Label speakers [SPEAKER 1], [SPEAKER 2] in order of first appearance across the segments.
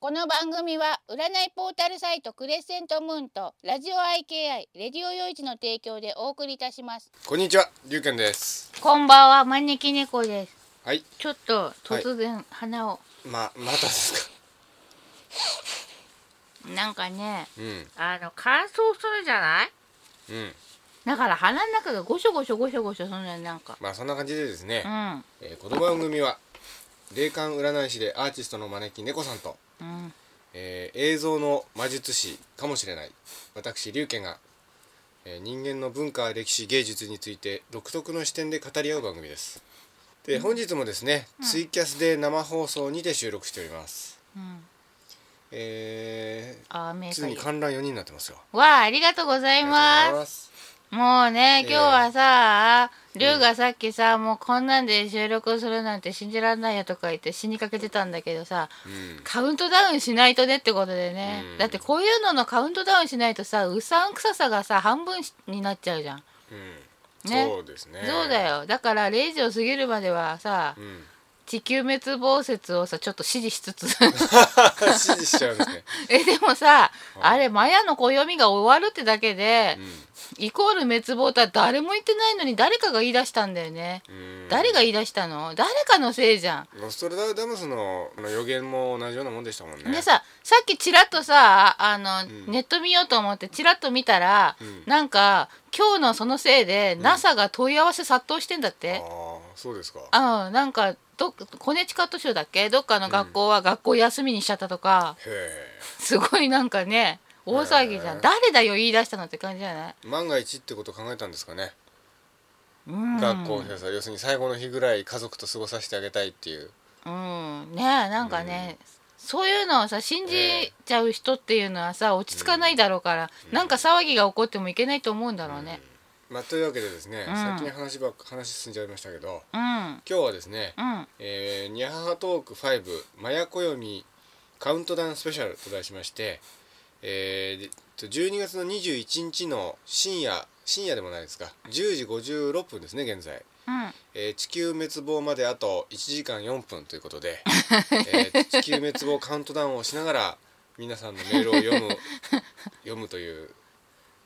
[SPEAKER 1] この番組は占いポータルサイトクレッセントムーンとラジオ IKI レディオヨイチの提供でお送りいたします
[SPEAKER 2] こんにちは、りゅうけんです。
[SPEAKER 1] こんばんは招き猫です
[SPEAKER 2] はい、
[SPEAKER 1] ちょっと突然鼻を、
[SPEAKER 2] ま、またですか。
[SPEAKER 1] なんかね
[SPEAKER 2] うん、
[SPEAKER 1] あの乾燥するじゃない
[SPEAKER 2] うん、
[SPEAKER 1] だから鼻の中がゴショゴショゴショゴショそんななんか
[SPEAKER 2] まあそんな感じでですね
[SPEAKER 1] う、ん
[SPEAKER 2] えーこの番組は霊感占い師でアーティストの招き猫さんと、
[SPEAKER 1] うん
[SPEAKER 2] えー映像の魔術師かもしれない私りゅうけんが、えー人間の文化歴史芸術について独特の視点で語り合う番組です。で本日もですね、ツイキャスで生放送にて収録しております。
[SPEAKER 1] うん
[SPEAKER 2] え
[SPEAKER 1] あー
[SPEAKER 2] ー、
[SPEAKER 1] メーカ
[SPEAKER 2] つい
[SPEAKER 1] ーい
[SPEAKER 2] に
[SPEAKER 1] い
[SPEAKER 2] 観覧4人になってますよ。
[SPEAKER 1] わあありがとうござい
[SPEAKER 2] ありがとうござい
[SPEAKER 1] ます
[SPEAKER 2] す。
[SPEAKER 1] もうね
[SPEAKER 2] ええ
[SPEAKER 1] 今日はさ龍、がさっきさもうこんなんで収録するなんて信じられないよとか言って死にかけてたんだけどさ
[SPEAKER 2] うん。
[SPEAKER 1] カウントダウンしないとねってことでね、
[SPEAKER 2] うん
[SPEAKER 1] だってこういうののカウントダウンしないとさうさんくささがさ半分しになっちゃうじゃん、
[SPEAKER 2] うん、
[SPEAKER 1] ね
[SPEAKER 2] そうですね
[SPEAKER 1] そうだよだから0時を過ぎるまではさ、
[SPEAKER 2] うん
[SPEAKER 1] 地球滅亡説をさちょっと支持しつつ
[SPEAKER 2] 指示しちゃうんですね、
[SPEAKER 1] えでもさ、あれマヤの暦が終わるってだけで、
[SPEAKER 2] う
[SPEAKER 1] イコール滅亡とは誰も言ってないのに誰かが言い出したんだよね、
[SPEAKER 2] んうん、
[SPEAKER 1] 誰が言い出したの誰かのせいじゃん。
[SPEAKER 2] ノストラダムスのあの予言も同じようなもんでしたもんね
[SPEAKER 1] でささっきちらっとさあの、
[SPEAKER 2] うん
[SPEAKER 1] ネット見ようと思ってちらっと見たら、
[SPEAKER 2] うん
[SPEAKER 1] なんか今日のそのせいで、NASA が問い合わせ殺到してんだっ
[SPEAKER 2] あ
[SPEAKER 1] て。
[SPEAKER 2] あそうですか
[SPEAKER 1] あうんなんかどコネチカット州だっけどっかの学校は学校休みにしちゃったとか、
[SPEAKER 2] へえ
[SPEAKER 1] すごいなんかね大騒ぎじゃん、
[SPEAKER 2] へえ
[SPEAKER 1] 誰だよ言い出したのって感じじゃない、
[SPEAKER 2] 万が一ってことを考えたんですかね、
[SPEAKER 1] うん、
[SPEAKER 2] 学校閉鎖要するに最後の日ぐらい家族と過ごさせてあげたいっていう
[SPEAKER 1] うんねえなんかね、そういうのをさ信じちゃう人っていうのはさ落ち着かないだろうから、なんか騒ぎが起こってもいけないと思うんだろうね
[SPEAKER 2] まあというわけでですね、
[SPEAKER 1] うん
[SPEAKER 2] 先に話ばっ話進んじゃいましたけど
[SPEAKER 1] うんうん
[SPEAKER 2] 今日はですね、
[SPEAKER 1] うん
[SPEAKER 2] えー、ニャハハトーク5マヤ暦カウントダウンスペシャルと題しまして、えーでと12月の21日の深夜深夜でもないですか10時56分ですね現在、えー地球滅亡まであと1時間4分ということで、えー地球滅亡カウントダウンをしながら皆さんのメールを読 む読むという、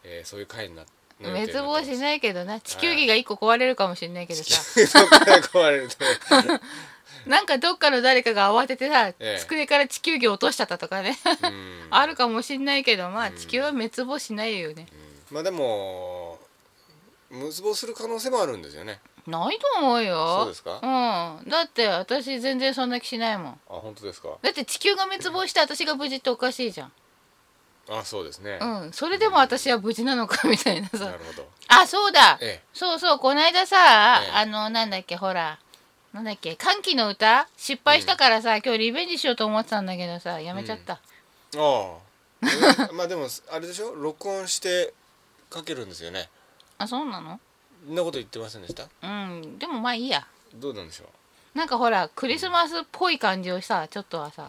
[SPEAKER 2] えーそういう回になって
[SPEAKER 1] 滅亡しないけどな地球儀が一個壊れるかもしれないけどさ
[SPEAKER 2] 壊れると
[SPEAKER 1] なんかどっかの誰かが慌ててさ、
[SPEAKER 2] ええ
[SPEAKER 1] 机から地球儀落としちゃったとかね
[SPEAKER 2] う ん
[SPEAKER 1] あるかもしんないけどまあ地球は滅亡しないよね、
[SPEAKER 2] まあでも滅亡する可能性もあるんですよね
[SPEAKER 1] ないと思うよ
[SPEAKER 2] そうですか
[SPEAKER 1] うんだって私全然そんな気しないもん
[SPEAKER 2] あ本当ですか
[SPEAKER 1] だって地球が滅亡して私が無事っておかしいじゃん
[SPEAKER 2] あそうですね、
[SPEAKER 1] うん、それでも私は無事なのかみたいな
[SPEAKER 2] な
[SPEAKER 1] さ
[SPEAKER 2] る。ほど
[SPEAKER 1] あ、そうだ。
[SPEAKER 2] え
[SPEAKER 1] そうそう、こないださ、
[SPEAKER 2] ええ
[SPEAKER 1] あの、なんだっけ、ほら。なんだっけ、歓喜の歌失敗したからさ、今日リベンジしようと思ってたんだけどさ、やめちゃった。
[SPEAKER 2] えああえ まあでもあれでしょ録音してかけるんですよね
[SPEAKER 1] あ、そうなの
[SPEAKER 2] そんなこと言ってませんでした
[SPEAKER 1] うん、でもまあいいや。
[SPEAKER 2] どうなんでしょう、
[SPEAKER 1] なんかほら、クリスマスっぽい感じをさ、ちょっとはさ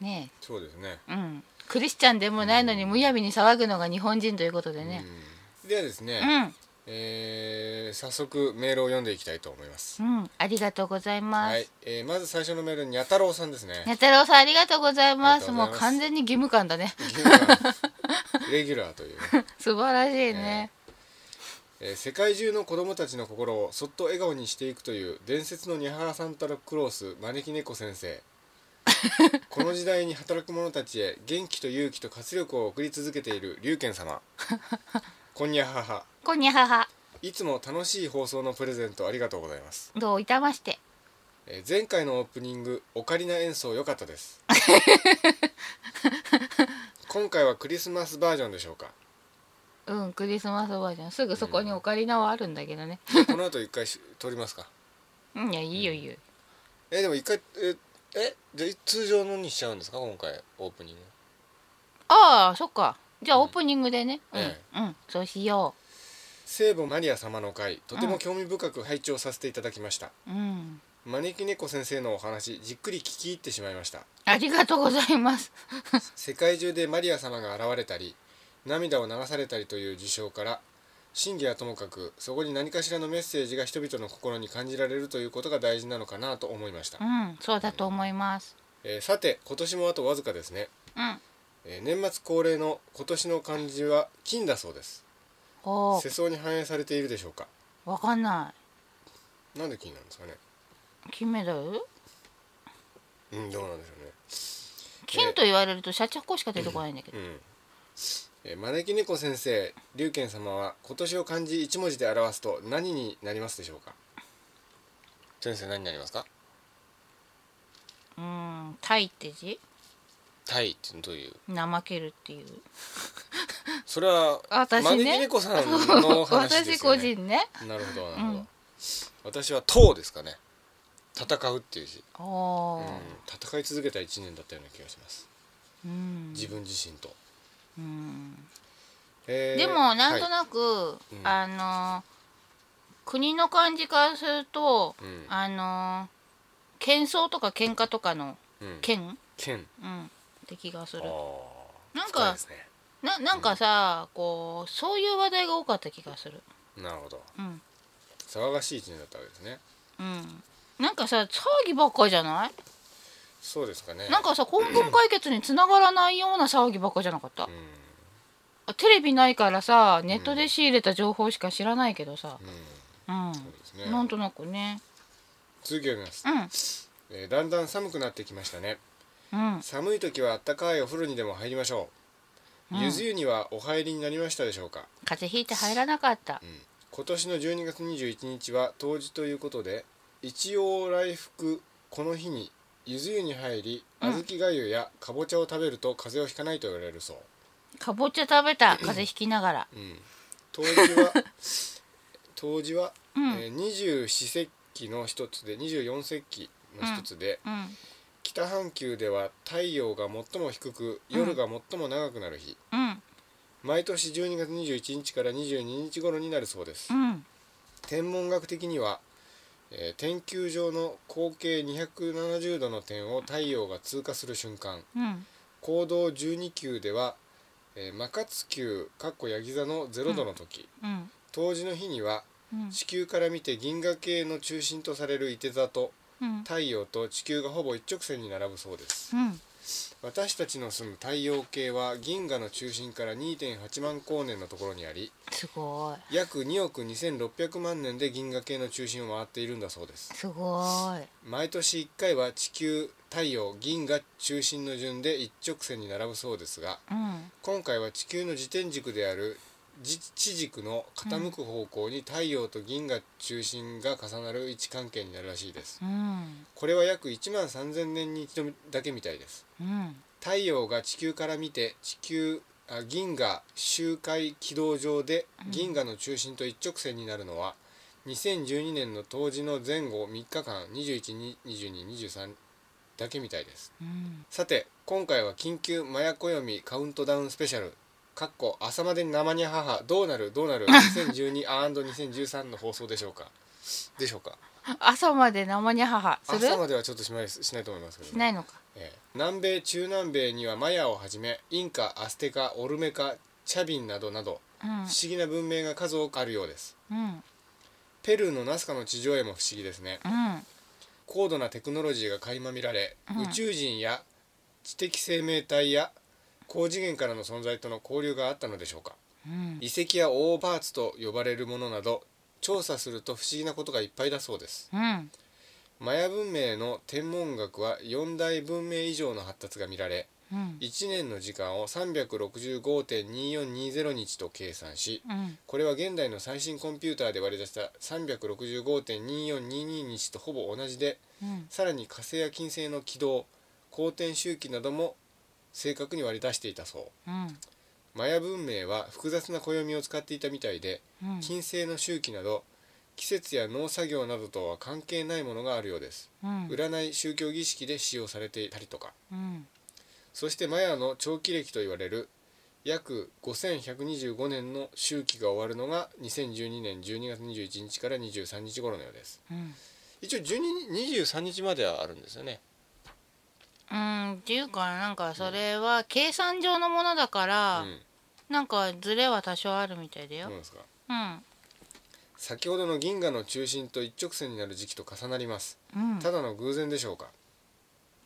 [SPEAKER 2] うん、、
[SPEAKER 1] ね
[SPEAKER 2] そうですね
[SPEAKER 1] え、うん。クリスチャンでもないのにむやみに騒ぐのが日本人ということでね。
[SPEAKER 2] うん、ではです
[SPEAKER 1] う
[SPEAKER 2] ね、
[SPEAKER 1] ん、
[SPEAKER 2] えー早速メールを読んでいきたいと思います
[SPEAKER 1] うん、ありがとうございます。
[SPEAKER 2] はい、えーまず最初のメールにゃ太郎さんですね
[SPEAKER 1] やたろうさんありがとうございま
[SPEAKER 2] ありが
[SPEAKER 1] す。
[SPEAKER 2] とうご
[SPEAKER 1] も
[SPEAKER 2] ざ
[SPEAKER 1] う
[SPEAKER 2] います
[SPEAKER 1] 完全に義務感だね。
[SPEAKER 2] レギュラーというね
[SPEAKER 1] 素晴らしいね。
[SPEAKER 2] えー世界中の子供たちの心をそっと笑顔にしていくという伝説のニャハハサンタラクロース招き猫先生この時代に働く者たちへ元気と勇気と活力を送り続けている龍賢様こんにゃははい
[SPEAKER 1] こんにゃはは。
[SPEAKER 2] つも楽しい放送のプレゼントありがとうございます、
[SPEAKER 1] どういたまして。
[SPEAKER 2] えー前回のオープニングオカリナ演奏良かったです今回はクリスマスバージョンでしょうか
[SPEAKER 1] うん、クリスマスバージョン。すぐそこにオカリナはあるんだけどね。
[SPEAKER 2] この後一回し撮りますか
[SPEAKER 1] うん、いや、いいよいいよ。
[SPEAKER 2] えでも一回ええじゃあ通常のにしちゃうんですか今回オープニング
[SPEAKER 1] ああ、そっか。じゃあオープニングでね。うん、
[SPEAKER 2] え
[SPEAKER 1] うん、そうしよ
[SPEAKER 2] 聖母マリア様の会とても興味深く拝聴させていただきました、
[SPEAKER 1] う。うん。
[SPEAKER 2] 招き猫先生のお話じっくり聞き入ってしまいました
[SPEAKER 1] ありがとうございます。
[SPEAKER 2] 世界中でマリア様が現れたり涙を流されたりという事象から真偽はともかくそこに何かしらのメッセージが人々の心に感じられるということが大事なのかなと思いました
[SPEAKER 1] うん、そうだと思います。
[SPEAKER 2] えーさて今年もあとわずかですね、
[SPEAKER 1] うん
[SPEAKER 2] えー年末恒例の今年の漢字は金だそうです
[SPEAKER 1] お
[SPEAKER 2] 世相に反映されているでしょうか
[SPEAKER 1] おわかんな
[SPEAKER 2] なんで金なんですかね
[SPEAKER 1] い金メダル
[SPEAKER 2] うんどうなんでしょうね
[SPEAKER 1] 金と言われるとシャチホコしか出てこないんだけど、
[SPEAKER 2] うん、えー招き猫先生龍賢様は今年を漢字一文字で表すと何になりますでしょうか先生何になりますか
[SPEAKER 1] うーん「タイ」って字
[SPEAKER 2] タイってどういう
[SPEAKER 1] 怠けるっていう
[SPEAKER 2] それは
[SPEAKER 1] 私ね
[SPEAKER 2] 招き猫さんの話 で
[SPEAKER 1] 私
[SPEAKER 2] すよ
[SPEAKER 1] 個
[SPEAKER 2] ね
[SPEAKER 1] 人ね
[SPEAKER 2] なるほどなるほ
[SPEAKER 1] う
[SPEAKER 2] ど、
[SPEAKER 1] ん
[SPEAKER 2] 私は「闘」ですかね戦うっていう字、
[SPEAKER 1] お
[SPEAKER 2] うん
[SPEAKER 1] お、
[SPEAKER 2] 戦い続けた一年だったような気がします
[SPEAKER 1] うん
[SPEAKER 2] 自分自身と、
[SPEAKER 1] うん
[SPEAKER 2] えー
[SPEAKER 1] でもなんと
[SPEAKER 2] は
[SPEAKER 1] なく、
[SPEAKER 2] うん
[SPEAKER 1] あの国の感じからすると、
[SPEAKER 2] いうん
[SPEAKER 1] あの喧騒とか喧嘩とかの
[SPEAKER 2] うん
[SPEAKER 1] 剣、
[SPEAKER 2] 剣
[SPEAKER 1] うん、って気がす
[SPEAKER 2] あ
[SPEAKER 1] る
[SPEAKER 2] ー
[SPEAKER 1] なん
[SPEAKER 2] 深い
[SPEAKER 1] か
[SPEAKER 2] ですね
[SPEAKER 1] ななんかさ、こうそういう話題が多かった気がする
[SPEAKER 2] なるほど
[SPEAKER 1] うん
[SPEAKER 2] 騒がしい一年だったわけですね
[SPEAKER 1] うんなんかさ騒ぎばっかりじゃない
[SPEAKER 2] そうですかね
[SPEAKER 1] なんかさ根本解決につながらないような騒ぎばっかりじゃなかった
[SPEAKER 2] うん、
[SPEAKER 1] あテレビないからさネットで仕入れた情報しか知らないけどさ
[SPEAKER 2] うん、
[SPEAKER 1] うん、
[SPEAKER 2] そうですね
[SPEAKER 1] なんとなくね
[SPEAKER 2] 続きを読みます
[SPEAKER 1] う、ん
[SPEAKER 2] えーだんだん寒くなってきましたね
[SPEAKER 1] うん
[SPEAKER 2] 寒い時はあったかいお風呂にでも入りましょう、
[SPEAKER 1] うん
[SPEAKER 2] ゆず湯にはお入りになりましたでしょうか
[SPEAKER 1] 風邪ひいて入らなかった
[SPEAKER 2] 今年の12月21日は冬至ということで一応来福この日にゆず湯に入り
[SPEAKER 1] うん
[SPEAKER 2] 小豆がゆやかぼちゃを食べると風邪をひかないと言われるそう、
[SPEAKER 1] かぼちゃ食べた風邪ひきながら
[SPEAKER 2] うん、冬至 は冬至は、
[SPEAKER 1] うん
[SPEAKER 2] えー二十四節気の一つで二十四節気の一つで、
[SPEAKER 1] うん
[SPEAKER 2] 北半球では太陽が最も低く夜が最も長くなる日、
[SPEAKER 1] うん
[SPEAKER 2] 毎年12月21日から22日頃になるそうです、
[SPEAKER 1] うん
[SPEAKER 2] 天文学的には、えー天球上の光景270度の点を太陽が通過する瞬間
[SPEAKER 1] うん
[SPEAKER 2] 行動12球では、えー、摩活球かっこヤギ座の0度の時、
[SPEAKER 1] うん
[SPEAKER 2] 冬至の日には
[SPEAKER 1] うん
[SPEAKER 2] 地球から見て銀河系の中心とされる伊手座と
[SPEAKER 1] うん
[SPEAKER 2] 太陽と地球がほぼ一直線に並ぶそうです
[SPEAKER 1] うん
[SPEAKER 2] 私たちの住む太陽系は銀河の中心から2.8万光年のところにあり
[SPEAKER 1] すごい
[SPEAKER 2] 約2億2600万年で銀河系の中心を回っているんだそうです
[SPEAKER 1] すごい
[SPEAKER 2] 毎年1回は地球太陽銀河中心の順で一直線に並ぶそうですが
[SPEAKER 1] うん
[SPEAKER 2] 今回は地球の自転軸である自地軸の傾く方向に太陽と銀河中心が重なる位置関係になるらしいです
[SPEAKER 1] うん
[SPEAKER 2] これは約1万3000年に一度だけみたいです
[SPEAKER 1] うん
[SPEAKER 2] 太陽が地球から見て地球あ銀河周回軌道上で銀河の中心と一直線になるのは、2012年の冬至の前後3日間212223だけみたいです
[SPEAKER 1] うん
[SPEAKER 2] さて今回は緊急マヤ暦カウントダウンスペシャルかっこ朝までに生に母どうなるどうなる 2012&2013 の放送でしょうかでしょうか
[SPEAKER 1] 朝まで生に母する
[SPEAKER 2] 朝まではちょっとしないしないと思いますけどね、
[SPEAKER 1] しないのか
[SPEAKER 2] えー南米中南米にはマヤをはじめインカアステカオルメカチャビンなどなど
[SPEAKER 1] うん
[SPEAKER 2] 不思議な文明が数多くあるようです
[SPEAKER 1] うん
[SPEAKER 2] ペルーのナスカの地上絵も不思議ですね
[SPEAKER 1] うん
[SPEAKER 2] 高度なテクノロジーが垣間見られ、
[SPEAKER 1] うん
[SPEAKER 2] 宇宙人や知的生命体や高次元からの存在との交流があったのでしょうか
[SPEAKER 1] うん
[SPEAKER 2] 遺跡やオーバーツと呼ばれるものなど調査すると不思議なことがいっぱいだそうです
[SPEAKER 1] うん
[SPEAKER 2] マヤ文明の天文学は4大文明以上の発達が見られ
[SPEAKER 1] うん
[SPEAKER 2] 1年の時間を365.2420日と計算し
[SPEAKER 1] うん
[SPEAKER 2] これは現代の最新コンピューターで割り出した365.2422日とほぼ同じで
[SPEAKER 1] うん
[SPEAKER 2] さらに火星や金星の軌道公転周期なども正確に割り出していたそう
[SPEAKER 1] うん
[SPEAKER 2] マヤ文明は複雑な暦を使っていたみたいで
[SPEAKER 1] うん
[SPEAKER 2] 金星の周期など季節や農作業などとは関係ないものがあるようです
[SPEAKER 1] うん
[SPEAKER 2] 占い宗教儀式で使用されていたりとか
[SPEAKER 1] うん
[SPEAKER 2] そしてマヤの長期歴と言われる約5125年の周期が終わるのが2012年12月21日から23日頃のようです
[SPEAKER 1] うん
[SPEAKER 2] 一応12 23日まではあるんですよね
[SPEAKER 1] うんっていうかなんかそれは計算上のものだから、
[SPEAKER 2] うん
[SPEAKER 1] なんかズレは多少あるみたいだ
[SPEAKER 2] ど
[SPEAKER 1] よ
[SPEAKER 2] うですか
[SPEAKER 1] うん
[SPEAKER 2] 先ほどの銀河の中心と一直線になる時期と重なります
[SPEAKER 1] うん
[SPEAKER 2] ただの偶然でしょうか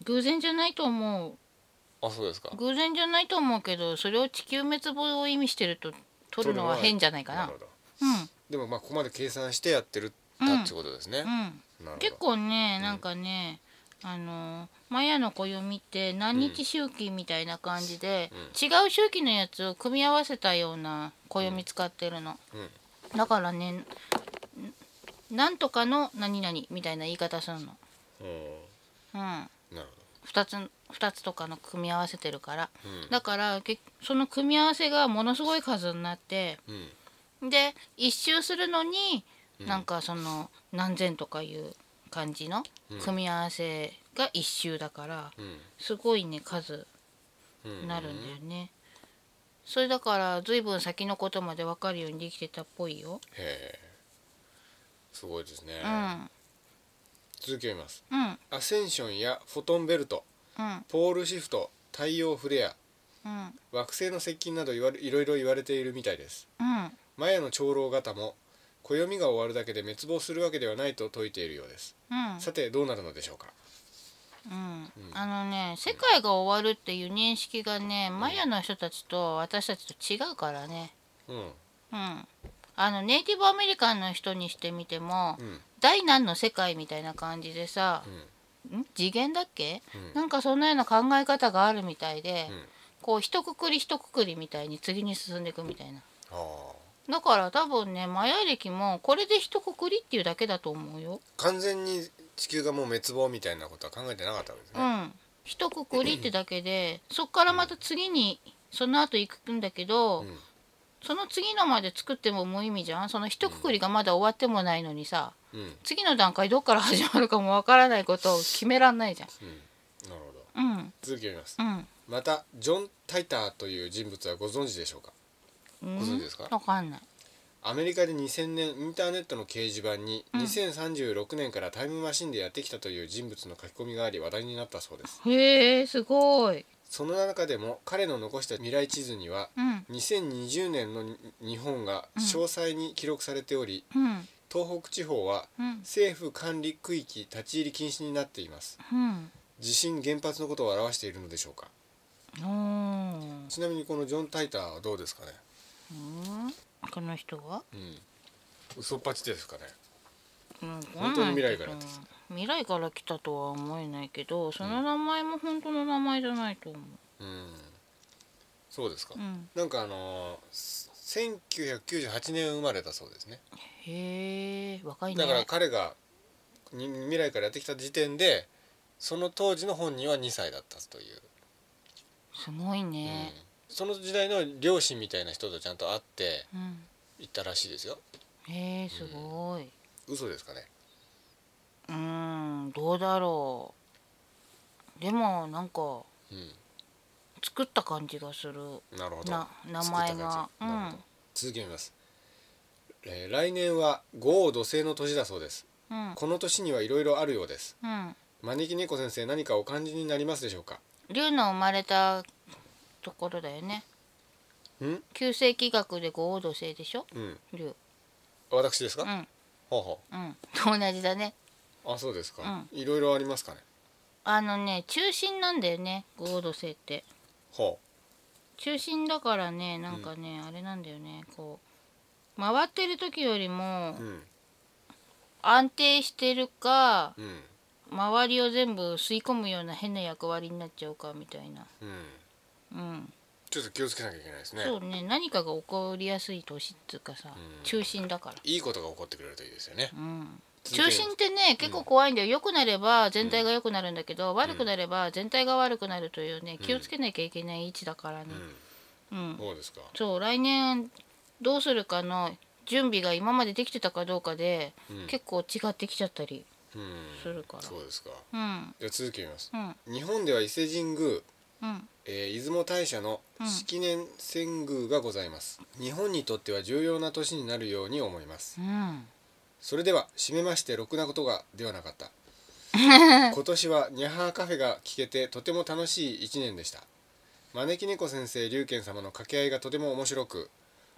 [SPEAKER 1] 偶然じゃないと思う
[SPEAKER 2] あそうですか
[SPEAKER 1] 偶然じゃないと思うけどそれを地球滅亡を意味してると取るのは変じゃないかな
[SPEAKER 2] るほど
[SPEAKER 1] うん
[SPEAKER 2] でもまあここまで計算してやってるったってことです
[SPEAKER 1] う
[SPEAKER 2] ね、なるほど
[SPEAKER 1] ん結構ねなんかね、あのマヤの暦って何日周期みたいな感じで、違う周期のやつを組み合わせたような暦使ってるの、
[SPEAKER 2] うん
[SPEAKER 1] だからねんなんとかの何々みたいな言い方するの、
[SPEAKER 2] うん
[SPEAKER 1] うん、
[SPEAKER 2] なるほ
[SPEAKER 1] 2つ二つとかの組み合わせてるから
[SPEAKER 2] どうん
[SPEAKER 1] だからけその組み合わせがものすごい数になって
[SPEAKER 2] うん
[SPEAKER 1] で一周するのに、
[SPEAKER 2] うん
[SPEAKER 1] なんかその何千とかいう感じの
[SPEAKER 2] うん
[SPEAKER 1] 組み合わせが一周だから
[SPEAKER 2] うん
[SPEAKER 1] すごいね数
[SPEAKER 2] うん
[SPEAKER 1] になるんだよね。それだから随分先のことまで分かるようにできてたっぽいよ。
[SPEAKER 2] へえすごいですね、
[SPEAKER 1] うん
[SPEAKER 2] 続きを読みます
[SPEAKER 1] うん
[SPEAKER 2] アセンションやフォトンベルト
[SPEAKER 1] うん
[SPEAKER 2] ポールシフト太陽フレア
[SPEAKER 1] うん
[SPEAKER 2] 惑星の接近など言われいろいろ言われているみたいです
[SPEAKER 1] うん
[SPEAKER 2] マヤの長老型も暦が終わるだけで滅亡するわけではないと説いているようです、
[SPEAKER 1] うん
[SPEAKER 2] さてどうなるのでしょうか
[SPEAKER 1] うんあのね世界が終わるっていう認識がねマヤの人たちと私たちと違うからね。
[SPEAKER 2] うんうん
[SPEAKER 1] うんあのネイティブアメリカンの人にしてみても第何の世界みたいな感じでさ
[SPEAKER 2] うん
[SPEAKER 1] ん次元だっけ
[SPEAKER 2] うん
[SPEAKER 1] なんかそんなような考え方があるみたいで、
[SPEAKER 2] うん
[SPEAKER 1] こう一括り一括りみたいに次に進んでいくみたいな
[SPEAKER 2] ああ
[SPEAKER 1] だから多分ねマヤ歴もこれで一括りっていうだけだと思うよ、
[SPEAKER 2] 完全に地球がもう滅亡みたいなことは考えてなかったわけです
[SPEAKER 1] う
[SPEAKER 2] ね、
[SPEAKER 1] ん一括りってだけでそっからまた次にその後行くんだけど、
[SPEAKER 2] うん
[SPEAKER 1] その次のまで作っても無意味じゃんその一括りがまだ終わってもないのにさ
[SPEAKER 2] うんうん
[SPEAKER 1] 次の段階どっから始まるかもわからないことを決めらんないじゃん
[SPEAKER 2] なるほど
[SPEAKER 1] うん
[SPEAKER 2] 続きを読みます
[SPEAKER 1] うん
[SPEAKER 2] またジョン・タイターという人物はご存知でしょうか
[SPEAKER 1] うん
[SPEAKER 2] ご存知ですか
[SPEAKER 1] わかんない
[SPEAKER 2] アメリカで2000年インターネットの掲示板に
[SPEAKER 1] うん
[SPEAKER 2] 2036年からタイムマシンでやってきたという人物の書き込みがあり話題になったそうです
[SPEAKER 1] へえすごい
[SPEAKER 2] その中でも彼の残した未来地図には
[SPEAKER 1] うん
[SPEAKER 2] 2020年の日本が詳細に記録されており、
[SPEAKER 1] うん
[SPEAKER 2] 東北地方は
[SPEAKER 1] うん
[SPEAKER 2] 政府管理区域立ち入り禁止になっています
[SPEAKER 1] うん
[SPEAKER 2] 地震原発のことを表しているのでしょうか
[SPEAKER 1] おー
[SPEAKER 2] ちなみにこのジョン・タイターはどうですかね
[SPEAKER 1] うんこの人は、
[SPEAKER 2] うん嘘っぱちですかね
[SPEAKER 1] うん、
[SPEAKER 2] 本当に未来からで
[SPEAKER 1] わか
[SPEAKER 2] す
[SPEAKER 1] んないけど未来から来たとは思えないけどその名前も本当の名前じゃないと思う
[SPEAKER 2] うんそうですか、
[SPEAKER 1] うん
[SPEAKER 2] なんかあのー、1998年生まれだそうですね
[SPEAKER 1] へえ若いね
[SPEAKER 2] だから彼がに未来からやってきた時点でその当時の本人は2歳だったという、
[SPEAKER 1] すごいね
[SPEAKER 2] うんその時代の両親みたいな人とちゃんと会って
[SPEAKER 1] うん、
[SPEAKER 2] 行ったらしいですよ
[SPEAKER 1] へえすごい
[SPEAKER 2] 嘘ですかね
[SPEAKER 1] うんどうだろうでもなんか
[SPEAKER 2] う
[SPEAKER 1] 作った感じがする
[SPEAKER 2] んなるほど
[SPEAKER 1] な名前が
[SPEAKER 2] 作った感じなるほど続きを見ます、えー来年は豪雨土星の年だそうです
[SPEAKER 1] うん
[SPEAKER 2] この年にはいろいろあるようです
[SPEAKER 1] うん
[SPEAKER 2] 招き猫先生何かお感じになりますでしょうか
[SPEAKER 1] 龍の生まれたところだよね
[SPEAKER 2] ん
[SPEAKER 1] 旧世紀学で五王土星でしょ
[SPEAKER 2] うん
[SPEAKER 1] 龍
[SPEAKER 2] 私ですか、
[SPEAKER 1] う
[SPEAKER 2] は
[SPEAKER 1] ん
[SPEAKER 2] ほうほう
[SPEAKER 1] うん同じだね
[SPEAKER 2] あそうですか、いろいろありますかね
[SPEAKER 1] あのね中心なんだよね五王土星って
[SPEAKER 2] ほ
[SPEAKER 1] 中心だからねなんかね、あれなんだよねこう回ってる時よりも
[SPEAKER 2] ううん
[SPEAKER 1] 安定してるか
[SPEAKER 2] うん
[SPEAKER 1] 周りを全部吸い込むような変な役割になっちゃうかみたいな
[SPEAKER 2] うん
[SPEAKER 1] うん
[SPEAKER 2] ちょっと気をつけなきゃいけないですね
[SPEAKER 1] そうね何かが起こりやすい年っつうかさ、
[SPEAKER 2] うん
[SPEAKER 1] 中心だから
[SPEAKER 2] いいことが起こってくれるといいですよね
[SPEAKER 1] うん
[SPEAKER 2] 続け
[SPEAKER 1] 中心ってね結構怖いんだよ良くなれば全体が良くなるんだけど、悪くなれば全体が悪くなるというね気をつけなきゃいけない位置だからね、うん
[SPEAKER 2] うんそうですか
[SPEAKER 1] そう来年どうするかの準備が今までできてたかどうかで、
[SPEAKER 2] うん
[SPEAKER 1] 結構違ってきちゃったり
[SPEAKER 2] うん
[SPEAKER 1] するから
[SPEAKER 2] そうですか
[SPEAKER 1] うん
[SPEAKER 2] じゃあ続きを見ます
[SPEAKER 1] うん
[SPEAKER 2] 日本では伊勢神宮
[SPEAKER 1] うん
[SPEAKER 2] えー出雲大社の
[SPEAKER 1] うん
[SPEAKER 2] 式年遷宮がございます、日本にとっては重要な年になるように思います
[SPEAKER 1] うん
[SPEAKER 2] それでは締めましてろくなことがではなかった 今年はニャハーカフェが聞けてとても楽しい一年でした招き猫先生龍賢様の掛け合いがとても面白く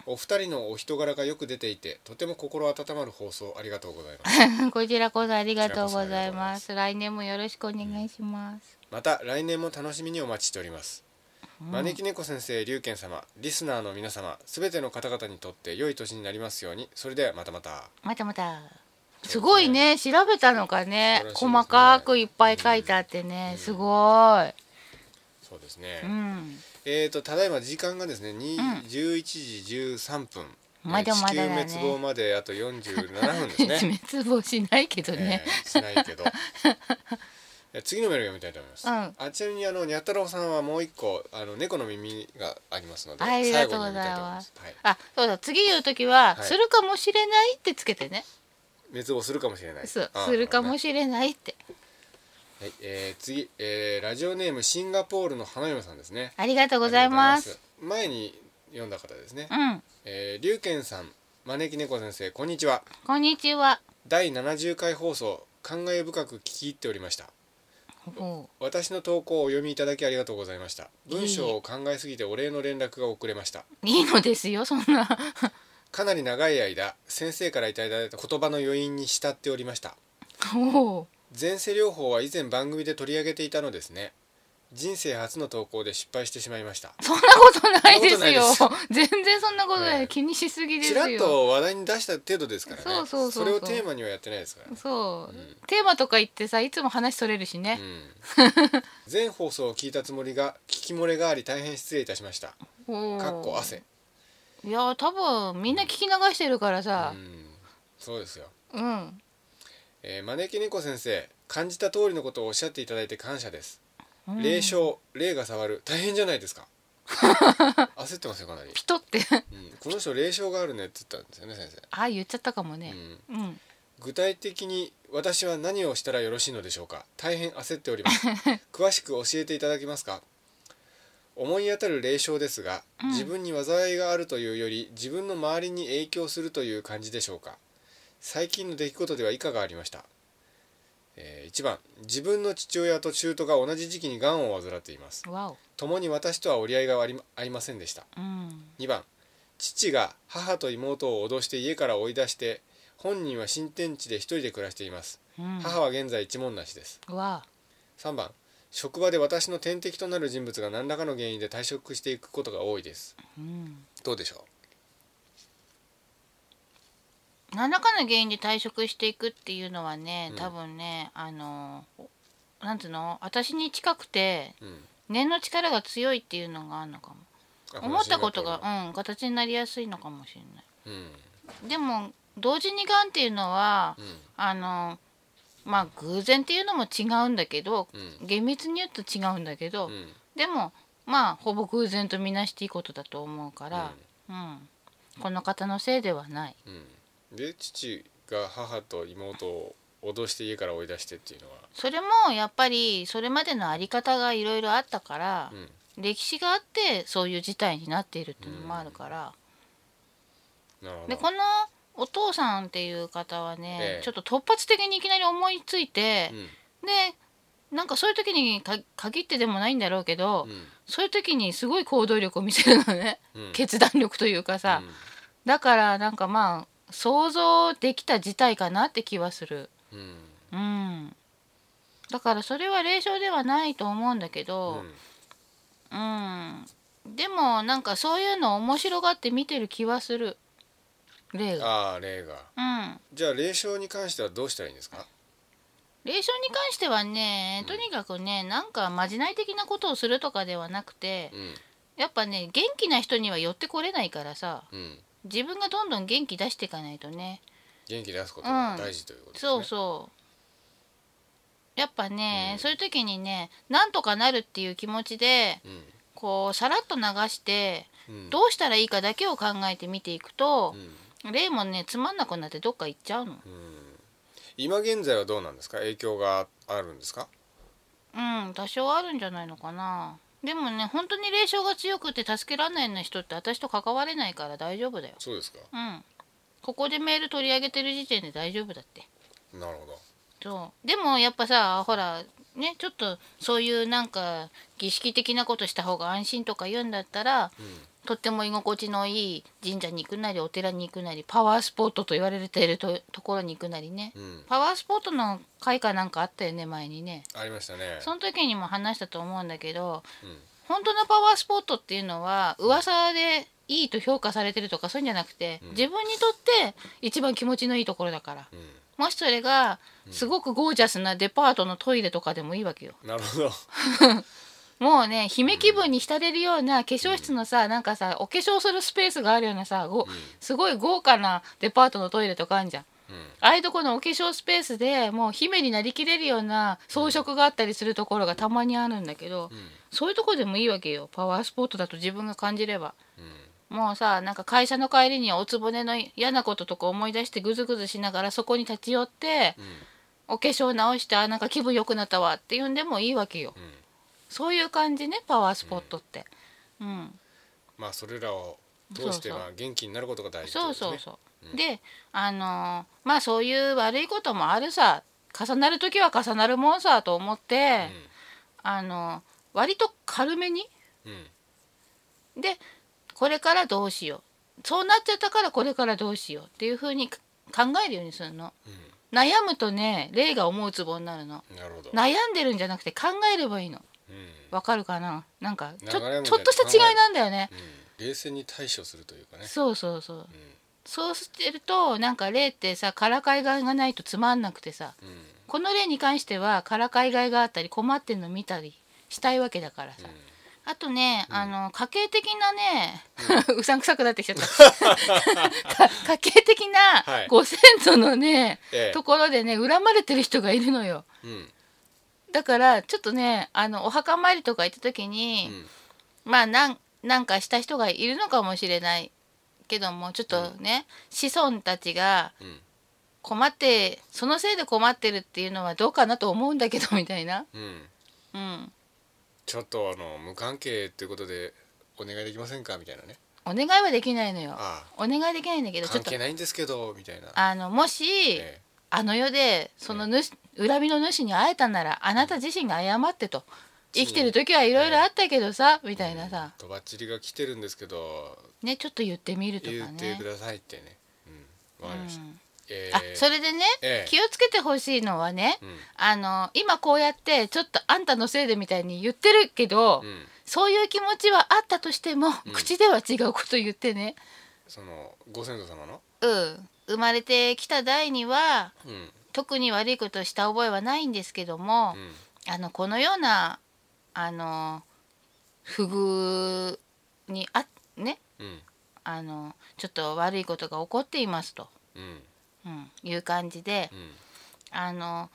[SPEAKER 2] お二人のお人柄がよく出ていてとても心温まる放送ありがとうございます
[SPEAKER 1] こちらこそありがとうございます来年もよろしくお願いします、
[SPEAKER 2] また来年も楽しみにお待ちしております
[SPEAKER 1] うん
[SPEAKER 2] 招き猫先生龍賢様リスナーの皆様すべての方々にとって良い年になりますようにそれではまたまた
[SPEAKER 1] またまたすごいね調べたのがね
[SPEAKER 2] 素晴らしいですね
[SPEAKER 1] 細かくいっぱい書いてあってね、
[SPEAKER 2] うん
[SPEAKER 1] すごい
[SPEAKER 2] そうですね、
[SPEAKER 1] うん
[SPEAKER 2] えーとただいま時間がですね、に
[SPEAKER 1] うん
[SPEAKER 2] 11時13分
[SPEAKER 1] まだまだだね
[SPEAKER 2] 地球滅亡まであと47分 ですね、
[SPEAKER 1] 滅亡しないけどね、
[SPEAKER 2] えーしない けどえ次のメールを読みたいと思います、
[SPEAKER 1] うん
[SPEAKER 2] あちなみにあのにゃ太郎さんはもう一個あの猫の耳がありますので
[SPEAKER 1] ありがとうございます
[SPEAKER 2] 最後に読みた思は
[SPEAKER 1] あ
[SPEAKER 2] い
[SPEAKER 1] そうだ次言う時は、
[SPEAKER 2] はい
[SPEAKER 1] するかもしれない」ってつけてね
[SPEAKER 2] 滅亡するかもしれない
[SPEAKER 1] そう
[SPEAKER 2] あー
[SPEAKER 1] するか
[SPEAKER 2] な
[SPEAKER 1] も
[SPEAKER 2] る
[SPEAKER 1] しれないって
[SPEAKER 2] ほどねはいえー次、えーラジオネームシンガポールの花嫁さんですね
[SPEAKER 1] ありがとうございます
[SPEAKER 2] ありがとうございます前に読んだ方ですね、
[SPEAKER 1] うん
[SPEAKER 2] えー、龍賢さん招き猫先生こんにちは
[SPEAKER 1] こんにちは
[SPEAKER 2] 第70回放送感慨深く聞き入っておりました
[SPEAKER 1] おう
[SPEAKER 2] 私の投稿をお読みいただきありがとうございました文章を考えすぎてお礼の連絡が遅れました
[SPEAKER 1] いいのですよそんな
[SPEAKER 2] かなり長い間先生からいただいた言葉の余韻に浸っておりました
[SPEAKER 1] おう
[SPEAKER 2] 前世療法は以前番組で取り上げていたのですね人生初の投稿で失敗してしまいました
[SPEAKER 1] そんなことないですよ
[SPEAKER 2] そん
[SPEAKER 1] 全然そんなことない、
[SPEAKER 2] ね
[SPEAKER 1] 気にしすぎです
[SPEAKER 2] ち
[SPEAKER 1] よ
[SPEAKER 2] らっと話題に出した程度ですからね
[SPEAKER 1] そうそうそうそう
[SPEAKER 2] れをテーマにはやってないですからね
[SPEAKER 1] そう、
[SPEAKER 2] うん
[SPEAKER 1] テーマとか言ってさいつも話それるしね、
[SPEAKER 2] うん全放送を聞いたつもりが聞き漏れがあり大変失礼いたしました
[SPEAKER 1] おう
[SPEAKER 2] かっこ汗
[SPEAKER 1] いや多分みんな聞き流してるからさ
[SPEAKER 2] うんそうですよ、
[SPEAKER 1] うん、
[SPEAKER 2] えー招き猫先生感じた通りのことをおっしゃっていただいて感謝です、
[SPEAKER 1] うん
[SPEAKER 2] 霊障霊が触る大変じゃないで すか焦ってますよかなり、
[SPEAKER 1] ピトって
[SPEAKER 2] うんこの人霊障があるねって言ったんですよね先
[SPEAKER 1] ああ言っちゃったかも
[SPEAKER 2] 生、う
[SPEAKER 1] ね
[SPEAKER 2] ん、
[SPEAKER 1] うん、
[SPEAKER 2] 具体的に私は何をしたらよろしいのでしょうか大変焦っております 詳しく教えていただけますか思い当たる霊障ですが、
[SPEAKER 1] うん
[SPEAKER 2] 自分に災いがあるというより自分の周りに影響するという感じでしょうか最近の出来事ではいかがありました、えー1番自分の父親と中途が同じ時期にがんを患っています
[SPEAKER 1] わお
[SPEAKER 2] 共に私とは折り合いがあり合いませんでした
[SPEAKER 1] うん
[SPEAKER 2] 2番父が母と妹を脅して家から追い出して本人は新天地で一人で暮らしています、
[SPEAKER 1] うん
[SPEAKER 2] 母は現在一文なしです
[SPEAKER 1] わ
[SPEAKER 2] 3番職場で私の天敵となる人物が何らかの原因で退職していくことが多いです
[SPEAKER 1] おうん
[SPEAKER 2] どうでしょ
[SPEAKER 1] 何らかの原因で退職していくっていうのはね
[SPEAKER 2] うん
[SPEAKER 1] 多分ね、あのおなんつうの私に近くて
[SPEAKER 2] う、うん、
[SPEAKER 1] 念の力が強いっていうのがあるのかも
[SPEAKER 2] あ
[SPEAKER 1] 思ったこと
[SPEAKER 2] のシンガポールの
[SPEAKER 1] がうん形になりやすいのかもしれない
[SPEAKER 2] うん
[SPEAKER 1] でも同時にがんっていうのはあのまあ偶然っていうのも違うんだけど
[SPEAKER 2] うんうん
[SPEAKER 1] 厳密に言うと違うんだけど、
[SPEAKER 2] うん
[SPEAKER 1] でもまあほぼ偶然とみなしていいことだと思うから、うんこの方のせいではない
[SPEAKER 2] うんうんで父が母と妹を脅して家から追い出してっていうのは
[SPEAKER 1] それもやっぱりそれまでのあり方がいろいろあったから
[SPEAKER 2] う、ん
[SPEAKER 1] 歴史があってそういう事態になっているっていうのもあるから、
[SPEAKER 2] なるほ
[SPEAKER 1] で
[SPEAKER 2] ど
[SPEAKER 1] このお父さんっていう方はね、
[SPEAKER 2] ええ
[SPEAKER 1] ちょっと突発的にいきなり思いついて、でなんかそういう時にか限ってでもないんだろうけど、
[SPEAKER 2] うんうん
[SPEAKER 1] そういう時にすごい行動力を見せるのね、
[SPEAKER 2] うん
[SPEAKER 1] 決断力というかさ、だからなんかまあ想像できた事態かなって気はする
[SPEAKER 2] うんうん
[SPEAKER 1] うんだからそれは霊障ではないと思うんだけ
[SPEAKER 2] う
[SPEAKER 1] どう
[SPEAKER 2] ん
[SPEAKER 1] ん、でもなんかそういうの面白がって見てる気はする霊が
[SPEAKER 2] ああ霊が
[SPEAKER 1] うん
[SPEAKER 2] じゃあ霊障に関してはどうしたらいいんですか
[SPEAKER 1] 霊障に関してはねとにかくねなんかまじない的なことをするとかではなくて
[SPEAKER 2] うん
[SPEAKER 1] やっぱね元気な人には寄ってこれないからさ
[SPEAKER 2] うん
[SPEAKER 1] 自分がどんどん元気出していかないとね
[SPEAKER 2] 元気出すことが大事ということですね、
[SPEAKER 1] そうそうやっぱね、
[SPEAKER 2] うん
[SPEAKER 1] そういう時にねなんとかなるっていう気持ちで
[SPEAKER 2] う
[SPEAKER 1] こうさらっと流して
[SPEAKER 2] んうん
[SPEAKER 1] どうしたらいいかだけを考えて見ていくと
[SPEAKER 2] う、ん
[SPEAKER 1] 霊もねつまんなくなってどっか行っちゃうの
[SPEAKER 2] うん今現在はどうなんですか影響があるんですか
[SPEAKER 1] うん多少あるんじゃないのかなでもね本当に霊障が強くて助けられないような人って私と関われないから大丈夫だよ
[SPEAKER 2] そうですか
[SPEAKER 1] うんここでメール取り上げてる時点で大丈夫だって
[SPEAKER 2] なるほど
[SPEAKER 1] そうでもやっぱさほらねちょっとそういうなんか儀式的なことした方が安心とか言うんだったら
[SPEAKER 2] うん
[SPEAKER 1] とっても居心地のいい神社に行くなりお寺に行くなりパワースポットと言われているとところに行くなりね、
[SPEAKER 2] うん
[SPEAKER 1] パワースポットの会かなんかあったよね前にね
[SPEAKER 2] ありましたね
[SPEAKER 1] その時にも話したと思うんだけど
[SPEAKER 2] うん
[SPEAKER 1] 本当のパワースポットっていうのは噂でいいと評価されてるとかそういうんじゃなくて、
[SPEAKER 2] うん
[SPEAKER 1] 自分にとって一番気持ちのいいところだから
[SPEAKER 2] う
[SPEAKER 1] もしそれがすごくゴージャスなデパートのトイレとかでもいいわけよ
[SPEAKER 2] んなるほど
[SPEAKER 1] もうね姫気分に浸れるような化粧室のさなんかさお化粧するスペースがあるようなさご
[SPEAKER 2] うん
[SPEAKER 1] すごい豪華なデパートのトイレとかあるじゃん
[SPEAKER 2] うん
[SPEAKER 1] ああいうとこのお化粧スペースでもう姫になりきれるような装飾があったりするところがたまにあるんだけど、
[SPEAKER 2] うん
[SPEAKER 1] そういうとこでもいいわけよパワースポットだと自分が感じれば
[SPEAKER 2] うん
[SPEAKER 1] もうさなんか会社の帰りにおつぼねの嫌なこととか思い出してぐずぐずしながらそこに立ち寄って
[SPEAKER 2] うん
[SPEAKER 1] お化粧直してあなんか気分良くなったわって言うんでもいいわけよ
[SPEAKER 2] うん
[SPEAKER 1] そういう感じねパワースポットってうん
[SPEAKER 2] まあそれらを通して
[SPEAKER 1] そうそう
[SPEAKER 2] まあ元気になることが大事ってこ
[SPEAKER 1] そう
[SPEAKER 2] とです
[SPEAKER 1] そ
[SPEAKER 2] ね
[SPEAKER 1] うそう、
[SPEAKER 2] うん
[SPEAKER 1] であのーまあそういう悪いこともあるさ重なる時は重なるもんさと思って、あのー割と軽めに
[SPEAKER 2] うんうん
[SPEAKER 1] でこれからどうしようそうなっちゃったからこれからどうしようっていう風に考えるようにするの
[SPEAKER 2] う
[SPEAKER 1] 悩むとね霊が思うツボになるの
[SPEAKER 2] んなるほど
[SPEAKER 1] 悩んでるんじゃなくて考えればいいの
[SPEAKER 2] うん
[SPEAKER 1] わかるかななんかちょ
[SPEAKER 2] 流れもね
[SPEAKER 1] ちょっとした違いなんだよね
[SPEAKER 2] うん冷静に対処するというかね
[SPEAKER 1] そうそうそう
[SPEAKER 2] う
[SPEAKER 1] そうしてるとなんか霊ってさからかいがいがないとつまんなくてさ
[SPEAKER 2] んうん
[SPEAKER 1] この例に関してはからかいがいがあったり困ってんの見たりしたいわけだからさ、あとね、あの家計的なね、 うさんくさくなってきちゃった か家計的
[SPEAKER 2] は
[SPEAKER 1] ないご先祖のね、
[SPEAKER 2] ええ
[SPEAKER 1] ところでね恨まれてる人がいるのよ
[SPEAKER 2] うん
[SPEAKER 1] だからちょっとねあのお墓参りとか行った時に、
[SPEAKER 2] うん
[SPEAKER 1] まあなんなんかした人がいるのかもしれないけどもちょっとね、子孫たちが
[SPEAKER 2] うん
[SPEAKER 1] 困ってそのせいで困ってるっていうのはどうかなと思うんだけどみたいな。
[SPEAKER 2] うん
[SPEAKER 1] うん
[SPEAKER 2] ちょっとあの無関係ということでお願いできませんかみたいなね
[SPEAKER 1] お願いはできないのよ
[SPEAKER 2] あ
[SPEAKER 1] お願いできないんだけ
[SPEAKER 2] あ
[SPEAKER 1] どちょ
[SPEAKER 2] 関
[SPEAKER 1] っと
[SPEAKER 2] 係ないんですけどみたいな
[SPEAKER 1] あのもし、
[SPEAKER 2] え
[SPEAKER 1] あの世でその主、恨みの主に会えたならあなた自身が謝ってと生きてる時はいろいろあったけどさ、みたいなさ
[SPEAKER 2] えとばっちりが来てるんですけど
[SPEAKER 1] ねちょっと言ってみるとかね
[SPEAKER 2] 言ってくださいってねうんわかりました
[SPEAKER 1] うん
[SPEAKER 2] え
[SPEAKER 1] あ
[SPEAKER 2] ー
[SPEAKER 1] それでね、
[SPEAKER 2] ええ
[SPEAKER 1] 気をつけてほしいのはね、
[SPEAKER 2] うん
[SPEAKER 1] あの今こうやってちょっとあんたのせいでみたいに言ってるけど、
[SPEAKER 2] うん
[SPEAKER 1] そういう気持ちはあったとしても、
[SPEAKER 2] ん
[SPEAKER 1] 口では違うこと言ってね
[SPEAKER 2] そのご先祖様の
[SPEAKER 1] うん生まれてきた代には
[SPEAKER 2] うん
[SPEAKER 1] 特に悪いことをした覚えはないんですけども、
[SPEAKER 2] うん
[SPEAKER 1] あのこのようなあの不遇にあね
[SPEAKER 2] うん
[SPEAKER 1] あのちょっと悪いことが起こっていますと、
[SPEAKER 2] うん
[SPEAKER 1] うん、いう感じで
[SPEAKER 2] う、ん
[SPEAKER 1] あの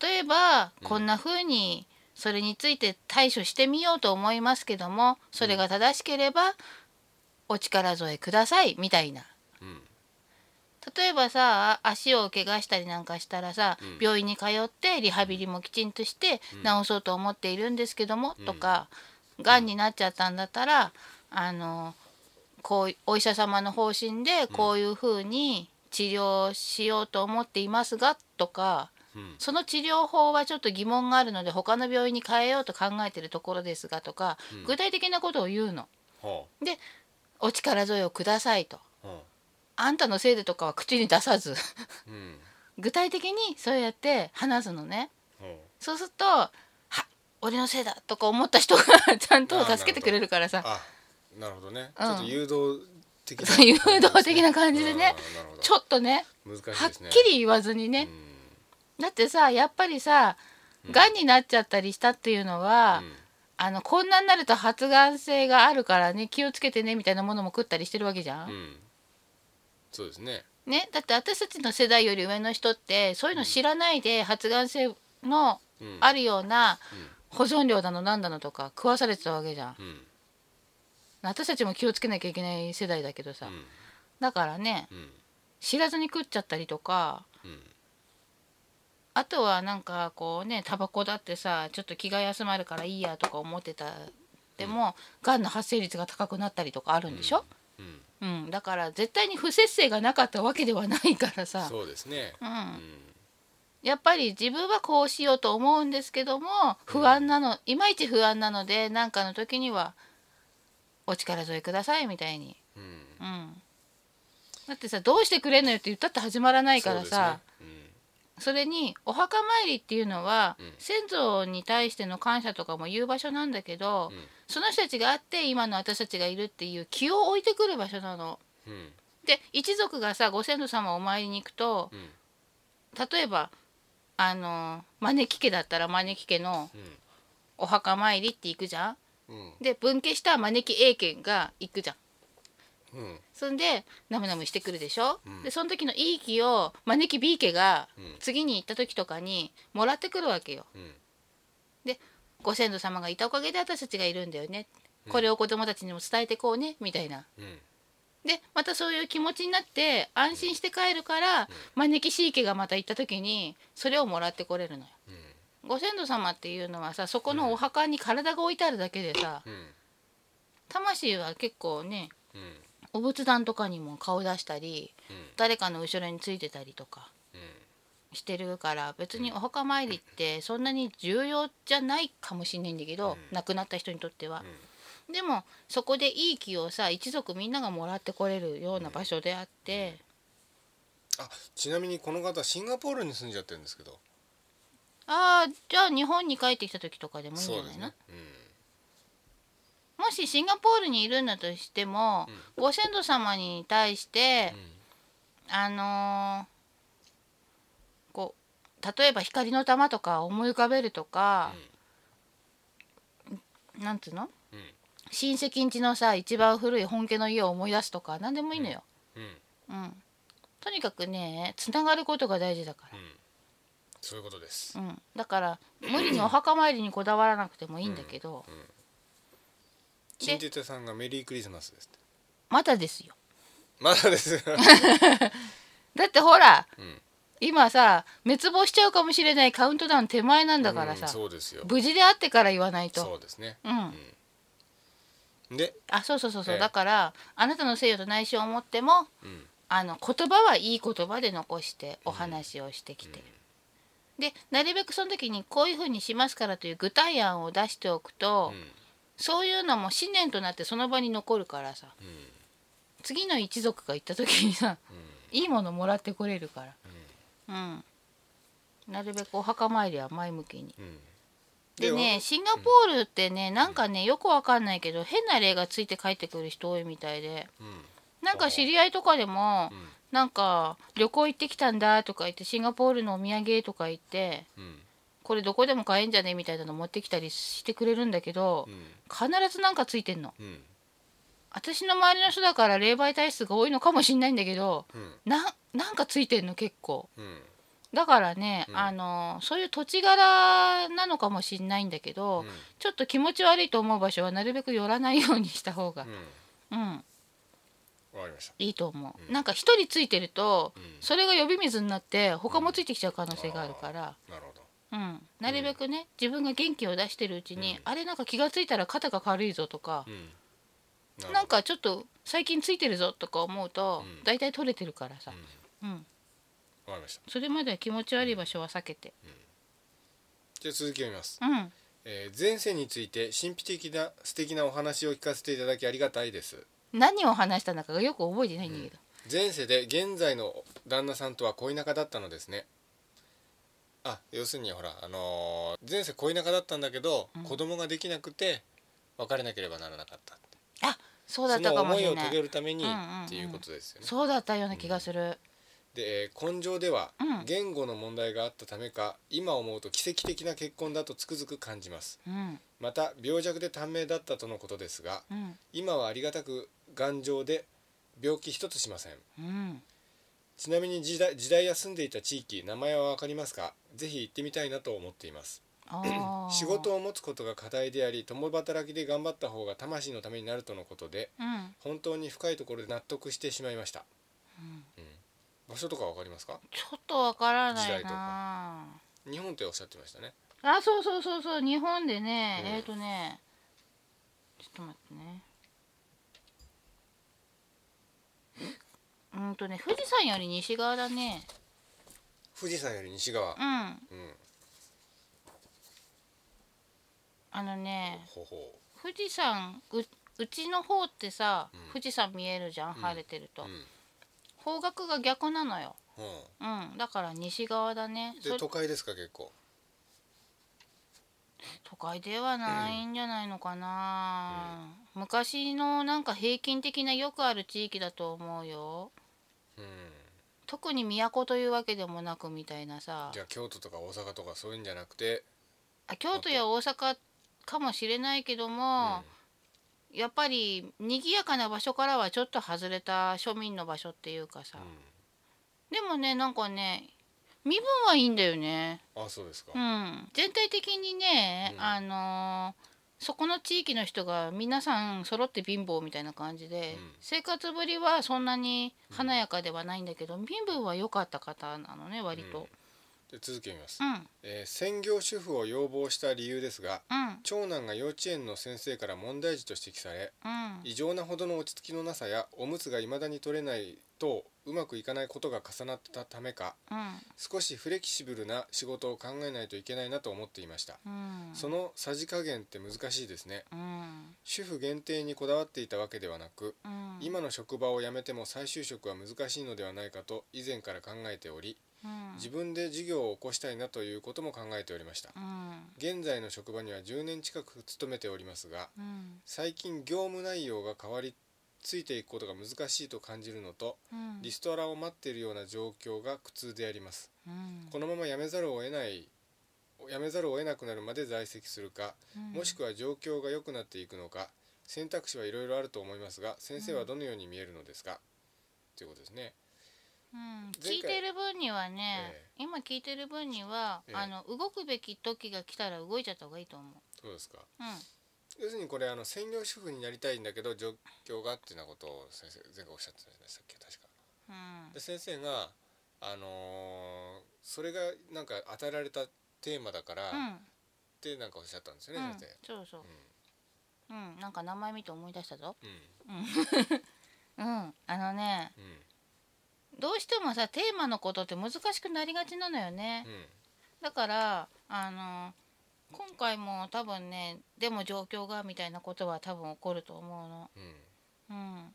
[SPEAKER 1] 例えば
[SPEAKER 2] ん
[SPEAKER 1] こんな風にそれについて対処してみようと思いますけどもそれが正しければお力添えくださいみたいな
[SPEAKER 2] うん
[SPEAKER 1] 例えばさ足を怪我したりなんかしたらさ、
[SPEAKER 2] うん
[SPEAKER 1] 病院に通ってリハビリもきちんとして治そうと思っているんですけども、
[SPEAKER 2] うん
[SPEAKER 1] とかがんになっちゃったんだったらあのこうお医者様の方針でこういうふうに治療しようと思っていますがとか
[SPEAKER 2] うん
[SPEAKER 1] その治療法はちょっと疑問があるので他の病院に変えようと考えてるところですがとか、
[SPEAKER 2] うん
[SPEAKER 1] 具体的なことを言うの。
[SPEAKER 2] ほ
[SPEAKER 1] でお力添えをくださいと。
[SPEAKER 2] うほ
[SPEAKER 1] あんたのせいでとかは口に出さず
[SPEAKER 2] ううん
[SPEAKER 1] 具体的にそうやって話すのね
[SPEAKER 2] ほう
[SPEAKER 1] そうすると「は俺のせいだ」とか思った人が ちゃんと助けてくれるからさ
[SPEAKER 2] あなるほどねち
[SPEAKER 1] うん
[SPEAKER 2] ょっと誘導的な
[SPEAKER 1] そう誘導的な感じでね
[SPEAKER 2] うんなるほど
[SPEAKER 1] ちょっとね
[SPEAKER 2] 難しい
[SPEAKER 1] はっ
[SPEAKER 2] です
[SPEAKER 1] き
[SPEAKER 2] ね
[SPEAKER 1] り言わずにね
[SPEAKER 2] う、ん
[SPEAKER 1] だってさやっぱりさがんになっちゃったりしたっていうのは、
[SPEAKER 2] うん
[SPEAKER 1] あのこんなになると発がん性があるからね気をつけてねみたいなものも食ったりしてるわけじゃん。
[SPEAKER 2] うんそうですね
[SPEAKER 1] ね、だって私たちの世代より上の人ってそういうの知らないで発がん性の
[SPEAKER 2] うん
[SPEAKER 1] あるような
[SPEAKER 2] うん
[SPEAKER 1] 保存料だのなんだのとか食わされてたわけじゃん
[SPEAKER 2] うん
[SPEAKER 1] 私たちも気をつけなきゃいけない世代だけどさ、
[SPEAKER 2] うん
[SPEAKER 1] だからね
[SPEAKER 2] うん
[SPEAKER 1] 知らずに食っちゃったりとか
[SPEAKER 2] うん
[SPEAKER 1] あとはなんかこうねタバコだってさちょっと気が休まるからいいやとか思ってたでもがんの発生率が高くなったりとかあるんでしょ、
[SPEAKER 2] うん
[SPEAKER 1] うんだから絶対に不節制がなかったわけではないからさ
[SPEAKER 2] そうですね
[SPEAKER 1] う、
[SPEAKER 2] うんん
[SPEAKER 1] やっぱり自分はこうしようと思うんですけども不安なのいまいち不安なので何かの時にはお力添えくださいみたいに、
[SPEAKER 2] うん
[SPEAKER 1] うん、だってさどうしてくれんのよって言ったって始まらないからさ
[SPEAKER 2] そうですね
[SPEAKER 1] そ,、れにお墓参りっていうのは、
[SPEAKER 2] うん
[SPEAKER 1] 先祖に対しての感謝とかも言う場所なんだけど、
[SPEAKER 2] うん
[SPEAKER 1] その人たちがあって今の私たちがいるっていう気を置いてくる場所なの。
[SPEAKER 2] うんうん
[SPEAKER 1] で一族がさご先祖様をお参りに行くと
[SPEAKER 2] うん
[SPEAKER 1] 例えばあの招き家だったら招き家の
[SPEAKER 2] うん
[SPEAKER 1] お墓参りって行くじゃん
[SPEAKER 2] うん
[SPEAKER 1] で分家した招き永家が行くじゃん
[SPEAKER 2] うん
[SPEAKER 1] そんでナムナムしてくるでしょ、
[SPEAKER 2] うん
[SPEAKER 1] でその時のいい木を招き B 家が
[SPEAKER 2] うん
[SPEAKER 1] 次に行った時とかにもらってくるわけよ
[SPEAKER 2] うん
[SPEAKER 1] ご先祖様がいたおかげで私たちがいるんだよね
[SPEAKER 2] うん
[SPEAKER 1] これを子供たちにも伝えてこうねみたいな
[SPEAKER 2] うん
[SPEAKER 1] でまたそういう気持ちになって安心して帰るから招き C 家がまた行った時にそれをもらってこれるのよ
[SPEAKER 2] うん
[SPEAKER 1] ご先祖様っていうのはさそこのお墓に体が置いてあるだけでさ
[SPEAKER 2] うん
[SPEAKER 1] 魂は結構ね
[SPEAKER 2] うん
[SPEAKER 1] お仏壇とかにも顔出したり
[SPEAKER 2] うん
[SPEAKER 1] 誰かの後ろについてたりとか
[SPEAKER 2] うん
[SPEAKER 1] してるから別にお墓参りってそんなに重要じゃないかもしれないんだけど、
[SPEAKER 2] うん
[SPEAKER 1] 亡くなった人にとっては
[SPEAKER 2] う、ん
[SPEAKER 1] でもそこでいい気をさ一族みんながもらってこれるような場所であって、
[SPEAKER 2] あちなみにこの方シンガポールに住んじゃってるんですけど
[SPEAKER 1] ああじゃあ日本に帰ってきた時とかでもいいんじ
[SPEAKER 2] そ
[SPEAKER 1] ゃ
[SPEAKER 2] う
[SPEAKER 1] な
[SPEAKER 2] で
[SPEAKER 1] い
[SPEAKER 2] す
[SPEAKER 1] の、
[SPEAKER 2] ね
[SPEAKER 1] もしシンガポールにいるんだとしても、ご先祖様に対して
[SPEAKER 2] うん、
[SPEAKER 1] あのーこう例えば光の玉とか思い浮かべるとか、なんつうの
[SPEAKER 2] うんうん
[SPEAKER 1] 親戚んちのさ一番古い本家の家を思い出すとか何でもいいのよ、
[SPEAKER 2] うんうん
[SPEAKER 1] うんとにかくねつながることが大事だか
[SPEAKER 2] うんそういうことです
[SPEAKER 1] ら、うん、だから無理にお墓参りにこだわらなくてもいいんだけど、で
[SPEAKER 2] 新哲さんがメリークリスマスですって
[SPEAKER 1] まだですよ
[SPEAKER 2] まだです
[SPEAKER 1] だってほら
[SPEAKER 2] うん
[SPEAKER 1] 今さ滅亡しちゃうかもしれないカウントダウン手前なんだから
[SPEAKER 2] うん
[SPEAKER 1] さ、
[SPEAKER 2] そうですよ
[SPEAKER 1] 無事であってから言わないと
[SPEAKER 2] そうですね
[SPEAKER 1] う、ん、
[SPEAKER 2] うんで
[SPEAKER 1] あそうそうそうそう、
[SPEAKER 2] ええ
[SPEAKER 1] だからあなたのせいよと内緒を持っても
[SPEAKER 2] うん
[SPEAKER 1] あの言葉はいい言葉で残してお話をしてきて、でなるべくその時にこういうふうにしますからという具体案を出しておく
[SPEAKER 2] う
[SPEAKER 1] と、
[SPEAKER 2] ん
[SPEAKER 1] そういうのも信念となってその場に残るからさ
[SPEAKER 2] うん
[SPEAKER 1] 次の一族が行った時にさ
[SPEAKER 2] う
[SPEAKER 1] いいものもらってこれるからうんなるべくお墓参りは前向きに
[SPEAKER 2] んうん
[SPEAKER 1] でねシンガポールってねなんかねよくわかんないけど変な例がついて帰ってくる人多いみたいで
[SPEAKER 2] うん
[SPEAKER 1] なんか知り合いとかでも
[SPEAKER 2] うん
[SPEAKER 1] なんか旅行行ってきたんだとか言ってシンガポールのお土産とか言って
[SPEAKER 2] うん
[SPEAKER 1] これどこでも買えんじゃねみたいなの持ってきたりしてくれるんだけど
[SPEAKER 2] うん
[SPEAKER 1] 必ずなんかついてんの
[SPEAKER 2] うん
[SPEAKER 1] 私の周りの人だから霊媒体質が多いのかもしんないんだけど
[SPEAKER 2] うん
[SPEAKER 1] ななんかついてんの結構
[SPEAKER 2] うん
[SPEAKER 1] だからね、
[SPEAKER 2] うん
[SPEAKER 1] あのそういう土地柄なのかもしんないんだけど、
[SPEAKER 2] うん
[SPEAKER 1] ちょっと気持ち悪いと思う場所はなるべく寄らないようにした方が
[SPEAKER 2] う、ん
[SPEAKER 1] うん
[SPEAKER 2] わかりました
[SPEAKER 1] いいと思う、
[SPEAKER 2] うん
[SPEAKER 1] なんか一人ついてると
[SPEAKER 2] うん
[SPEAKER 1] それが呼び水になって他もついてきちゃう可能性があるから、
[SPEAKER 2] なるほど
[SPEAKER 1] うん、なるべくね自分が元気を出してるうちに、
[SPEAKER 2] うん
[SPEAKER 1] あれなんか気がついたら肩が軽いぞとか
[SPEAKER 2] う、んるほど
[SPEAKER 1] なんかちょっと最近ついてるぞとか思うと、
[SPEAKER 2] うん
[SPEAKER 1] 大体取れてるからさ
[SPEAKER 2] うん、わ
[SPEAKER 1] うん、
[SPEAKER 2] かりました
[SPEAKER 1] それまでは気持ち悪い場所は避けて。
[SPEAKER 2] じゃあ続きを見ます
[SPEAKER 1] うん
[SPEAKER 2] えー前世について神秘的な素敵なお話を聞かせていただきありがたいです
[SPEAKER 1] 何を話したのかがよく覚えてないんだけど、
[SPEAKER 2] 前世で現在の旦那さんとは恋仲だったのですねあ要するにほらあのー前世恋仲だったんだけど、
[SPEAKER 1] ん
[SPEAKER 2] 子供ができなくて別れなければならなかったって
[SPEAKER 1] あそうだった
[SPEAKER 2] その
[SPEAKER 1] かも
[SPEAKER 2] 思
[SPEAKER 1] し
[SPEAKER 2] い
[SPEAKER 1] れ
[SPEAKER 2] を
[SPEAKER 1] な
[SPEAKER 2] 遂
[SPEAKER 1] い
[SPEAKER 2] げるために
[SPEAKER 1] うんうんうん
[SPEAKER 2] っていうことですよね、
[SPEAKER 1] そうだったような気がする、
[SPEAKER 2] で、えー根性では
[SPEAKER 1] うん
[SPEAKER 2] 言語の問題があったためか今思うと奇跡的な結婚だとつくづく感じます
[SPEAKER 1] うん
[SPEAKER 2] また病弱で短命だったとのことですが
[SPEAKER 1] うん
[SPEAKER 2] 今はありがたく頑丈で病気一つしません
[SPEAKER 1] うん
[SPEAKER 2] ちなみに時代時代や住んでいた地域名前は分かりますかぜひ行ってみたいなと思っています
[SPEAKER 1] あー
[SPEAKER 2] 仕事を持つことが課題であり共働きで頑張った方が魂のためになるとのことで
[SPEAKER 1] うん
[SPEAKER 2] 本当に深いところで納得してしまいました、うん場所とか分かりますか
[SPEAKER 1] ちょっとわから
[SPEAKER 2] 時
[SPEAKER 1] な
[SPEAKER 2] 代
[SPEAKER 1] い
[SPEAKER 2] とか
[SPEAKER 1] な
[SPEAKER 2] 日本っておっしゃってましたね
[SPEAKER 1] あそうそうそうそう日本でね、
[SPEAKER 2] うん
[SPEAKER 1] えっ、とねちょっと待ってねうんとね富士山より西側だね
[SPEAKER 2] 富士山より西側
[SPEAKER 1] うんあ
[SPEAKER 2] うん
[SPEAKER 1] のね
[SPEAKER 2] ほうほ
[SPEAKER 1] 富士山ううちの方ってさ、
[SPEAKER 2] うん
[SPEAKER 1] 富士山見えるじゃん
[SPEAKER 2] うん
[SPEAKER 1] 晴れてると、
[SPEAKER 2] うん
[SPEAKER 1] 方角が逆なのよ
[SPEAKER 2] ほ
[SPEAKER 1] うんだから西側だね
[SPEAKER 2] う
[SPEAKER 1] そ
[SPEAKER 2] で
[SPEAKER 1] れ
[SPEAKER 2] 都会ですか結構
[SPEAKER 1] 都会ではないんじゃないのかな、昔のなんか平均的なよくある地域だと思うよ
[SPEAKER 2] うん
[SPEAKER 1] 特に都というわけでもなくみたいなさ
[SPEAKER 2] じゃあ京都とか大阪とかそういうんじゃなくて
[SPEAKER 1] あ京都や大阪かもしれないけども、やっぱり賑やかな場所からはちょっと外れた庶民の場所っていうかさ、
[SPEAKER 2] うん
[SPEAKER 1] でもねなんかね身分はいいんだよね
[SPEAKER 2] あそうですか
[SPEAKER 1] う、ん全体的にね、
[SPEAKER 2] うん
[SPEAKER 1] あのーそこの地域の人が皆さん揃って貧乏みたいな感じで、
[SPEAKER 2] うん
[SPEAKER 1] 生活ぶりはそんなに華やかではないんだけど、貧乏は良かった方なのね割と
[SPEAKER 2] で続けます、
[SPEAKER 1] うんうん
[SPEAKER 2] えー専業主婦を要望した理由ですが長男が幼稚園の先生から問題児と指摘され
[SPEAKER 1] うん
[SPEAKER 2] 異常なほどの落ち着きのなさやおむつが未だに取れないとうまくいかないことが重なったためか
[SPEAKER 1] うん
[SPEAKER 2] 少しフレキシブルな仕事を考えないといけないなと思っていました
[SPEAKER 1] うん
[SPEAKER 2] そのさじ加減って難しいですね
[SPEAKER 1] うん
[SPEAKER 2] 主婦限定にこだわっていたわけではなく
[SPEAKER 1] うん
[SPEAKER 2] 今の職場を辞めても再就職は難しいのではないかと以前から考えており
[SPEAKER 1] うん
[SPEAKER 2] 自分で事業を起こしたいなということも考えておりました
[SPEAKER 1] うん
[SPEAKER 2] 現在の職場には10年近く勤めておりますが
[SPEAKER 1] うん
[SPEAKER 2] 最近業務内容が変わりついていくことが難しいと感じるのと
[SPEAKER 1] うん
[SPEAKER 2] リストラを待っているような状況が苦痛であります
[SPEAKER 1] うん
[SPEAKER 2] このまま辞めざるを得ない辞めざるを得なくなるまで在籍するか
[SPEAKER 1] うん
[SPEAKER 2] もしくは状況が良くなっていくのか選択肢はいろいろあると思いますが先生はどのように見えるのですかということですね
[SPEAKER 1] うん
[SPEAKER 2] 前回
[SPEAKER 1] 聞いてる分にはね、
[SPEAKER 2] え
[SPEAKER 1] 今聞いてる分には、
[SPEAKER 2] ええ
[SPEAKER 1] あの動くべき時が来たら動いちゃった方がいいと思う。
[SPEAKER 2] どうですか
[SPEAKER 1] うん、
[SPEAKER 2] 要するにこれあの専業主婦になりたいんだけど状況がっていうようなことを先生前回おっしゃってたじゃないでしたっけ確か
[SPEAKER 1] うん
[SPEAKER 2] で、先生があのーそれがなんか与えられたテーマだから、
[SPEAKER 1] う
[SPEAKER 2] っ
[SPEAKER 1] ん、
[SPEAKER 2] てなんかおっしゃったんですよ
[SPEAKER 1] う
[SPEAKER 2] ね、
[SPEAKER 1] ん
[SPEAKER 2] 先、
[SPEAKER 1] そうそう、うん、なんか名前見て思い出したぞ。
[SPEAKER 2] 生うん
[SPEAKER 1] うん、あのね、
[SPEAKER 2] う
[SPEAKER 1] どうしてもさ、テーマのことって難しくなりがちなのよね。
[SPEAKER 2] んうん
[SPEAKER 1] だから、あの。今回も多分ね、でも状況がみたいなことは多分起こると思うの。
[SPEAKER 2] うん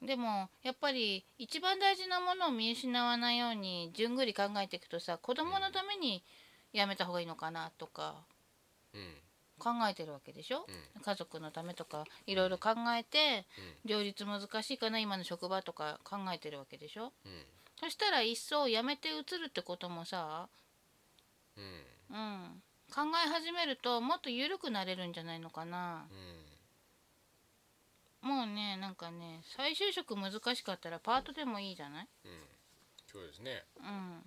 [SPEAKER 1] うん、でもやっぱり一番大事なものを見失わないようにじゅんぐり考えていくとさ子供のためにやめた方がいいのかなとか
[SPEAKER 2] うんうん
[SPEAKER 1] 考えてるわけでしょ
[SPEAKER 2] う、ん
[SPEAKER 1] 家族のためとかいろいろ考えて両立難しいかな今の職場とか考えてるわけでしょ
[SPEAKER 2] うん
[SPEAKER 1] そしたら一層やめて移るってこともさ、
[SPEAKER 2] うんうん
[SPEAKER 1] うん、考え始めるともっと緩くなれるんじゃないのかな。もうねなんかね再就職難しかったらパートでもいいじゃない
[SPEAKER 2] うんそうですね
[SPEAKER 1] うん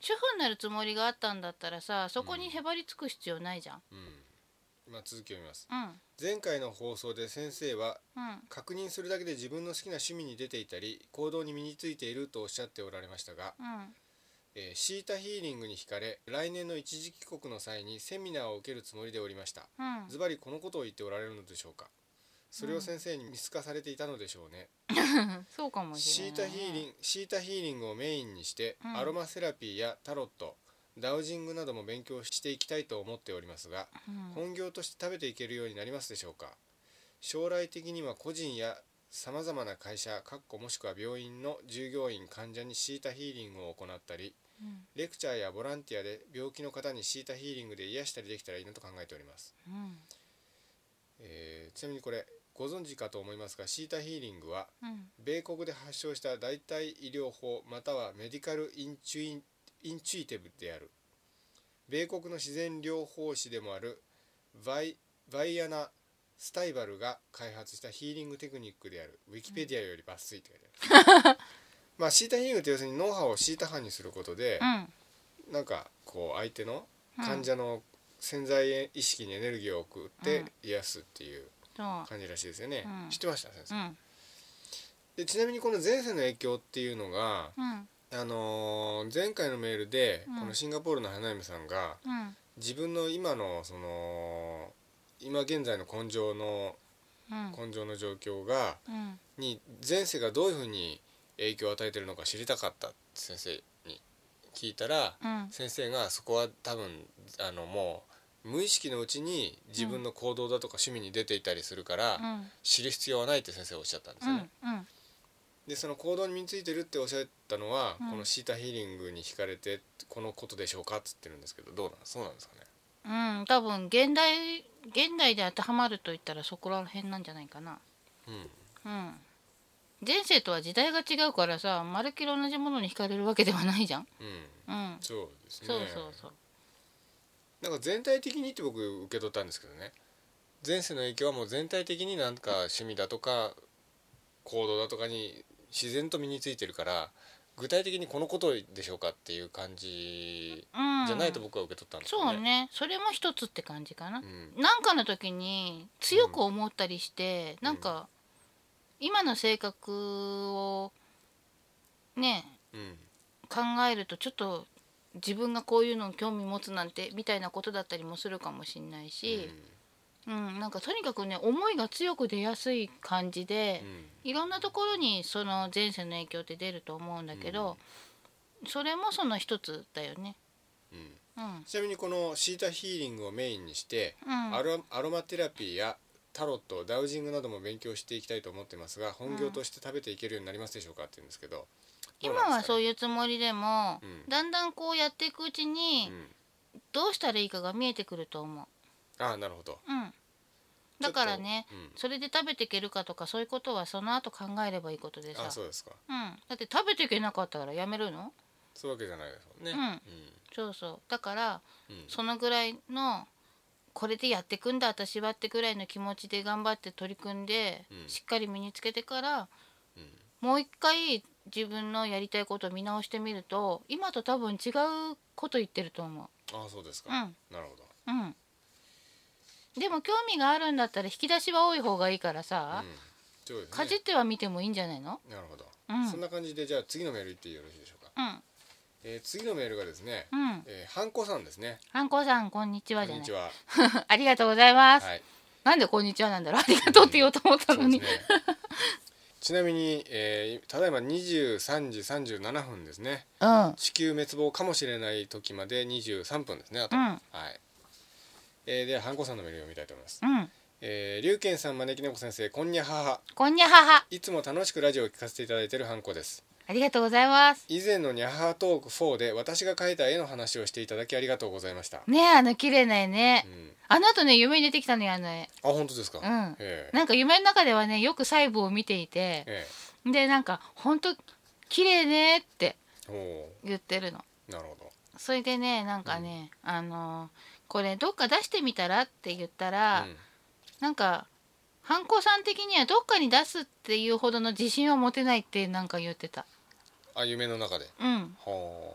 [SPEAKER 1] 主婦になるつもりがあったんだったらさそこにへばりつく必要ないじゃん
[SPEAKER 2] うんまあ続きを見ます
[SPEAKER 1] うん
[SPEAKER 2] 前回の放送で先生は
[SPEAKER 1] うん
[SPEAKER 2] 確認するだけで自分の好きな趣味に出ていたり行動に身についているとおっしゃっておられましたが、
[SPEAKER 1] うん
[SPEAKER 2] えーシータヒーリングに惹かれ来年の一時帰国の際にセミナーを受けるつもりでおりました
[SPEAKER 1] うん
[SPEAKER 2] ズバリこのことを言っておられるのでしょうかそれを先生に見透かされていたのでしょうね、
[SPEAKER 1] そうかもし
[SPEAKER 2] シ
[SPEAKER 1] れ
[SPEAKER 2] ー
[SPEAKER 1] ない
[SPEAKER 2] タヒーリンシータヒーリングをメインにして、
[SPEAKER 1] うん
[SPEAKER 2] アロマセラピーやタロットダウジングなども勉強していきたいと思っておりますが、
[SPEAKER 1] うん
[SPEAKER 2] 本業として食べていけるようになりますでしょうか将来的には個人やさまざまな会社かっこもしくは病院の従業員患者にシータヒーリングを行ったり
[SPEAKER 1] うん
[SPEAKER 2] レクチャーやボランティアで病気の方にシータヒーリングで癒したりできたらいいなと考えております、
[SPEAKER 1] うん
[SPEAKER 2] えーちなみにこれご存知かと思いますがシータヒーリングは
[SPEAKER 1] うん
[SPEAKER 2] 米国で発症した代替医療法またはメディカルインチュインインチュイティブである米国の自然療法士でもあるバイバイアナ・スタイバルが開発したヒーリングテクニックであるウィキペディアより抜粋って書いてある、まあシータヒーリングって要するに脳波をシータ波にすることで、
[SPEAKER 1] うん
[SPEAKER 2] なんかこう相手の
[SPEAKER 1] うん
[SPEAKER 2] 患者の潜在意識にエネルギーを送って癒すっていう
[SPEAKER 1] そう
[SPEAKER 2] 感じらしいですよね、
[SPEAKER 1] うん
[SPEAKER 2] 知ってました先生
[SPEAKER 1] うん
[SPEAKER 2] でちなみにこの前世の影響っていうのが、
[SPEAKER 1] うん
[SPEAKER 2] あのー前回のメールで、
[SPEAKER 1] うん
[SPEAKER 2] このシンガポールの花嫁さんが
[SPEAKER 1] うん
[SPEAKER 2] 自分の今のその今現在の根性の
[SPEAKER 1] うん
[SPEAKER 2] 根性の状況が
[SPEAKER 1] うん
[SPEAKER 2] に前世がどういうふうに影響を与えてるのか知りたかったって先生に聞いたら、
[SPEAKER 1] うん
[SPEAKER 2] 先生がそこは多分あのもう無意識のうちに自分の行動だとか趣味に出ていたりするか
[SPEAKER 1] う
[SPEAKER 2] ら、
[SPEAKER 1] ん
[SPEAKER 2] 知る必要はないって先生おっしゃったんです
[SPEAKER 1] う
[SPEAKER 2] よ
[SPEAKER 1] ん
[SPEAKER 2] ね、
[SPEAKER 1] うん
[SPEAKER 2] でその行動に身についてるっておっしゃったのは、
[SPEAKER 1] うん
[SPEAKER 2] このシータヒーリングに惹かれてこのことでしょうかっつってるんですけどどうなんそうなんですかね
[SPEAKER 1] うん多分現代現代で当てはまると言ったらそこら辺なんじゃないかな
[SPEAKER 2] うん
[SPEAKER 1] うん前世とは時代が違うからさまるっきり同じものに惹かれるわけではないじゃん
[SPEAKER 2] うん
[SPEAKER 1] うん
[SPEAKER 2] そうですね
[SPEAKER 1] そうそうそう
[SPEAKER 2] なんか全体的にって僕受け取ったんですけどね前世の影響はもう全体的になんか趣味だとか行動だとかに自然と身についてるから具体的にこのことでしょうかっていう感じ
[SPEAKER 1] うん
[SPEAKER 2] じゃないと僕は受け取ったんですよ
[SPEAKER 1] そうねそれも一つって感じかな
[SPEAKER 2] う、ん
[SPEAKER 1] なんかの時に強く思ったりして、なんか今の性格をね
[SPEAKER 2] うん
[SPEAKER 1] 考えるとちょっと自分がこういうのに興味持つなんてみたいなことだったりもするかもしんないし、うんなんかとにかくね思いが強く出やすい感じで
[SPEAKER 2] う、ん
[SPEAKER 1] いろんなところにその前世の影響って出ると思うんだけど、それもその一つだよね。
[SPEAKER 2] うん
[SPEAKER 1] うん、
[SPEAKER 2] ちなみにこのシータヒーリングをメインにして
[SPEAKER 1] うん
[SPEAKER 2] アロアロマテラピーやタロットダウジングなども勉強していきたいと思ってますが本業として食べていけるようになりますでしょうかって言うんですけど
[SPEAKER 1] 今はそう
[SPEAKER 2] い
[SPEAKER 1] いうつもりでも、
[SPEAKER 2] うん
[SPEAKER 1] だんだんこうやっていくうちに、
[SPEAKER 2] うん
[SPEAKER 1] どうしたらいいかが見えてくると思
[SPEAKER 2] ああなるほど
[SPEAKER 1] う、うん、だからね
[SPEAKER 2] ちょっとうん
[SPEAKER 1] それで食べていけるかとかそういうことはその後考えればいいことでさ
[SPEAKER 2] あそうですか
[SPEAKER 1] うん、だって食べていけなかったからやめるの
[SPEAKER 2] そういうわけじゃないですもんね
[SPEAKER 1] うんそうそうだから
[SPEAKER 2] うんうん
[SPEAKER 1] そのぐらいのこれでやってくんだ私はってぐらいの気持ちで頑張って取り組んで、
[SPEAKER 2] うん
[SPEAKER 1] しっかり身につけてから
[SPEAKER 2] うん
[SPEAKER 1] もう一回自分のやりたいことを見直してみると今と多分違うこと言ってると思う。
[SPEAKER 2] ああそうですか
[SPEAKER 1] うん
[SPEAKER 2] なるほど
[SPEAKER 1] うん、でも興味があるんだったら引き出しは多い方がいいからさ、
[SPEAKER 2] うんそうですね
[SPEAKER 1] かじっては見てもいいんじゃないの
[SPEAKER 2] なるほど
[SPEAKER 1] うん
[SPEAKER 2] そんな感じでじゃあ次のメールいってよろしいでしょうか
[SPEAKER 1] うん
[SPEAKER 2] えー次のメールがですね
[SPEAKER 1] うん
[SPEAKER 2] えーハンコさんですね
[SPEAKER 1] あんこさんこんにち
[SPEAKER 2] こ
[SPEAKER 1] は
[SPEAKER 2] ん
[SPEAKER 1] じゃ
[SPEAKER 2] に
[SPEAKER 1] ない
[SPEAKER 2] ちは
[SPEAKER 1] ありがとうございます、
[SPEAKER 2] はい
[SPEAKER 1] なんでこんにちはなんだろうありがとうって言おうと思った
[SPEAKER 2] そう
[SPEAKER 1] の
[SPEAKER 2] です
[SPEAKER 1] に、
[SPEAKER 2] ね ちなみにえーただいま23時37分ですね
[SPEAKER 1] うん
[SPEAKER 2] 地球滅亡かもしれない時まで23分ですねあと
[SPEAKER 1] うん
[SPEAKER 2] はいえーではハンコさんのメールを読みたいと思います
[SPEAKER 1] うん
[SPEAKER 2] えー龍賢さん招き猫先生こんにゃはは
[SPEAKER 1] こんにゃははい
[SPEAKER 2] つも楽しくラジオを聞かせていただいているハンコです
[SPEAKER 1] ありがとうございます
[SPEAKER 2] 以前のニャハートーク4で私が描いた絵の話をしていただきありがとうございました、
[SPEAKER 1] ねえあの綺麗な絵ね、
[SPEAKER 2] うん、
[SPEAKER 1] あの後ね夢に出てきたのよあの絵
[SPEAKER 2] あ本当ですか、
[SPEAKER 1] うん
[SPEAKER 2] ええ
[SPEAKER 1] なんか夢の中ではねよく細部を見ていて
[SPEAKER 2] え
[SPEAKER 1] でなんかほんと綺麗ねって
[SPEAKER 2] えお
[SPEAKER 1] 言ってるの
[SPEAKER 2] ーなるほど
[SPEAKER 1] それでねなんかね、あのこれどっか出してみたらって言ったら、
[SPEAKER 2] うん
[SPEAKER 1] なんかハンコさん的にはどっかに出すっていうほどの自信は持てないってなんか言ってた
[SPEAKER 2] あ夢の中で
[SPEAKER 1] うん
[SPEAKER 2] は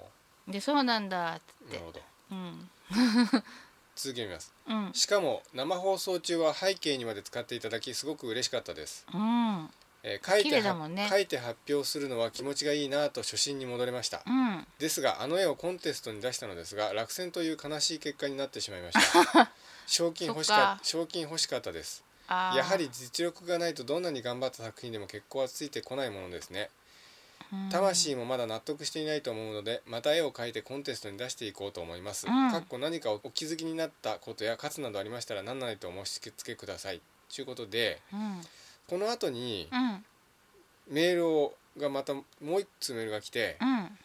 [SPEAKER 1] でそうなんだっ
[SPEAKER 2] あな
[SPEAKER 1] て
[SPEAKER 2] るほど
[SPEAKER 1] うん
[SPEAKER 2] 続けます
[SPEAKER 1] うん
[SPEAKER 2] しかも生放送中は背景にまで使っていただきすごく嬉しかったです、
[SPEAKER 1] うん
[SPEAKER 2] えー、書い
[SPEAKER 1] 綺
[SPEAKER 2] て
[SPEAKER 1] 麗
[SPEAKER 2] は
[SPEAKER 1] だもんね
[SPEAKER 2] 書いて発表するのは気持ちがいいなぁと初心に戻れ ました
[SPEAKER 1] うん
[SPEAKER 2] ですがあの絵をコンテストに出したのですが落選という悲しい結果になってしまいました 賞金欲し
[SPEAKER 1] そっ
[SPEAKER 2] か
[SPEAKER 1] か
[SPEAKER 2] 賞金欲しかったです
[SPEAKER 1] あー
[SPEAKER 2] やはり実力がないとどんなに頑張った作品でも結果はついてこないものですね
[SPEAKER 1] うん
[SPEAKER 2] 魂もまだ納得していないと思うのでまた絵を描いてコンテストに出していこうと思います、
[SPEAKER 1] うん
[SPEAKER 2] かっこ何かお気づきになったことや勝つなどありましたら何なりとお申し付けくださいということで
[SPEAKER 1] うん
[SPEAKER 2] この後に
[SPEAKER 1] うん
[SPEAKER 2] メールをがまたもう一通メールが来て、
[SPEAKER 1] うん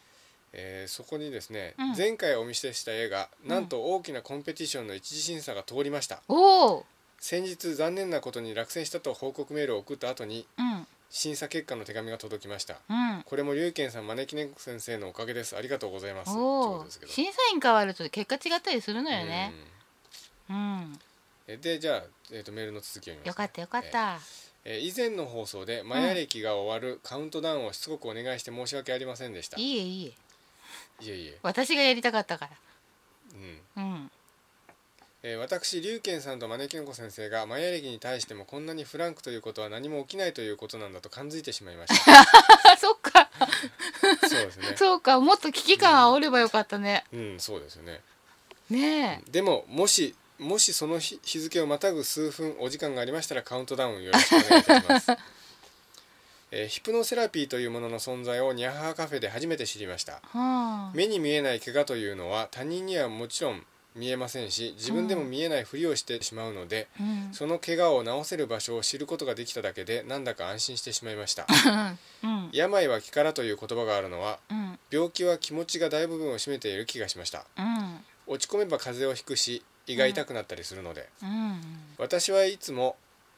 [SPEAKER 2] えーそこにですね、
[SPEAKER 1] うん
[SPEAKER 2] 前回お見せした絵が
[SPEAKER 1] うん
[SPEAKER 2] なんと大きなコンペティションの一次審査が通りました
[SPEAKER 1] おお
[SPEAKER 2] 先日残念なことに落選したと報告メールを送った後に
[SPEAKER 1] うん
[SPEAKER 2] 審査結果の手紙が届きました
[SPEAKER 1] うん
[SPEAKER 2] これも龍賢さん招き猫先生のおかげですありがとうございますというこ
[SPEAKER 1] お
[SPEAKER 2] と
[SPEAKER 1] お
[SPEAKER 2] ですけど
[SPEAKER 1] 審査員変わると結果違ったりするのよねうん
[SPEAKER 2] うんえでじゃあ、えー、とメールの続きを読みます
[SPEAKER 1] よかったよかった
[SPEAKER 2] えー以前の放送でマヤ歴が終わるカウントダウンをしつこくお願いして申し訳ありませんでした、い
[SPEAKER 1] いいえいいえ
[SPEAKER 2] えいえ、
[SPEAKER 1] 私がやりたかったか
[SPEAKER 2] うん
[SPEAKER 1] らうん
[SPEAKER 2] えー私龍賢さんと招き猫先生がマヤ歴に対してもこんなにフランクということは何も起きないということなんだと感づいてしまいました
[SPEAKER 1] あそっか
[SPEAKER 2] そうですね
[SPEAKER 1] そうかもっと危機感煽ればよかったね、
[SPEAKER 2] うんそうですよね
[SPEAKER 1] ね
[SPEAKER 2] でももしもしその日日付をまたぐ数分お時間がありましたらカウントダウンよろしくお願いいたします、 えーヒプノセラピーというものの存在をニャハハカフェで初めて知りました
[SPEAKER 1] えはあ
[SPEAKER 2] 目に見えない怪我というのは他人にはもちろん見えませんし自分でも見えないふりをしてしまうので、
[SPEAKER 1] うん
[SPEAKER 2] その怪我を治せる場所を知ることができただけでなんだか安心してしまいました
[SPEAKER 1] うん
[SPEAKER 2] 病は気からという言葉があるのは
[SPEAKER 1] うん
[SPEAKER 2] 病気は気持ちが大部分を占めている気がしました
[SPEAKER 1] うん
[SPEAKER 2] 落ち込めば風邪をひくし胃が痛くなったりするので、
[SPEAKER 1] うん
[SPEAKER 2] 私はいつも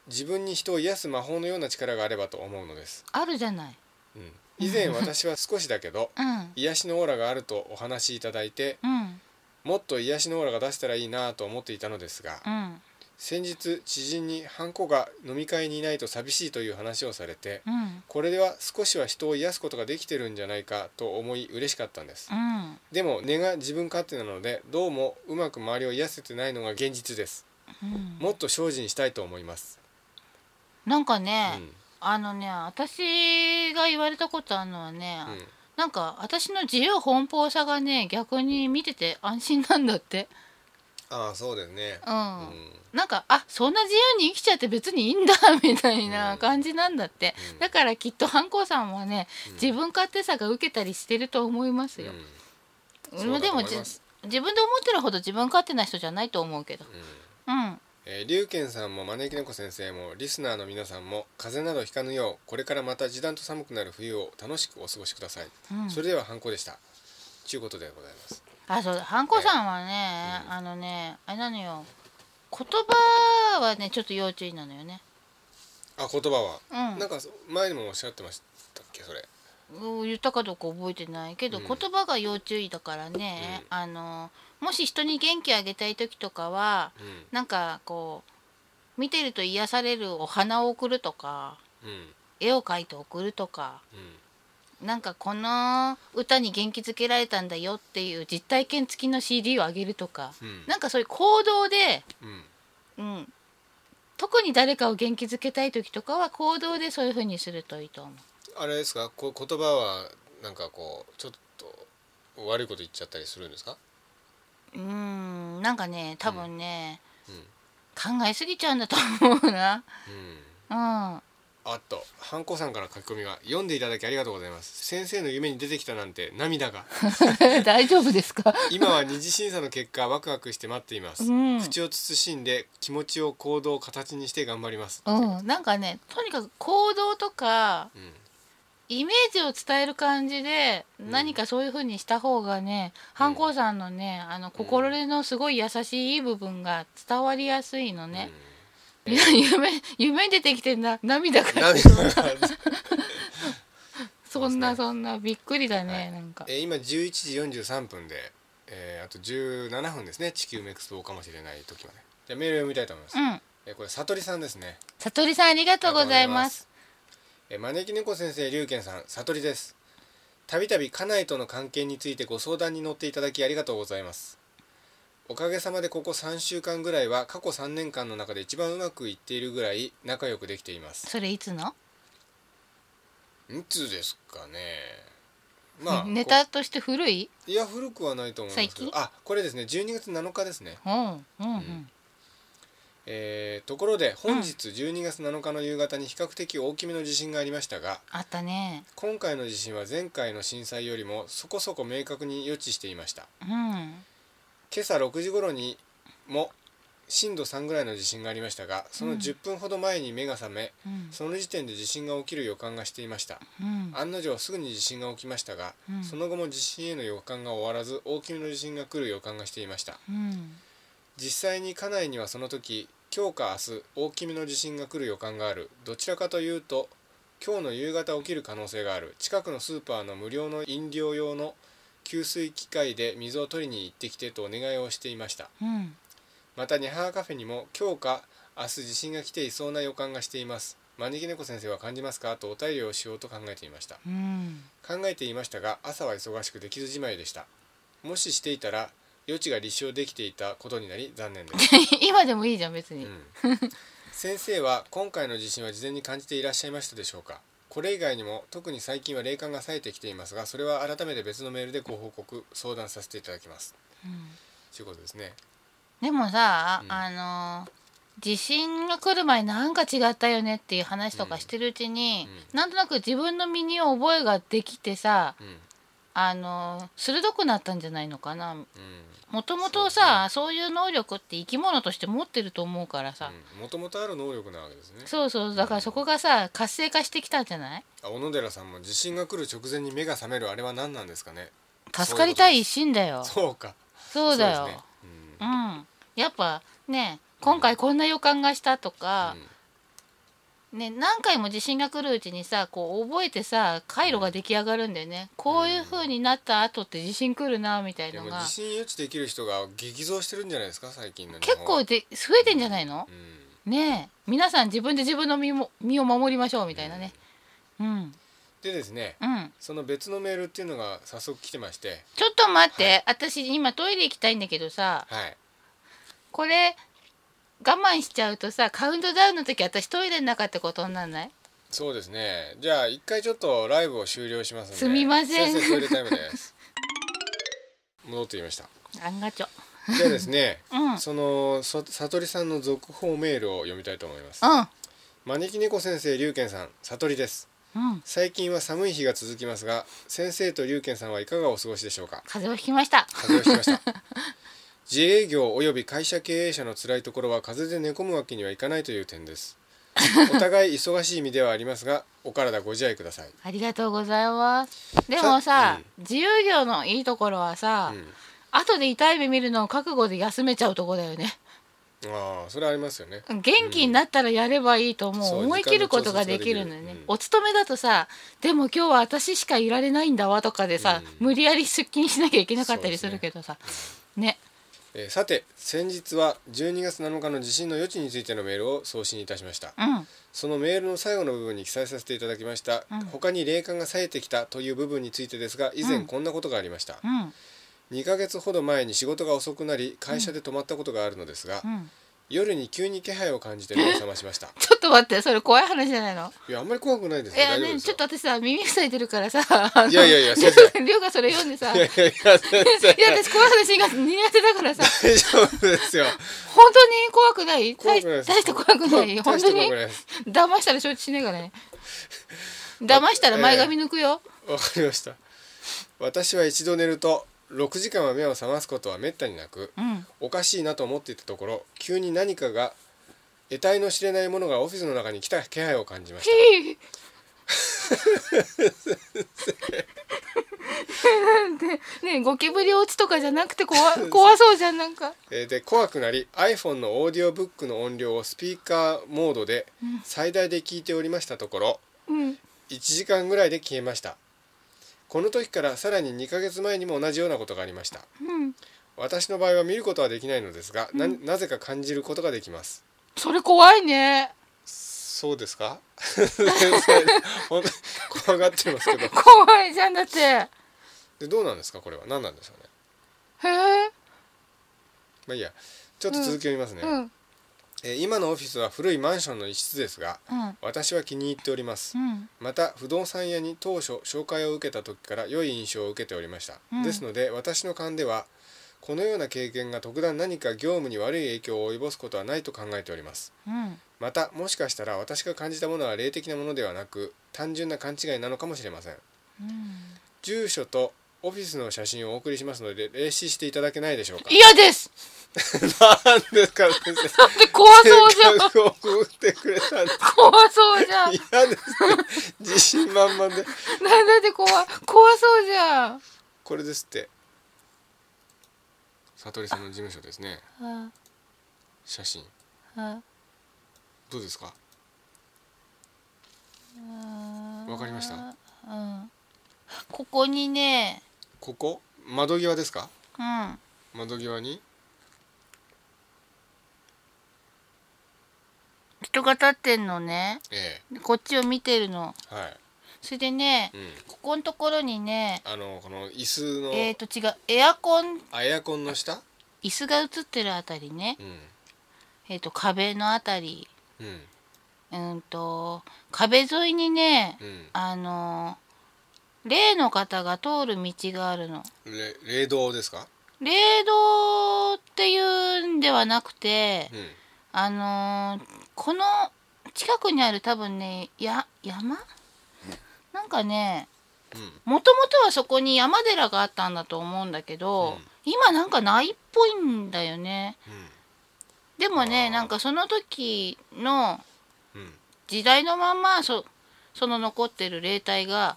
[SPEAKER 2] 自分に人を癒す魔法のような力があればと思うのです、
[SPEAKER 1] あるじゃない
[SPEAKER 2] うん、以前私は少しだけど
[SPEAKER 1] うん
[SPEAKER 2] 癒しのオーラがあるとお話しいただいて
[SPEAKER 1] うん
[SPEAKER 2] もっと癒しのオーラが出せたらいいなと思っていたのですが
[SPEAKER 1] うん
[SPEAKER 2] 先日知人にハンコが飲み会にいないと寂しいという話をされて
[SPEAKER 1] うん
[SPEAKER 2] これでは少しは人を癒すことができてるんじゃないかと思い嬉しかったんです
[SPEAKER 1] うん
[SPEAKER 2] でも根が自分勝手なのでどうもうまく周りを癒せてないのが現実です
[SPEAKER 1] うん
[SPEAKER 2] もっと精進したいと思います、
[SPEAKER 1] なんか
[SPEAKER 2] う
[SPEAKER 1] ね、
[SPEAKER 2] ん
[SPEAKER 1] あのね私が言われたことあるのはね、
[SPEAKER 2] うん
[SPEAKER 1] なんか私の自由奔放さがね逆に見てて安心なんだって
[SPEAKER 2] ああそうですね
[SPEAKER 1] うん、
[SPEAKER 2] うん、
[SPEAKER 1] なんかあそんな自由に生きちゃって別にいいんだみたいな感じなんだって、
[SPEAKER 2] うん
[SPEAKER 1] だからきっとハンコさんはね、
[SPEAKER 2] うん
[SPEAKER 1] 自分勝手さが受けたりしてると思いますよ、
[SPEAKER 2] う
[SPEAKER 1] う
[SPEAKER 2] ん
[SPEAKER 1] んでも
[SPEAKER 2] そうだと思い
[SPEAKER 1] じ
[SPEAKER 2] ます
[SPEAKER 1] 自分で思ってるほど自分勝手な人じゃないと思うけど
[SPEAKER 2] うん
[SPEAKER 1] うん
[SPEAKER 2] えー、龍賢さんも招き猫先生もリスナーの皆さんも風邪などひかぬようこれからまた時短と寒くなる冬を楽しくお過ごしください、
[SPEAKER 1] うん
[SPEAKER 2] それではハンコでしたちゅうことでございます
[SPEAKER 1] あそうハンコさんはね、
[SPEAKER 2] うん
[SPEAKER 1] あのねあれなのよ言葉はねちょっと要注意なのよね
[SPEAKER 2] あ言葉は、
[SPEAKER 1] うん
[SPEAKER 2] なんかそ前にもおっしゃってましたっけそれ
[SPEAKER 1] うん言ったかどうか覚えてないけど、
[SPEAKER 2] うん
[SPEAKER 1] 言葉が要注意だからね、あのもし人に元気あげたい時とかは
[SPEAKER 2] う
[SPEAKER 1] なんかこう見てると癒されるお花を送るとか
[SPEAKER 2] んうん
[SPEAKER 1] 絵を描いて送るとか
[SPEAKER 2] うん
[SPEAKER 1] なんかこの歌に元気づけられたんだよっていう実体験付きの CD をあげるとか、
[SPEAKER 2] うん
[SPEAKER 1] なんかそういう行動で、
[SPEAKER 2] うん
[SPEAKER 1] うん、特に誰かを元気づけたい時とかは行動でそういう風にするといいと思う。
[SPEAKER 2] あれですかこう言葉はなんかこうちょっと悪いこと言っちゃったりするんですか
[SPEAKER 1] うーんなんかね多分ね、
[SPEAKER 2] うん
[SPEAKER 1] 考えすぎちゃうんだと思うな
[SPEAKER 2] うん
[SPEAKER 1] うん
[SPEAKER 2] あっと、ハンコさんから書き込みが読んでいただきありがとうございます。先生の夢に出てきたなんて 涙が。
[SPEAKER 1] 大丈夫ですか
[SPEAKER 2] 今は二次審査の結果ワクワクして待っています。
[SPEAKER 1] うん
[SPEAKER 2] 口を慎んで気持ちを行動を形にして頑張ります。
[SPEAKER 1] うんなんかねとにかく行動とか
[SPEAKER 2] うん
[SPEAKER 1] イメージを伝える感じで
[SPEAKER 2] ん
[SPEAKER 1] 何かそういう風にした方がね、ハンコさんのねあの心のすごい優しい部分が伝わりやすいのね、
[SPEAKER 2] う ん
[SPEAKER 1] 夢夢に出てきてな涙が
[SPEAKER 2] 涙 が。
[SPEAKER 1] そんな
[SPEAKER 2] そ
[SPEAKER 1] そんなびっくりだね、
[SPEAKER 2] はい
[SPEAKER 1] なんか
[SPEAKER 2] えー今11時43分で、えーあと17分ですね。地球滅亡かもしれない時まで。じゃあメールを読みたいと思います。
[SPEAKER 1] うん
[SPEAKER 2] えーこれさとりさんですね。
[SPEAKER 1] さとりさんありがとうございます
[SPEAKER 2] えー招き猫先生龍賢さん悟りですたびたび家内との関係についてご相談に乗っていただきありがとうございますおかげさまでここ3週間ぐらいは過去3年間の中で一番うまくいっているぐらい仲良くできています
[SPEAKER 1] それいつの
[SPEAKER 2] いつですかねまあ
[SPEAKER 1] ネ
[SPEAKER 2] こ
[SPEAKER 1] タとして古い
[SPEAKER 2] いや古くはないと思いますけど
[SPEAKER 1] 最近
[SPEAKER 2] あこれですね12月7日ですね
[SPEAKER 1] うんうんうん
[SPEAKER 2] んえーところで本日12月7日の夕方に比較的大きめの地震がありましたが、
[SPEAKER 1] あったね
[SPEAKER 2] 今回の地震は前回の震災よりもそこそこ明確に予知していました
[SPEAKER 1] うん
[SPEAKER 2] 今朝6時頃にも震度3ぐらいの地震がありましたがその10分ほど前に目が覚め、
[SPEAKER 1] うん
[SPEAKER 2] その時点で地震が起きる予感がしていました
[SPEAKER 1] うん
[SPEAKER 2] 案の定すぐに地震が起きましたが、
[SPEAKER 1] うん
[SPEAKER 2] その後も地震への予感が終わらず大きめの地震が来る予感がしていました
[SPEAKER 1] うん
[SPEAKER 2] 実際に家内にはその時今日か明日大きめの地震が来る予感があるどちらかというと今日の夕方起きる可能性がある近くのスーパーの無料の飲料用の給水機械で水を取りに行ってきてとお願いをしていました
[SPEAKER 1] うん
[SPEAKER 2] またニハーカフェにも今日か明日地震が来ていそうな予感がしています招き猫先生は感じますかとお便りをしようと考えていました
[SPEAKER 1] うん
[SPEAKER 2] 考えていましたが朝は忙しくできずじまいでしたもししていたら余地が立証できていたことになり残念です
[SPEAKER 1] 今でもいいじゃん別に、
[SPEAKER 2] うん 先生は今回の地震は事前に感じていらっしゃいましたでしょうかこれ以外にも特に最近は霊感が冴えてきていますがそれは改めて別のメールでご報告相談させていただきます
[SPEAKER 1] うん
[SPEAKER 2] ということですね
[SPEAKER 1] でもさ、
[SPEAKER 2] うん
[SPEAKER 1] あのー地震が来る前なんか違ったよねっていう話とかしてるうちに、
[SPEAKER 2] うん
[SPEAKER 1] なんとなく自分の身に覚えができてさ
[SPEAKER 2] うん
[SPEAKER 1] あの鋭くなったんじゃないのかな
[SPEAKER 2] うん
[SPEAKER 1] もともとさそう,、いう能力って生き物として持ってると思うからさ、
[SPEAKER 2] もともとある能力なわけですね
[SPEAKER 1] そうそうだからそこがさ活性化してきたんじゃない
[SPEAKER 2] あ小野寺さんも地震が来る直前に目が覚めるあれは何なんですかね
[SPEAKER 1] 助かりたい一心だよ
[SPEAKER 2] そうか
[SPEAKER 1] そうだよ
[SPEAKER 2] そうですね
[SPEAKER 1] う、んやっぱね今回こんな予感がしたとか、ね、何回も地震が来るうちにさこう覚えてさ回路が出来上がるんだよね、こういう風になった後って地震来るなみたい
[SPEAKER 2] うん、で
[SPEAKER 1] の
[SPEAKER 2] も
[SPEAKER 1] が
[SPEAKER 2] 地震予知できる人が激増してるんじゃないですか最近の日
[SPEAKER 1] 結
[SPEAKER 2] 本
[SPEAKER 1] 構で増えてんじゃないの
[SPEAKER 2] う、ん
[SPEAKER 1] ねえ皆さん自分で自分の身も身を守りましょうみたいなねうん
[SPEAKER 2] でですね
[SPEAKER 1] うん
[SPEAKER 2] その別のメールっていうのが早速来てまして
[SPEAKER 1] ちょっと待って、私今トイレ行きたいんだけどさ
[SPEAKER 2] はい
[SPEAKER 1] これ我慢しちゃうとさカウントダウンの時私トイレの中ってことになんない
[SPEAKER 2] そうですねじゃあ一回ちょっとライブを終了しますのです
[SPEAKER 1] みません
[SPEAKER 2] 先生トイレタイムです戻ってきました
[SPEAKER 1] あんがちょ
[SPEAKER 2] ではですね、
[SPEAKER 1] うん
[SPEAKER 2] そのそ悟りさんの続報メールを読みたいと思います
[SPEAKER 1] う
[SPEAKER 2] 招き猫先生龍賢さん悟りです
[SPEAKER 1] んうん
[SPEAKER 2] 最近は寒い日が続きますが先生と龍賢さんはいかがお過ごしでしょうか
[SPEAKER 1] 風邪をひきました
[SPEAKER 2] 風邪をひきました 自営業および会社経営者の辛いところは風邪で寝込むわけにはいかないという点ですお互い忙しい意味ではありますがお体ご自愛ください、
[SPEAKER 1] ありがとうございますでもさ
[SPEAKER 2] さ、
[SPEAKER 1] 自由業のいいところはさ、
[SPEAKER 2] うん
[SPEAKER 1] 後で痛い目見るのを覚悟で休めちゃうとこだよね
[SPEAKER 2] ああそれありますよね
[SPEAKER 1] 元気になったらやればいいと思う、
[SPEAKER 2] そう
[SPEAKER 1] 思い切ることができるのよね、お勤めだとさでも今日は私しかいられないんだわとかでさ、無理やり出勤しなきゃいけなかったりするけどさね
[SPEAKER 2] えーさて先日は12月7日の地震の予知についてのメールを送信いたしました
[SPEAKER 1] うん
[SPEAKER 2] そのメールの最後の部分に記載させていただきました、他に霊感が冴えてきたという部分についてですが以前こんなことがありました、
[SPEAKER 1] うん
[SPEAKER 2] 2ヶ月ほど前に仕事が遅くなり会社で泊まったことがあるのですが、
[SPEAKER 1] うん
[SPEAKER 2] 夜に急に気配を感じて目を覚ましました
[SPEAKER 1] ちょっと待ってそれ怖い話じゃないの
[SPEAKER 2] いやあんまり怖くないです
[SPEAKER 1] い
[SPEAKER 2] よ
[SPEAKER 1] や
[SPEAKER 2] 大丈夫
[SPEAKER 1] ね
[SPEAKER 2] です
[SPEAKER 1] ちょ
[SPEAKER 2] よ
[SPEAKER 1] っと私さ耳塞いでるからさ
[SPEAKER 2] いやいやいや
[SPEAKER 1] りょ
[SPEAKER 2] 先 生
[SPEAKER 1] りょうがそれ読んでさい
[SPEAKER 2] いや
[SPEAKER 1] や
[SPEAKER 2] いやいや先生
[SPEAKER 1] 私怖い話が苦手だからさ
[SPEAKER 2] 大丈夫ですよ
[SPEAKER 1] 本当に怖くない
[SPEAKER 2] 怖
[SPEAKER 1] 大
[SPEAKER 2] くないです
[SPEAKER 1] 大して怖くない
[SPEAKER 2] 大
[SPEAKER 1] 本
[SPEAKER 2] し
[SPEAKER 1] 当
[SPEAKER 2] て怖
[SPEAKER 1] に
[SPEAKER 2] くないです
[SPEAKER 1] 騙したら承知しねえからね騙したら前髪抜くよ、
[SPEAKER 2] わかりました私は一度寝ると6時間は目を覚ますことはめったになく、
[SPEAKER 1] うん
[SPEAKER 2] おかしいなと思っていたところ急に何かが得体の知れないものがオフィスの中に来た気配を感じました
[SPEAKER 1] ピー ねえゴキブリ落ちとかじゃなくて怖怖そうじゃんなんか
[SPEAKER 2] えーで怖くなり iPhone のオーディオブックの音量をスピーカーモードで最大で聞いておりましたところ
[SPEAKER 1] うん
[SPEAKER 2] 1時間ぐらいで消えましたこの時からさらに2ヶ月前にも同じようなことがありました
[SPEAKER 1] うん
[SPEAKER 2] 私の場合は見ることはできないのですが、ななぜか感じることができます
[SPEAKER 1] それ怖いね
[SPEAKER 2] そうですか 本当に怖がってますけど
[SPEAKER 1] 怖いじゃんだってへ
[SPEAKER 2] でどうなんですかこれは何なんですかね
[SPEAKER 1] え
[SPEAKER 2] まあいいやちょっと続きを見ますね、
[SPEAKER 1] うん
[SPEAKER 2] えー今のオフィスは古いマンションの一室ですが
[SPEAKER 1] うん
[SPEAKER 2] 私は気に入っております
[SPEAKER 1] うん
[SPEAKER 2] また不動産屋に当初紹介を受けた時から良い印象を受けておりました、
[SPEAKER 1] うん
[SPEAKER 2] ですので私の勘ではこのような経験が特段何か業務に悪い影響を及ぼすことはないと考えております
[SPEAKER 1] うん
[SPEAKER 2] またもしかしたら私が感じたものは霊的なものではなく単純な勘違いなのかもしれません
[SPEAKER 1] うん
[SPEAKER 2] 住所とオフィスの写真をお送りしますので霊視していただけないでしょうか
[SPEAKER 1] 嫌です
[SPEAKER 2] なんですか先生
[SPEAKER 1] だって怖そうじゃん
[SPEAKER 2] 計画を送ってくれたんで
[SPEAKER 1] 怖そうじゃん
[SPEAKER 2] 嫌ですね自信満々で
[SPEAKER 1] なんだって怖い怖そうじゃん。
[SPEAKER 2] これですって悟りさんの事務所ですね
[SPEAKER 1] あ
[SPEAKER 2] 写真
[SPEAKER 1] あ
[SPEAKER 2] どうですか
[SPEAKER 1] あ
[SPEAKER 2] わかりました
[SPEAKER 1] うん。ここにね、
[SPEAKER 2] ここ窓際ですか
[SPEAKER 1] うん。
[SPEAKER 2] 窓際に
[SPEAKER 1] 人が立ってんのね。
[SPEAKER 2] え
[SPEAKER 1] でこっちを見てるの。
[SPEAKER 2] えはい、
[SPEAKER 1] それでね
[SPEAKER 2] う、ん、
[SPEAKER 1] ここのところにね、
[SPEAKER 2] あのこの椅子の、
[SPEAKER 1] えーと違うエアコン
[SPEAKER 2] あエアコンの下
[SPEAKER 1] 椅子が映ってるあたりね
[SPEAKER 2] う、ん
[SPEAKER 1] えーと壁のあたり、
[SPEAKER 2] うん
[SPEAKER 1] うんと壁沿いにね、
[SPEAKER 2] うん
[SPEAKER 1] あのー例の方が通る道があるの。
[SPEAKER 2] れ冷凍ですか
[SPEAKER 1] 霊道っていうんではなくて
[SPEAKER 2] う、ん
[SPEAKER 1] あのーこの近くにある多分ねや山なんかね
[SPEAKER 2] うん
[SPEAKER 1] もともとはそこに山寺があったんだと思うんだけど、
[SPEAKER 2] うん
[SPEAKER 1] 今なんかないっぽいんだよねでも
[SPEAKER 2] あー
[SPEAKER 1] ねなんかその時の
[SPEAKER 2] うんうん
[SPEAKER 1] 時代のまんまそその残ってる霊体が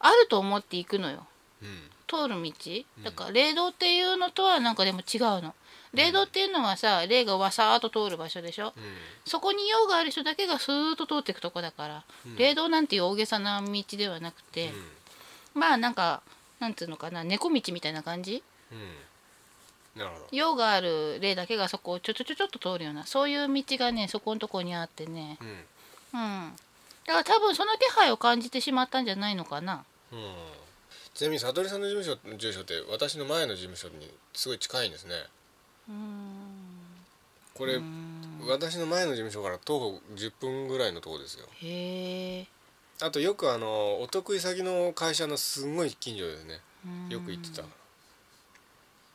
[SPEAKER 1] あると思って行くのよ
[SPEAKER 2] うんうん
[SPEAKER 1] 通る道
[SPEAKER 2] ん
[SPEAKER 1] だから霊道っていうのとはなんかでも違うの霊道っていうのはさ霊がわさーっと通る場所でしょ
[SPEAKER 2] うん
[SPEAKER 1] そこに用がある人だけがスーッと通っていくとこだから、
[SPEAKER 2] うん
[SPEAKER 1] 霊道なんていう大げさな道ではなくて、まあなんかなんつうのかな猫道みたいな感じ
[SPEAKER 2] うんうんなるほど
[SPEAKER 1] 用がある霊だけがそこをちょちょちょちょっと通るようなそういう道がねそこのとこにあってね
[SPEAKER 2] うん
[SPEAKER 1] うんだから多分その気配を感じてしまったんじゃないのかな
[SPEAKER 2] うんちなみに悟りさんの事務所住所って私の前の事務所にすごい近いんですね
[SPEAKER 1] うーん
[SPEAKER 2] これ
[SPEAKER 1] うーん
[SPEAKER 2] 私の前の事務所から徒歩10分ぐらいのとこですよ
[SPEAKER 1] へえ
[SPEAKER 2] あとよくあのお得意先の会社のすんごい近所ですねよく行ってた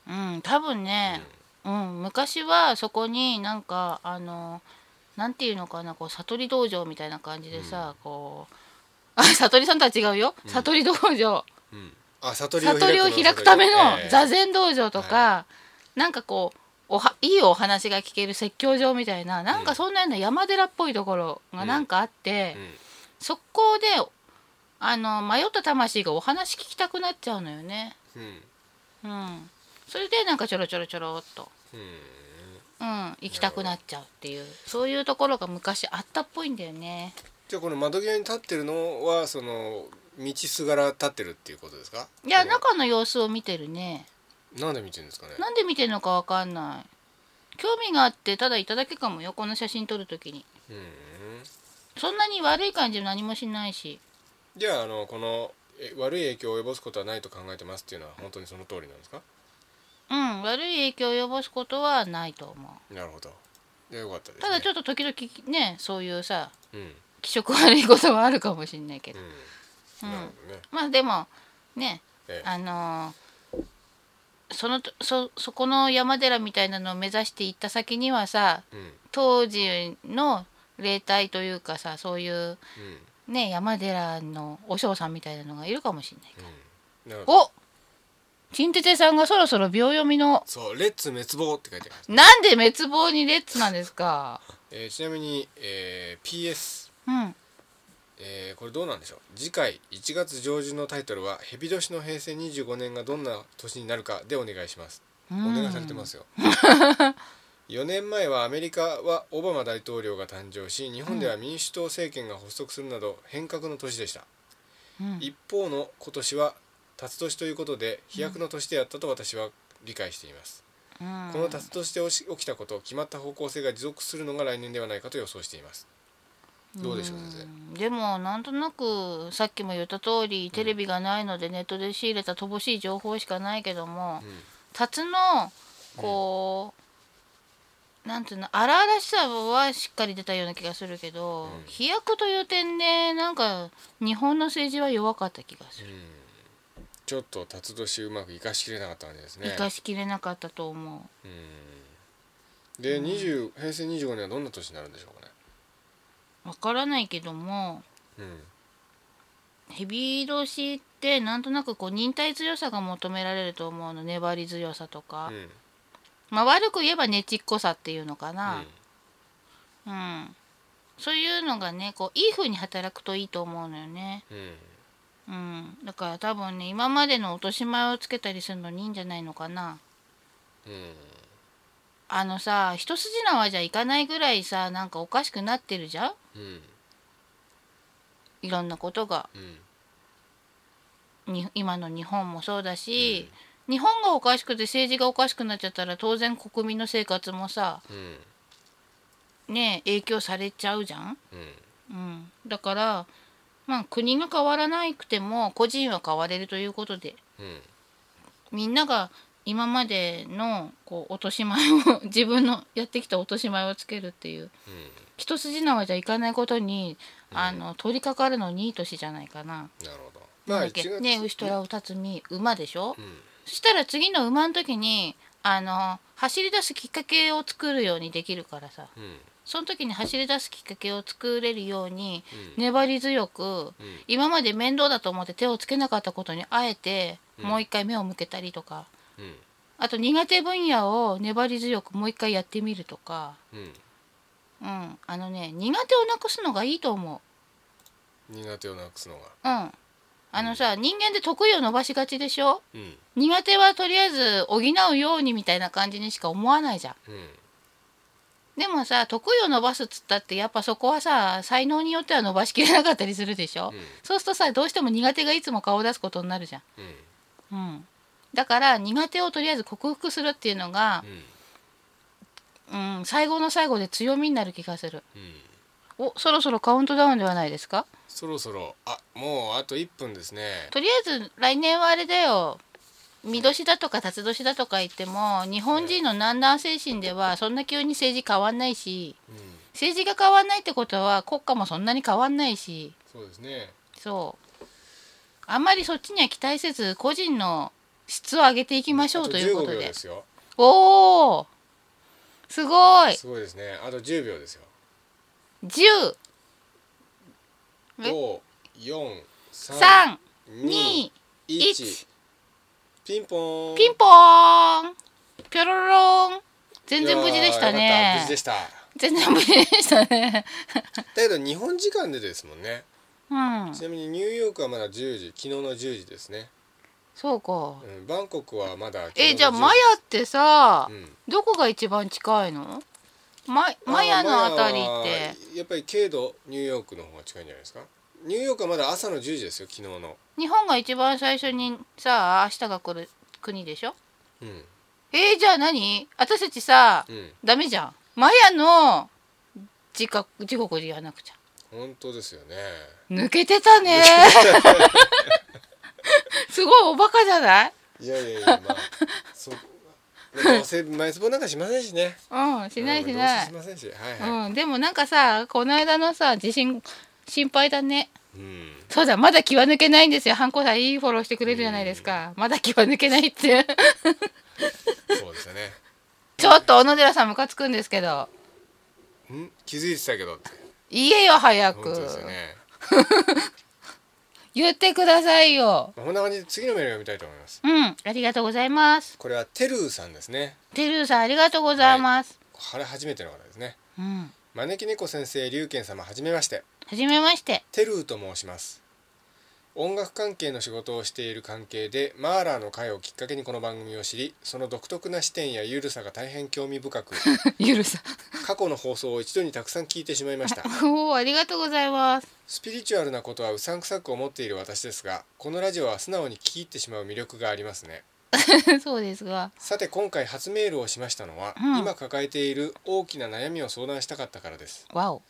[SPEAKER 1] うん多分ね、うん、昔はそこになんかあのなんていうのかなこう悟り道場みたいな感じでさ、こうあ悟りさんとは違うよ、
[SPEAKER 2] うん
[SPEAKER 1] 悟り道場
[SPEAKER 2] うん、うんあ悟りを
[SPEAKER 1] 悟りを開くための座
[SPEAKER 2] 禅
[SPEAKER 1] 禅道場とか、なんかこうおはいいお話が聞ける説教場みたいななんかそんなような山寺っぽいところがなんかあって、そこであの迷った魂がお話聞きたくなっちゃうのよね。
[SPEAKER 2] うんうん
[SPEAKER 1] うん、それでなんかちょろちょろちょろっと、
[SPEAKER 2] うん
[SPEAKER 1] うん、行きたくなっちゃうっていうそういうところが昔あったっぽいんだよね。
[SPEAKER 2] じゃあこの窓際に立ってるのはその道すがら立ってるっていうことですか
[SPEAKER 1] いや
[SPEAKER 2] この
[SPEAKER 1] 中の様子を見てるね。
[SPEAKER 2] なんで見てるんですかね
[SPEAKER 1] なんで見てるのかわかんない。興味があってただいただけかもよこの写真撮るときに。
[SPEAKER 2] うん
[SPEAKER 1] そんなに悪い感じも何もしないし
[SPEAKER 2] じゃああのこのえ悪い影響を及ぼすことはないと考えてますっていうのは本当にその通りなんですか
[SPEAKER 1] うん悪い影響を及ぼすことはないと思う
[SPEAKER 2] なるほどでよかったです、ね、
[SPEAKER 1] ただちょ
[SPEAKER 2] ょ
[SPEAKER 1] っと時々ねそういうさ
[SPEAKER 2] うんうん
[SPEAKER 1] 気色悪いことはあるかもしんないけどうん
[SPEAKER 2] なるほどね、
[SPEAKER 1] まあでもね
[SPEAKER 2] ええ
[SPEAKER 1] あのーそのとそそこの山寺みたいなのを目指して行った先にはさ
[SPEAKER 2] うんうん
[SPEAKER 1] 当時の霊体というかさそういうね山寺のお嬢さんみたいなのがいるかもしんない
[SPEAKER 2] うんなるほど
[SPEAKER 1] おちんててさんがそろそろ秒読みの
[SPEAKER 2] そう「レッツ滅亡」って書いてあります、
[SPEAKER 1] なんで滅亡にレッツなんですか。
[SPEAKER 2] えーちなみに、えー PS
[SPEAKER 1] うん。
[SPEAKER 2] えーこれどうなんでしょう次回1月上旬のタイトルは「ヘビ年の平成25年がどんな年になるか」でお願いします
[SPEAKER 1] お
[SPEAKER 2] お願いされてます よ4年前はアメリカはオバマ大統領が誕生し日本では民主党政権が発足するなど変革の年でした
[SPEAKER 1] うん。
[SPEAKER 2] 一方の今年は辰年ということで飛躍の年であったと私は理解しています
[SPEAKER 1] うん
[SPEAKER 2] この辰年で起きたこと決まった方向性が持続するのが来年ではないかと予想していますどうでしょう先
[SPEAKER 1] んでもなんとなくさっきも言った通りテレビがないのでネットで仕入れた乏しい情報しかないけども
[SPEAKER 2] 生、うん
[SPEAKER 1] 辰のこうなんていうの荒々しさはしっかり出たような気がするけど
[SPEAKER 2] うん
[SPEAKER 1] 飛躍という点でなんか日本の政治は弱かった気がする
[SPEAKER 2] うんちょっと辰年うまく生かしきれなかった感じですね
[SPEAKER 1] 生かしきれなかったと思う
[SPEAKER 2] うんで20平成25年はどんな年になるんでしょうかね
[SPEAKER 1] わからないけども
[SPEAKER 2] うん
[SPEAKER 1] ヘビー同士ってなんとなくこう忍耐強さが求められると思うの粘り強さとか、
[SPEAKER 2] うん
[SPEAKER 1] まあ悪く言えばねちっこさっていうのか
[SPEAKER 2] う
[SPEAKER 1] なんうん、そういうのがねこういい風に働くといいと思うのよね
[SPEAKER 2] うん
[SPEAKER 1] うんだから多分ね今までの落とし前をつけたりするのにいいんじゃないのかな
[SPEAKER 2] うん
[SPEAKER 1] あのさ一筋縄じゃいかないぐらいさなんかおかしくなってるじゃん
[SPEAKER 2] うん
[SPEAKER 1] いろんなことが
[SPEAKER 2] うん
[SPEAKER 1] に今の日本もそうだし、日本がおかしくて政治がおかしくなっちゃったら当然国民の生活もさ
[SPEAKER 2] うん
[SPEAKER 1] ね影響されちゃうじゃん、
[SPEAKER 2] うん
[SPEAKER 1] うん、だからまあ国が変わらなくても個人は変われるということで
[SPEAKER 2] うん
[SPEAKER 1] みんなが今までのこう落とし前を 自分のやってきた落とし前をつけるっていう
[SPEAKER 2] うん
[SPEAKER 1] 一筋縄じゃいかないことに、
[SPEAKER 2] うん
[SPEAKER 1] あの取り掛かるのにいい年じゃないかな。
[SPEAKER 2] なるほど
[SPEAKER 1] なんだっけ
[SPEAKER 2] 1月
[SPEAKER 1] ね牛虎を立つ身馬でしょ、
[SPEAKER 2] うん
[SPEAKER 1] そしたら次の馬の時にあの走り出すきっかけを作るようにできるからさ
[SPEAKER 2] うん
[SPEAKER 1] その時に走り出すきっかけを作れるように
[SPEAKER 2] うん
[SPEAKER 1] 粘り強く
[SPEAKER 2] うん
[SPEAKER 1] 今まで面倒だと思って手をつけなかったことにあえて
[SPEAKER 2] うん
[SPEAKER 1] もう一回目を向けたりとか、
[SPEAKER 2] うん
[SPEAKER 1] あと苦手分野を粘り強くもう一回やってみるとか、
[SPEAKER 2] うん
[SPEAKER 1] うん、あのね苦手をなくすのがいいと思
[SPEAKER 2] 苦手をなくすのが
[SPEAKER 1] う。うんあのさ人間って得意を伸ばしがちでしょ
[SPEAKER 2] うん
[SPEAKER 1] 苦手はとりあえず補うようにみたいな感じにしか思わないじゃん
[SPEAKER 2] うん
[SPEAKER 1] でもさ得意を伸ばすっつったってやっぱそこはさ才能によっては伸ばしきれなかったりするでしょ、
[SPEAKER 2] うん
[SPEAKER 1] そうするとさどうしても苦手がいつも顔を出すことになるじゃん、
[SPEAKER 2] うん
[SPEAKER 1] うん、だから苦手をとりあえず克服するっていうのが
[SPEAKER 2] う、ん
[SPEAKER 1] うん、最後の最後で強みになる気がする
[SPEAKER 2] うん
[SPEAKER 1] おそろそろカウントダウンではないですか
[SPEAKER 2] そろそろあもうあと1分ですね
[SPEAKER 1] とりあえず来年はあれだよ見年だとか辰年だとか言っても日本人の南南精神ではそんな急に政治変わんないし
[SPEAKER 2] うん
[SPEAKER 1] 政治が変わんないってことは国家もそんなに変わんないし
[SPEAKER 2] そうですね
[SPEAKER 1] そうあんまりそっちには期待せず個人の質を上げていきましょうということ
[SPEAKER 2] あ15
[SPEAKER 1] で
[SPEAKER 2] 秒ですよ
[SPEAKER 1] おおすごい
[SPEAKER 2] すごいですねあと10秒ですよ
[SPEAKER 1] 10え
[SPEAKER 2] 5 4 3
[SPEAKER 1] 3
[SPEAKER 2] 2
[SPEAKER 1] 2
[SPEAKER 2] 1ピンポーン
[SPEAKER 1] ピンポーンピョロロン全然無事でした
[SPEAKER 2] いやーよかった無
[SPEAKER 1] ね
[SPEAKER 2] 事でした
[SPEAKER 1] 全然無事でしたね
[SPEAKER 2] だけど日本時間でですもんね
[SPEAKER 1] うん
[SPEAKER 2] ちなみにニューヨークはまだ10時昨日の10時ですね、
[SPEAKER 1] そうか
[SPEAKER 2] うん、バンコクはまだ昨日の10
[SPEAKER 1] え
[SPEAKER 2] 時
[SPEAKER 1] じゃあマヤってさ
[SPEAKER 2] うん
[SPEAKER 1] どこが一番近いのママヤのあたりって
[SPEAKER 2] てやっぱり軽度ニューヨークの方が近いんじゃないですかニューヨークはまだ朝の10時ですよ昨日の
[SPEAKER 1] 日本が一番最初にさ明日が来る国でしょ
[SPEAKER 2] うん
[SPEAKER 1] えー、じゃあ何私たちさ
[SPEAKER 2] うん
[SPEAKER 1] ダメじゃんマヤの時刻時刻でやらなくちゃ
[SPEAKER 2] 本当ですよね
[SPEAKER 1] 抜けてた ねすごいおバカじゃない
[SPEAKER 2] いやいやいやまあそうどうせ前スボなんかしませんしね
[SPEAKER 1] うんしないし
[SPEAKER 2] うんどう
[SPEAKER 1] な
[SPEAKER 2] せ
[SPEAKER 1] い
[SPEAKER 2] しませんしはいはい、
[SPEAKER 1] うんでもなんかさこの間のさ地震心配だね
[SPEAKER 2] うん
[SPEAKER 1] そうだまだ気は抜けないんですよハンコさんいいフォローしてくれるじゃないですかまだ気は抜けないって
[SPEAKER 2] そうですよね
[SPEAKER 1] ちょっと小野寺さんムカつくんですけど
[SPEAKER 2] ん気づいてたけどって
[SPEAKER 1] 言えよ早
[SPEAKER 2] 本当
[SPEAKER 1] く
[SPEAKER 2] ですよね
[SPEAKER 1] 言ってくださいよ
[SPEAKER 2] まあこんな感じで次のメールを見たいと思います
[SPEAKER 1] うんありがとうございます
[SPEAKER 2] これはテルーさんですね
[SPEAKER 1] てるーさんありがとうございます、
[SPEAKER 2] これ初めての方ですね
[SPEAKER 1] うん
[SPEAKER 2] 招き猫先生龍賢様はじめまして
[SPEAKER 1] はじめま して
[SPEAKER 2] テルーと申します音楽関係の仕事をしている関係でマーラーの会をきっかけにこの番組を知りその独特な視点やゆるさが大変興味深く
[SPEAKER 1] ゆるさ
[SPEAKER 2] 過去の放送を一度にたくさん聞いてしまいました
[SPEAKER 1] おおありがとうございます
[SPEAKER 2] スピリチュアルなことはうさんくさく思っている私ですがこのラジオは素直に聞き入ってしまう魅力がありますね
[SPEAKER 1] そうですが
[SPEAKER 2] さて今回初メールをしましたのは、
[SPEAKER 1] うん
[SPEAKER 2] 今抱えている大きな悩みを相談したかったからです
[SPEAKER 1] わお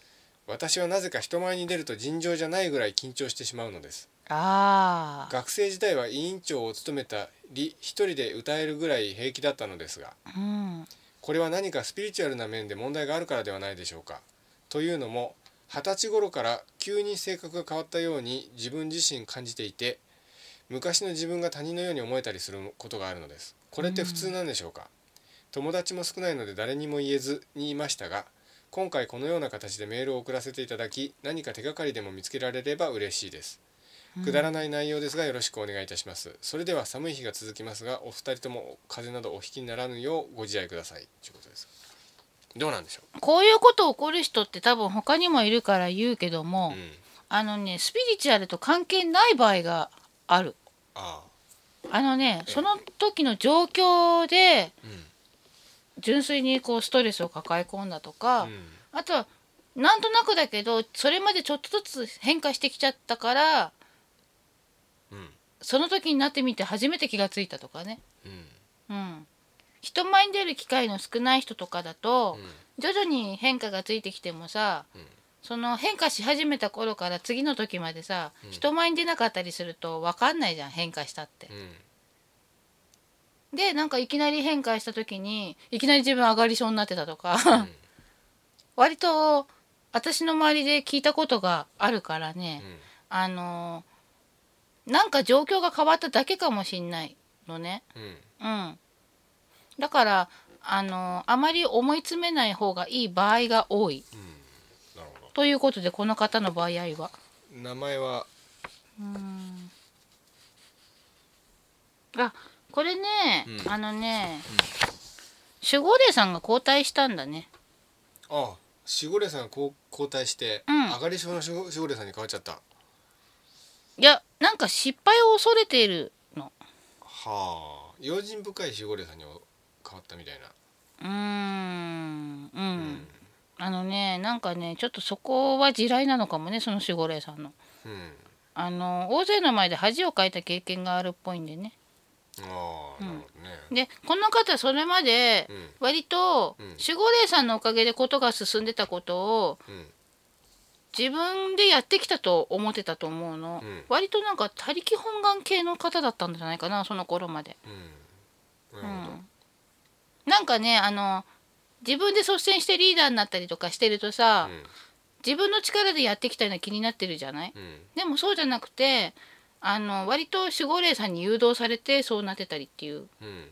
[SPEAKER 2] 私はなぜか人前に出ると尋常じゃないぐらい緊張してしまうのです
[SPEAKER 1] あー
[SPEAKER 2] 学生時代は委員長を務めたり一人で歌えるぐらい平気だったのですが
[SPEAKER 1] うん
[SPEAKER 2] これは何かスピリチュアルな面で問題があるからではないでしょうかというのも二十歳頃から急に性格が変わったように自分自身感じていて昔の自分が他人のように思えたりすることがあるのですこれって普通なんでしょうか、友達も少ないので誰にも言えずにいましたが今回このような形でメールを送らせていただき何か手がかりでも見つけられれば嬉しいですくだらない内容ですがよろしくお願いいたします、それでは寒い日が続きますがお二人とも風邪などお引きにならぬようご自愛くださいということですどうなんでしょ
[SPEAKER 1] こういうこと起こる人って多分他にもいるから言うけども
[SPEAKER 2] う、うん
[SPEAKER 1] あのねスピリチュアルと関係ない場合がある
[SPEAKER 2] ああ
[SPEAKER 1] あのねその時の状況で
[SPEAKER 2] うん
[SPEAKER 1] 純粋にこうストレスを抱え込んだとか、
[SPEAKER 2] うん
[SPEAKER 1] あとはなんとなくだけどそれまでちょっとずつ変化してきちゃったから
[SPEAKER 2] うん
[SPEAKER 1] その時になってみて初めて気がついたとかね
[SPEAKER 2] うん
[SPEAKER 1] うん人前に出る機会の少ない人とかだと、徐々に変化がついてきてもさ
[SPEAKER 2] うん
[SPEAKER 1] その変化し始めた頃から次の時までさ、
[SPEAKER 2] うん
[SPEAKER 1] 人前に出なかったりすると分かんないじゃん変化したって
[SPEAKER 2] う。ん
[SPEAKER 1] でなんかいきなり変化した時にいきなり自分上がりそうになってたとか、
[SPEAKER 2] うん
[SPEAKER 1] 割と私の周りで聞いたことがあるからね、
[SPEAKER 2] うん
[SPEAKER 1] あのーなんか状況が変わっただけかもしんないのね。
[SPEAKER 2] うん
[SPEAKER 1] うん、だからあのあまり思い詰めない方がいい場合が多い
[SPEAKER 2] なるほ
[SPEAKER 1] ということでこの方の場合は
[SPEAKER 2] ど名前は
[SPEAKER 1] うんあこれね、
[SPEAKER 2] うん
[SPEAKER 1] あのね、守護霊さんが交代したんだね
[SPEAKER 2] あ守護霊さんがこう交代して、
[SPEAKER 1] うん
[SPEAKER 2] 上がり症の守護守護霊さんに変わっちゃった
[SPEAKER 1] いやなんか失敗を恐れているの
[SPEAKER 2] はあ用心深い守護霊さんにお変わったみたいな
[SPEAKER 1] うーんうん、
[SPEAKER 2] うん
[SPEAKER 1] あのねなんかねちょっとそこは地雷なのかもねその守護霊さんの
[SPEAKER 2] うん
[SPEAKER 1] あの大勢の前で恥をかいた経験があるっぽいんでね
[SPEAKER 2] あ
[SPEAKER 1] う
[SPEAKER 2] あ
[SPEAKER 1] ん
[SPEAKER 2] なるほどね
[SPEAKER 1] でこの方それまで
[SPEAKER 2] うん
[SPEAKER 1] 割と
[SPEAKER 2] うん
[SPEAKER 1] 守護霊さんのおかげでことが進んでたことを
[SPEAKER 2] うん
[SPEAKER 1] 自分でやってきたと思ってたと思うの、
[SPEAKER 2] うん
[SPEAKER 1] 割となんか他力本願系の方だったんじゃないかなその頃まで、
[SPEAKER 2] うん
[SPEAKER 1] う
[SPEAKER 2] なるほど
[SPEAKER 1] ん、なんかねあの自分で率先してリーダーになったりとかしてるとさ、自分の力でやってきたような気になってるじゃない
[SPEAKER 2] うんうん
[SPEAKER 1] でもそうじゃなくてあの割と守護霊さんに誘導されてそうなってたりっていう
[SPEAKER 2] うん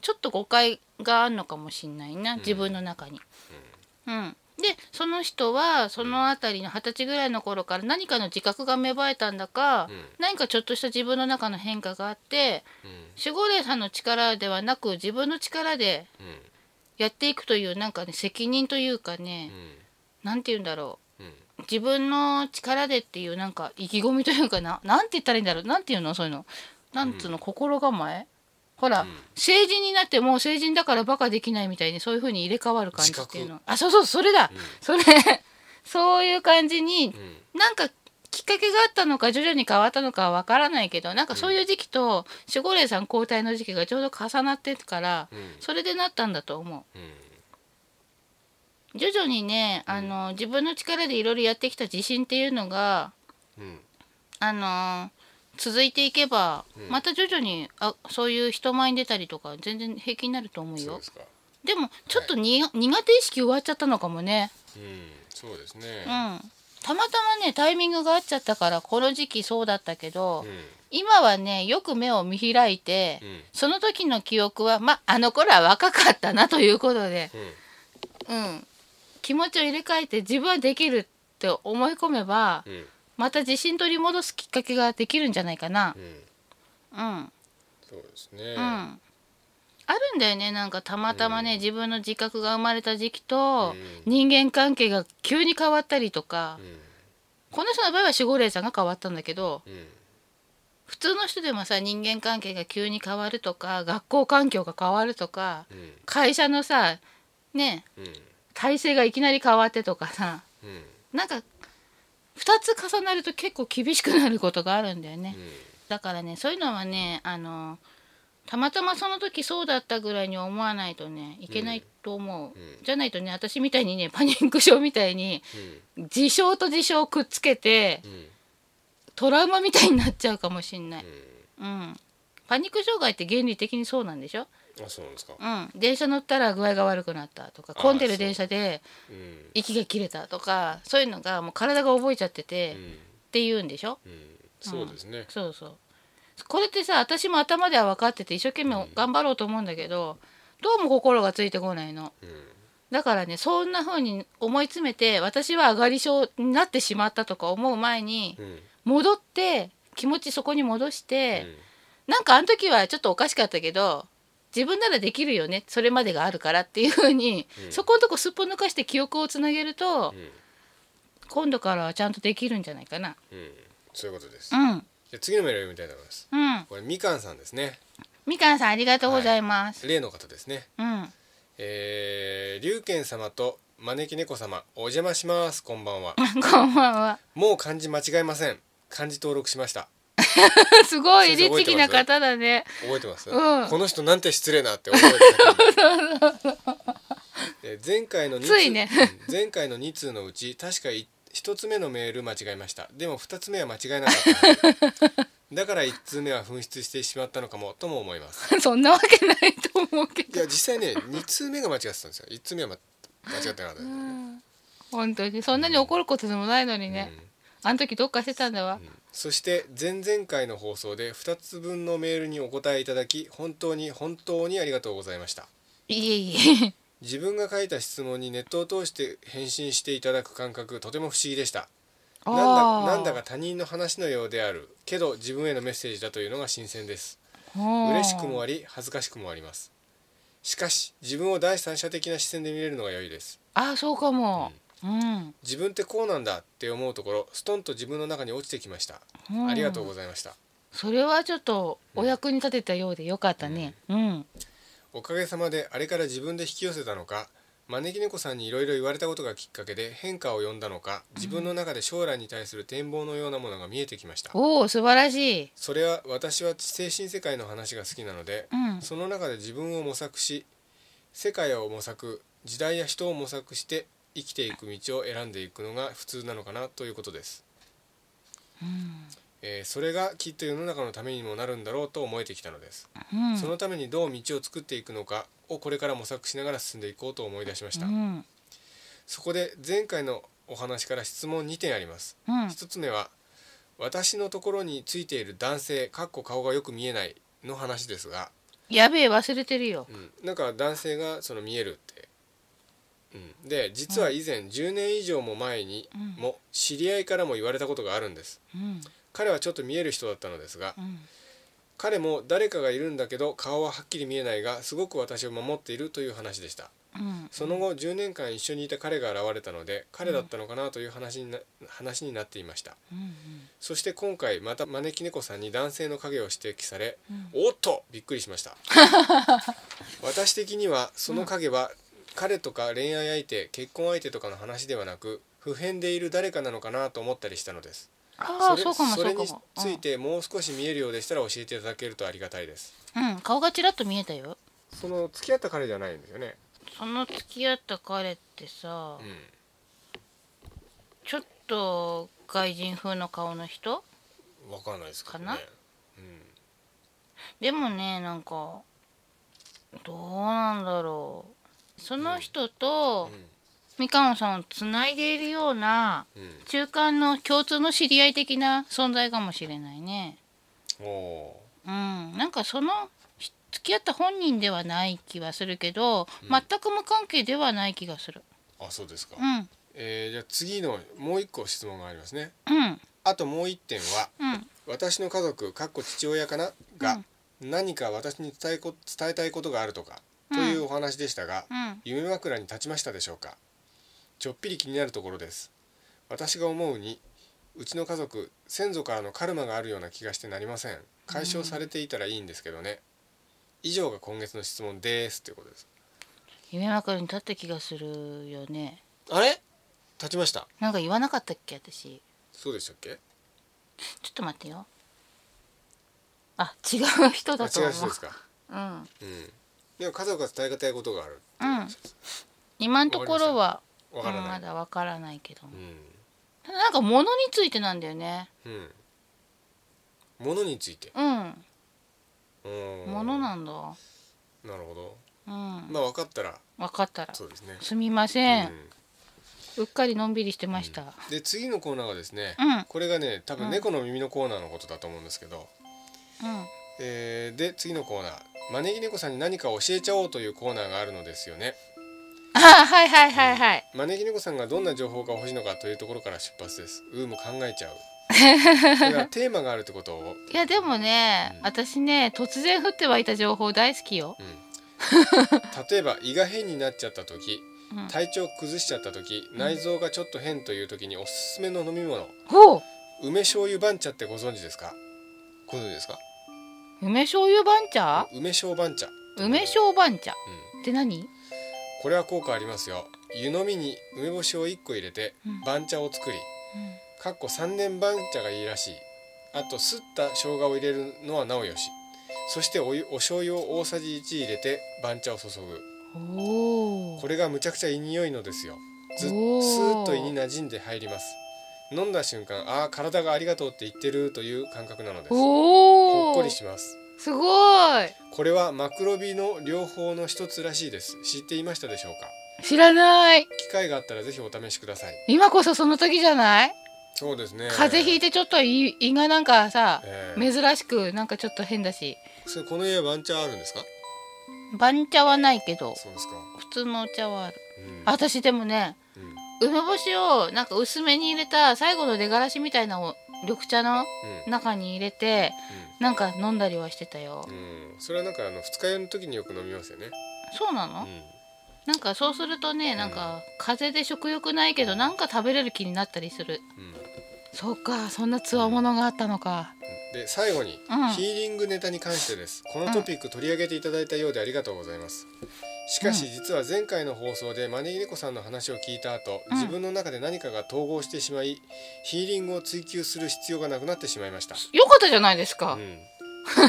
[SPEAKER 1] ちょっと誤解があるのかもしんないな自分の中に。うんでその人はその辺りの二十歳ぐらいの頃から何かの自覚が芽生えたんだか、
[SPEAKER 2] うん
[SPEAKER 1] 何かちょっとした自分の中の変化があって
[SPEAKER 2] うん
[SPEAKER 1] 守護霊さんの力ではなく自分の力で
[SPEAKER 2] うん
[SPEAKER 1] やっていくというなんかね責任というかね何、なん、て言うんだろう
[SPEAKER 2] うん
[SPEAKER 1] 自分の力でっていうなんか意気込みというかななんて言ったらいいんだろうなんて言うのそういうのなんつうの、心構えほら、
[SPEAKER 2] うん
[SPEAKER 1] 成人になってもう成人だからバカできないみたいにそういうふうに入れ替わる感じ
[SPEAKER 2] 自
[SPEAKER 1] っ
[SPEAKER 2] 覚
[SPEAKER 1] ていうのあそうそうそれだ、
[SPEAKER 2] うん
[SPEAKER 1] それ そういう感じに
[SPEAKER 2] うんうん
[SPEAKER 1] なんかきっかけがあったのか徐々に変わったのかはわからないけどなんかそういう時期と守護霊さん交代の時期がちょうど重なってたから
[SPEAKER 2] うん
[SPEAKER 1] それでなったんだと思う。
[SPEAKER 2] うん
[SPEAKER 1] 徐々にねあの自分の力でいろいろやってきた自信っていうのが
[SPEAKER 2] うん
[SPEAKER 1] あのー続いていけば、
[SPEAKER 2] うん
[SPEAKER 1] また徐々にあそういう人前に出たりとか全然平気になると思う
[SPEAKER 2] そう
[SPEAKER 1] よ
[SPEAKER 2] ですか
[SPEAKER 1] でもちょっとに、苦手意識終わっちゃったのかもね
[SPEAKER 2] うんそうです
[SPEAKER 1] うん
[SPEAKER 2] ね
[SPEAKER 1] たまたまねタイミングが合っちゃったからこの時期そうだったけど、
[SPEAKER 2] うん
[SPEAKER 1] 今はねよく目を見開いて、
[SPEAKER 2] うん
[SPEAKER 1] その時の記憶はまあの頃は若かったなということで、
[SPEAKER 2] うん
[SPEAKER 1] うん、気持ちを入れ替えて自分はできるって思い込めば
[SPEAKER 2] うん
[SPEAKER 1] また自信取り戻すきっかけができるんじゃないかな
[SPEAKER 2] う。ん
[SPEAKER 1] うん
[SPEAKER 2] そうですね
[SPEAKER 1] うん、あるんだよねなんかたまたまね、
[SPEAKER 2] うん
[SPEAKER 1] 自分の自覚が生まれた時期と、
[SPEAKER 2] うん
[SPEAKER 1] 人間関係が急に変わったりとか、
[SPEAKER 2] うん
[SPEAKER 1] この人の場合は守護霊さんが変わったんだけど
[SPEAKER 2] うん
[SPEAKER 1] 普通の人でもさ人間関係が急に変わるとか学校環境が変わるとか
[SPEAKER 2] うん
[SPEAKER 1] 会社のさね
[SPEAKER 2] うん
[SPEAKER 1] 体制がいきなり変わってとかさ
[SPEAKER 2] うん
[SPEAKER 1] なんか2つ重なると結構厳しくなることがあるんだよね。
[SPEAKER 2] うん
[SPEAKER 1] だからねそういうのはねあのたまたまその時そうだったぐらいに思わないとねいけないと思う、
[SPEAKER 2] うん
[SPEAKER 1] じゃないとね私みたいにねパニック症みたいに
[SPEAKER 2] うん
[SPEAKER 1] 事象と事象をくっつけて
[SPEAKER 2] うん
[SPEAKER 1] トラウマみたいになっちゃうかもしんない、
[SPEAKER 2] う
[SPEAKER 1] うん、パニック障害って原理的にそうなんでしょ、
[SPEAKER 2] んあそうなんですか
[SPEAKER 1] うん、電車乗ったら具合が悪くなったとか
[SPEAKER 2] あー
[SPEAKER 1] 混んで
[SPEAKER 2] そ
[SPEAKER 1] る
[SPEAKER 2] う
[SPEAKER 1] 電車で
[SPEAKER 2] うん
[SPEAKER 1] 息が切れたとかそういうのがもう体が覚えちゃってて、
[SPEAKER 2] う
[SPEAKER 1] っ
[SPEAKER 2] ん
[SPEAKER 1] ていうんでしょ
[SPEAKER 2] うんそうですね
[SPEAKER 1] そうそうこれってさ私も頭では分かってて一生懸命頑張ろうと思うんだけど、どうも心がついてこないの
[SPEAKER 2] うん
[SPEAKER 1] だからねそんな風に思い詰めて私は上がり症になってしまったとか思う前に
[SPEAKER 2] うん
[SPEAKER 1] 戻って気持ちそこに戻し
[SPEAKER 2] う
[SPEAKER 1] て、
[SPEAKER 2] ん
[SPEAKER 1] なんかあの時はちょっとおかしかったけど自分ならできるよねそれまでがあるからっていう風に、
[SPEAKER 2] うん
[SPEAKER 1] そこのとこすっぽ抜かして記憶をつなげると、
[SPEAKER 2] うん
[SPEAKER 1] 今度からはちゃんとできるんじゃないかな。
[SPEAKER 2] うんそういうことです
[SPEAKER 1] うん、うん
[SPEAKER 2] じゃあ次のメールを読みたいと思いますこれみかんさんですね
[SPEAKER 1] みかんさんありがとうございます。
[SPEAKER 2] 例の方ですね
[SPEAKER 1] うん
[SPEAKER 2] えー龍賢様と招き猫様お邪魔しますこんばんは
[SPEAKER 1] こんばんは。
[SPEAKER 2] もう漢字間違えません漢字登録しました
[SPEAKER 1] すごい
[SPEAKER 2] 先生
[SPEAKER 1] 律儀な方だね。
[SPEAKER 2] 覚えてます、
[SPEAKER 1] うん
[SPEAKER 2] この人なんて失礼なって覚え てたえ前回の二通
[SPEAKER 1] ついね
[SPEAKER 2] うん前回の2通のうち確かい一つ目のメール間違えましたでも二つ目は間違えなかっただから一通目は紛失してしまったのかもとも思います
[SPEAKER 1] そんなわけないと思うけ
[SPEAKER 2] い
[SPEAKER 1] ど。
[SPEAKER 2] や実際ね二通目が間違ってたんですよ一通目は、ま、間違ってなかった、
[SPEAKER 1] 本当にそんなに怒ることでもないのにね。あの時どっかしてたんだわ。
[SPEAKER 2] そして前々回の放送で2つ分のメールにお答えいただき本当に本当にありがとうございました
[SPEAKER 1] いえいえ
[SPEAKER 2] 自分が書いた質問にネットを通して返信していただく感覚とても不思議でしたなんだなんだか他人の話のようであるけど自分へのメッセージだというのが新鮮です嬉しくもあり恥ずかしくもありますしかし自分を第三者的な視線で見れるのが良いです
[SPEAKER 1] ああそうかもうん、
[SPEAKER 2] 自分ってこうなんだって思うところストンと自分の中に落ちてきました、
[SPEAKER 1] うん
[SPEAKER 2] ありがとうございました
[SPEAKER 1] それはちょっとお役に立てたようでよかったねうん
[SPEAKER 2] おかげさまであれから自分で引き寄せたのか招き猫さんにいろいろ言われたことがきっかけで変化を呼んだのか自分の中で将来に対する展望のようなものが見えてきました
[SPEAKER 1] おお素晴らしい
[SPEAKER 2] それは私は精神世界の話が好きなので、
[SPEAKER 1] うん
[SPEAKER 2] その中で自分を模索し世界を模索時代や人を模索して生きていく道を選んでいくのが普通なのかなということです、えーそれがきっと世の中のためにもなるんだろうと思えてきたのです、
[SPEAKER 1] うん
[SPEAKER 2] そのためにどう道を作っていくのかをこれから模索しながら進んでいこうと思い出しまし
[SPEAKER 1] う
[SPEAKER 2] た、
[SPEAKER 1] ん
[SPEAKER 2] そこで前回のお話から質問2点あります
[SPEAKER 1] うん
[SPEAKER 2] 一つ目は私のところについている男性かっこ顔がよく見えないの話ですが、
[SPEAKER 1] やべえ忘れてるよ
[SPEAKER 2] うん、なんか男性がその見えるって、うん、で実は以前10年以上も前に
[SPEAKER 1] うん
[SPEAKER 2] も知り合いからも言われたことがあるんです
[SPEAKER 1] うん
[SPEAKER 2] 彼はちょっと見える人だったのですが
[SPEAKER 1] うん
[SPEAKER 2] 彼も誰かがいるんだけど顔ははっきり見えないがすごく私を守っているという話でした
[SPEAKER 1] うん
[SPEAKER 2] その後10年間一緒にいた彼が現れたので彼だったのかなという話にな話になっていました
[SPEAKER 1] うん
[SPEAKER 2] そして今回また招き猫さんに男性の影を指摘され、
[SPEAKER 1] うん
[SPEAKER 2] おっとびっくりしました 私的にはその影は彼とか恋愛相手結婚相手とかの話ではなく普遍でいる誰かなのかなと思ったりしたのです
[SPEAKER 1] ああ
[SPEAKER 2] れ
[SPEAKER 1] そうかも
[SPEAKER 2] そ
[SPEAKER 1] そ
[SPEAKER 2] れ
[SPEAKER 1] うか
[SPEAKER 2] に
[SPEAKER 1] も
[SPEAKER 2] ついてもう少し見えるようでしたら教えていただけるとありがたいです
[SPEAKER 1] うんうん顔がちらっと見えたよ
[SPEAKER 2] その付き合った彼じゃないんですよね
[SPEAKER 1] その付き合った彼ってさ
[SPEAKER 2] うん
[SPEAKER 1] ちょっと外人風の顔の人
[SPEAKER 2] 分かんないですけどね
[SPEAKER 1] かなでもねなんかどうなんだろうその人
[SPEAKER 2] うん
[SPEAKER 1] とみかんさんをつないでいるような
[SPEAKER 2] うん
[SPEAKER 1] 中間の共通の知り合い的な存在かもしれないね
[SPEAKER 2] うんお
[SPEAKER 1] うんなんかそのひ付き合った本人ではない気はするけど、
[SPEAKER 2] ん
[SPEAKER 1] 全く無関係ではない気がする
[SPEAKER 2] ーあそうですか、
[SPEAKER 1] うん
[SPEAKER 2] えーじゃあ次のもう一個質問がありますね
[SPEAKER 1] うん
[SPEAKER 2] あともう一点は
[SPEAKER 1] うん
[SPEAKER 2] 私の家族かっこ父親かなが、何か私に伝えこ伝えたいことがあるとかというお話でしたが、
[SPEAKER 1] うん
[SPEAKER 2] 夢枕に立ちましたでしょうかちょっぴり気になるところです私が思うにうちの家族先祖からのカルマがあるような気がしてなりません解消されていたらいいんですけどね、以上が今月の質問ですということです
[SPEAKER 1] 夢枕に立った気がするよね
[SPEAKER 2] あれ立ちました
[SPEAKER 1] なんか言わなかったっけ私
[SPEAKER 2] そうでしたっけ
[SPEAKER 1] ちょっと待ってよあ違う人
[SPEAKER 2] あ
[SPEAKER 1] だと
[SPEAKER 2] 違
[SPEAKER 1] 思
[SPEAKER 2] う人
[SPEAKER 1] う
[SPEAKER 2] ですか
[SPEAKER 1] うん
[SPEAKER 2] うんでも家族が伝えたいことがある
[SPEAKER 1] うん今のところは
[SPEAKER 2] わから
[SPEAKER 1] うん
[SPEAKER 2] な
[SPEAKER 1] ま
[SPEAKER 2] い、
[SPEAKER 1] だわからないけども
[SPEAKER 2] うん
[SPEAKER 1] なんか物についてなんだよね
[SPEAKER 2] うん。物について。
[SPEAKER 1] うん
[SPEAKER 2] うん
[SPEAKER 1] 物なんだ
[SPEAKER 2] なるほど。
[SPEAKER 1] うん
[SPEAKER 2] まあ分かったら
[SPEAKER 1] 分かったら
[SPEAKER 2] そうですね。
[SPEAKER 1] すみま
[SPEAKER 2] う
[SPEAKER 1] せん、うっかりのんびりしてました
[SPEAKER 2] で次のコーナーがですね、
[SPEAKER 1] うん
[SPEAKER 2] これがね多
[SPEAKER 1] う
[SPEAKER 2] 分
[SPEAKER 1] ん
[SPEAKER 2] 猫の耳のコーナーのことだと思うんですけど、
[SPEAKER 1] うん
[SPEAKER 2] えーで次のコーナー「招き猫さんに何か教えちゃおう」というコーナーがあるのですよね。
[SPEAKER 1] あはいはいはいはい
[SPEAKER 2] 招き猫さんがどんな情報が欲しいのかというところから出発です。うーむ考え ちゃう。だからテーマがあるってことを、
[SPEAKER 1] いやでもね、
[SPEAKER 2] うん
[SPEAKER 1] 私ね突然降って湧いた情報大好きよ
[SPEAKER 2] うん、例えば胃が変になっちゃった時
[SPEAKER 1] うん
[SPEAKER 2] 体調崩しちゃった時内臓がちょっと変という時におすすめの飲み物
[SPEAKER 1] ほう
[SPEAKER 2] 梅醤油番茶ってご存知ですかご存知ですか
[SPEAKER 1] 梅醤油番茶
[SPEAKER 2] 梅醤番茶
[SPEAKER 1] 梅醤番茶っ
[SPEAKER 2] うん
[SPEAKER 1] て何
[SPEAKER 2] これは効果ありますよ湯飲みに梅干しを1個入れて
[SPEAKER 1] うん
[SPEAKER 2] 番茶を作り
[SPEAKER 1] うん
[SPEAKER 2] かっこ3年番茶がいいらしいあとすった生姜を入れるのはなおよしそしてお湯お醤油を大さじ1入れて番茶を注ぐ
[SPEAKER 1] お
[SPEAKER 2] こ
[SPEAKER 1] ー
[SPEAKER 2] れがむちゃくちゃ胃に良いのですよずス
[SPEAKER 1] おー
[SPEAKER 2] ーッと胃に馴染んで入ります飲んだ瞬間ああ体がありがとうって言ってるという感覚なのですほっ
[SPEAKER 1] お
[SPEAKER 2] こ
[SPEAKER 1] ー
[SPEAKER 2] りします
[SPEAKER 1] すごい
[SPEAKER 2] これはマクロビの両方の一つらしいです知っていましたでしょうか
[SPEAKER 1] 知らない
[SPEAKER 2] 機会があったらぜひお試しください
[SPEAKER 1] 今こそその時じゃない、
[SPEAKER 2] そうですね
[SPEAKER 1] 風邪ひい
[SPEAKER 2] て、
[SPEAKER 1] てちょっと胃胃がなんかさ、
[SPEAKER 2] ええ
[SPEAKER 1] 珍しくなんかちょっと変だし
[SPEAKER 2] それこの家は番茶あるんですか
[SPEAKER 1] 番茶はないけど
[SPEAKER 2] そうですか
[SPEAKER 1] 普通のお茶はある
[SPEAKER 2] うん
[SPEAKER 1] あ私でもね
[SPEAKER 2] うん
[SPEAKER 1] 梅干しをなんか薄めに入れた最後の出がらしみたいなお緑茶の中に入れてなんか飲んだりはしてたよ
[SPEAKER 2] うん、うんそれはなんかあの二日酔いの時によく飲みますよね
[SPEAKER 1] そうな
[SPEAKER 2] う
[SPEAKER 1] の
[SPEAKER 2] ん
[SPEAKER 1] なんかそうするとねなんか風邪で食欲ないけどなんか食べれる気になったりする
[SPEAKER 2] うん
[SPEAKER 1] そうかそんなつわものがあったのか
[SPEAKER 2] で最後に、
[SPEAKER 1] うん
[SPEAKER 2] ヒーリングネタに関してですこのトピック取り上げていただいたようでありがとうございますしかし実は前回の放送で招き猫さんの話を聞いた後、
[SPEAKER 1] うん
[SPEAKER 2] 自分の中で何かが統合してしまいヒーリングを追求する必要がなくなってしまいました、
[SPEAKER 1] よかったじゃないですか、
[SPEAKER 2] うん、多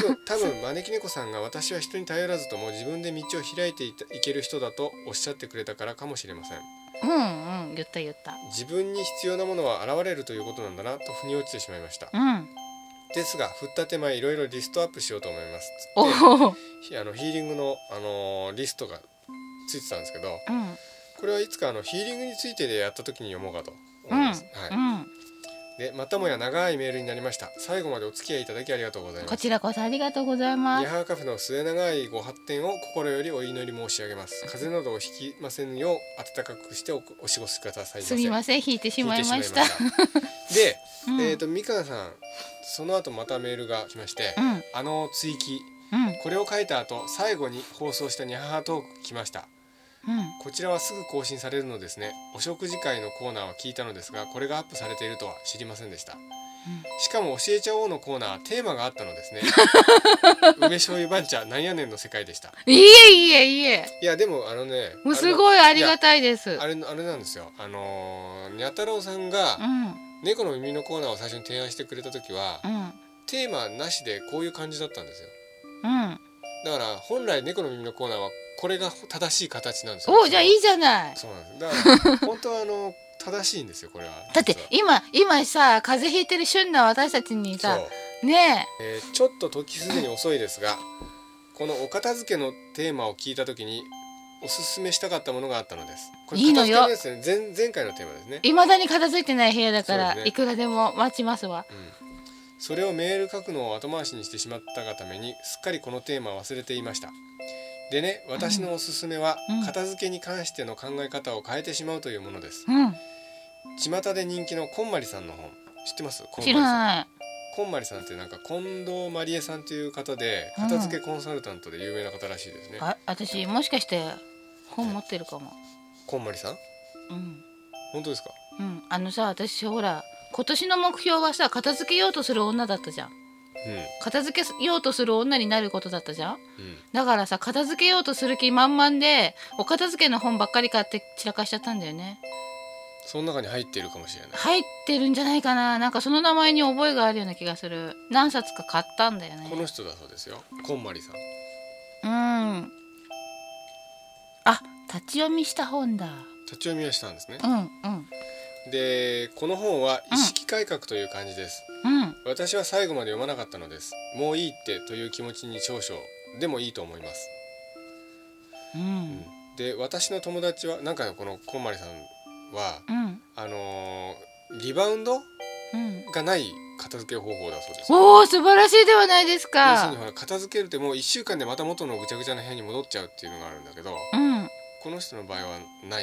[SPEAKER 2] 分多分招き猫さんが私は人に頼らずとも自分で道を開いていたいける人だとおっしゃってくれたからかもしれません
[SPEAKER 1] うんうん言った言った
[SPEAKER 2] 自分に必要なものは現れるということなんだなと腑に落ちてしまいました
[SPEAKER 1] うん
[SPEAKER 2] ですが振った手前いろいろリストアップしようと思います
[SPEAKER 1] おお
[SPEAKER 2] ひあのヒーリングの、あのーリストがついてたんですけど
[SPEAKER 1] うん
[SPEAKER 2] これはいつかあのヒーリングについてでやった時に読もうかと
[SPEAKER 1] う
[SPEAKER 2] 思い
[SPEAKER 1] ん
[SPEAKER 2] ます、はい、でまたもや長いメールになりました最後までお付き合いいただきありがとうござ
[SPEAKER 1] う
[SPEAKER 2] い
[SPEAKER 1] ん
[SPEAKER 2] ま
[SPEAKER 1] こ
[SPEAKER 2] す
[SPEAKER 1] ちらこそありがとうございま
[SPEAKER 2] ニ
[SPEAKER 1] す
[SPEAKER 2] ハーカフェの末永いご発展を心よりお祈り申し上げます風邪などをひきませんよう温かくしておお過ごしくださいませ
[SPEAKER 1] すみません引いてしまいました
[SPEAKER 2] 聞いてしまいましたで、
[SPEAKER 1] うん
[SPEAKER 2] えっ、とみかんさんその後またメールが来まして、
[SPEAKER 1] うん
[SPEAKER 2] あの追記
[SPEAKER 1] うん
[SPEAKER 2] これを書いた後最後に放送したニャハハトーク来ました
[SPEAKER 1] うん
[SPEAKER 2] こちらはすぐ更新されるのですねお食事会のコーナーは聞いたのですがこれがアップされているとは知りませんでした、しかも教えちゃおうのコーナーテーマがあったので すね梅醤油番茶なんやねんの世界でした
[SPEAKER 1] いえいえいえ
[SPEAKER 2] いやでもあのね
[SPEAKER 1] もうすごいありが
[SPEAKER 2] た
[SPEAKER 1] たいです
[SPEAKER 2] あれあれなんですよあのーにゃ太郎さんが
[SPEAKER 1] うんうん
[SPEAKER 2] 猫の耳のコーナーを最初に提案してくれた時は、テーマなしでこういう感じだったんですよ
[SPEAKER 1] うん
[SPEAKER 2] だから本来猫の耳のコーナーはこれが正しい形なんですよ
[SPEAKER 1] おうじゃあいいじゃない
[SPEAKER 2] そうなんです。だから本当はあの正しいんですよこれは。
[SPEAKER 1] だって
[SPEAKER 2] 実は
[SPEAKER 1] 今今さ風邪ひいてる旬な私たちにさ
[SPEAKER 2] そう、
[SPEAKER 1] ね
[SPEAKER 2] えーちょっと時すでに遅いですが、このお片付けのテーマを聞いたときにおすすめしたかったものがあったのです。これ
[SPEAKER 1] いいのよ
[SPEAKER 2] 片付けですね。前前回のテーマですね。
[SPEAKER 1] えいまだに片付いてない部屋だから、
[SPEAKER 2] そうですね
[SPEAKER 1] いくらでも待ちますわ
[SPEAKER 2] それをメール書くのを後回しにしてしまったがためにすっかりこのテーマを忘れていました。でね私のおすすめは
[SPEAKER 1] うん
[SPEAKER 2] 片付けに関しての考え方を変えてしまうというものです。
[SPEAKER 1] うん
[SPEAKER 2] 巷で人気のこんまりさんの本知ってます？こんまり
[SPEAKER 1] 知
[SPEAKER 2] さん
[SPEAKER 1] らない
[SPEAKER 2] こんまりさんってなんか近藤まりえさんという方で
[SPEAKER 1] うん
[SPEAKER 2] 片付けコンサルタントで有名な方らしいですね。
[SPEAKER 1] あ私もしかして本持ってるかも
[SPEAKER 2] こんまりさん
[SPEAKER 1] うん
[SPEAKER 2] 本当ですか？
[SPEAKER 1] うんあのさ私ほら今年の目標はさ片付けようとする女だったじゃん
[SPEAKER 2] う
[SPEAKER 1] 片付けようとする女になることだったじゃん
[SPEAKER 2] んうん。
[SPEAKER 1] だからさ片付けようとする気満々でお片付けの本ばっかり買って散らかしちゃったんだよね
[SPEAKER 2] その中に入っているかもしれない。
[SPEAKER 1] 入ってるんじゃないかななんかその名前に覚えがあるような気がする何冊か買ったんだよね
[SPEAKER 2] この人だそうですよ。こんまりさ
[SPEAKER 1] う
[SPEAKER 2] ん。
[SPEAKER 1] んあ立ち読みした本だ
[SPEAKER 2] 立ち読みをしたんですね
[SPEAKER 1] う。んうん
[SPEAKER 2] で、この本は
[SPEAKER 1] うん
[SPEAKER 2] 意識改革という感じです。
[SPEAKER 1] うん
[SPEAKER 2] 私は最後まで読まなかったのです。もういいってという気持ちに少々でもいいと思います。
[SPEAKER 1] うん
[SPEAKER 2] で、私の友達はなんかこのこんまりさんは
[SPEAKER 1] うん
[SPEAKER 2] あのーリバウンド
[SPEAKER 1] うん
[SPEAKER 2] がない片付け方法だそうです。
[SPEAKER 1] おお素晴らしいではないです
[SPEAKER 2] 要する
[SPEAKER 1] か
[SPEAKER 2] にほら片付けるってもう1週間でまた元のぐちゃぐちゃな部屋に戻っちゃうっていうのがあるんだけど
[SPEAKER 1] うん
[SPEAKER 2] この人の場合はないみたい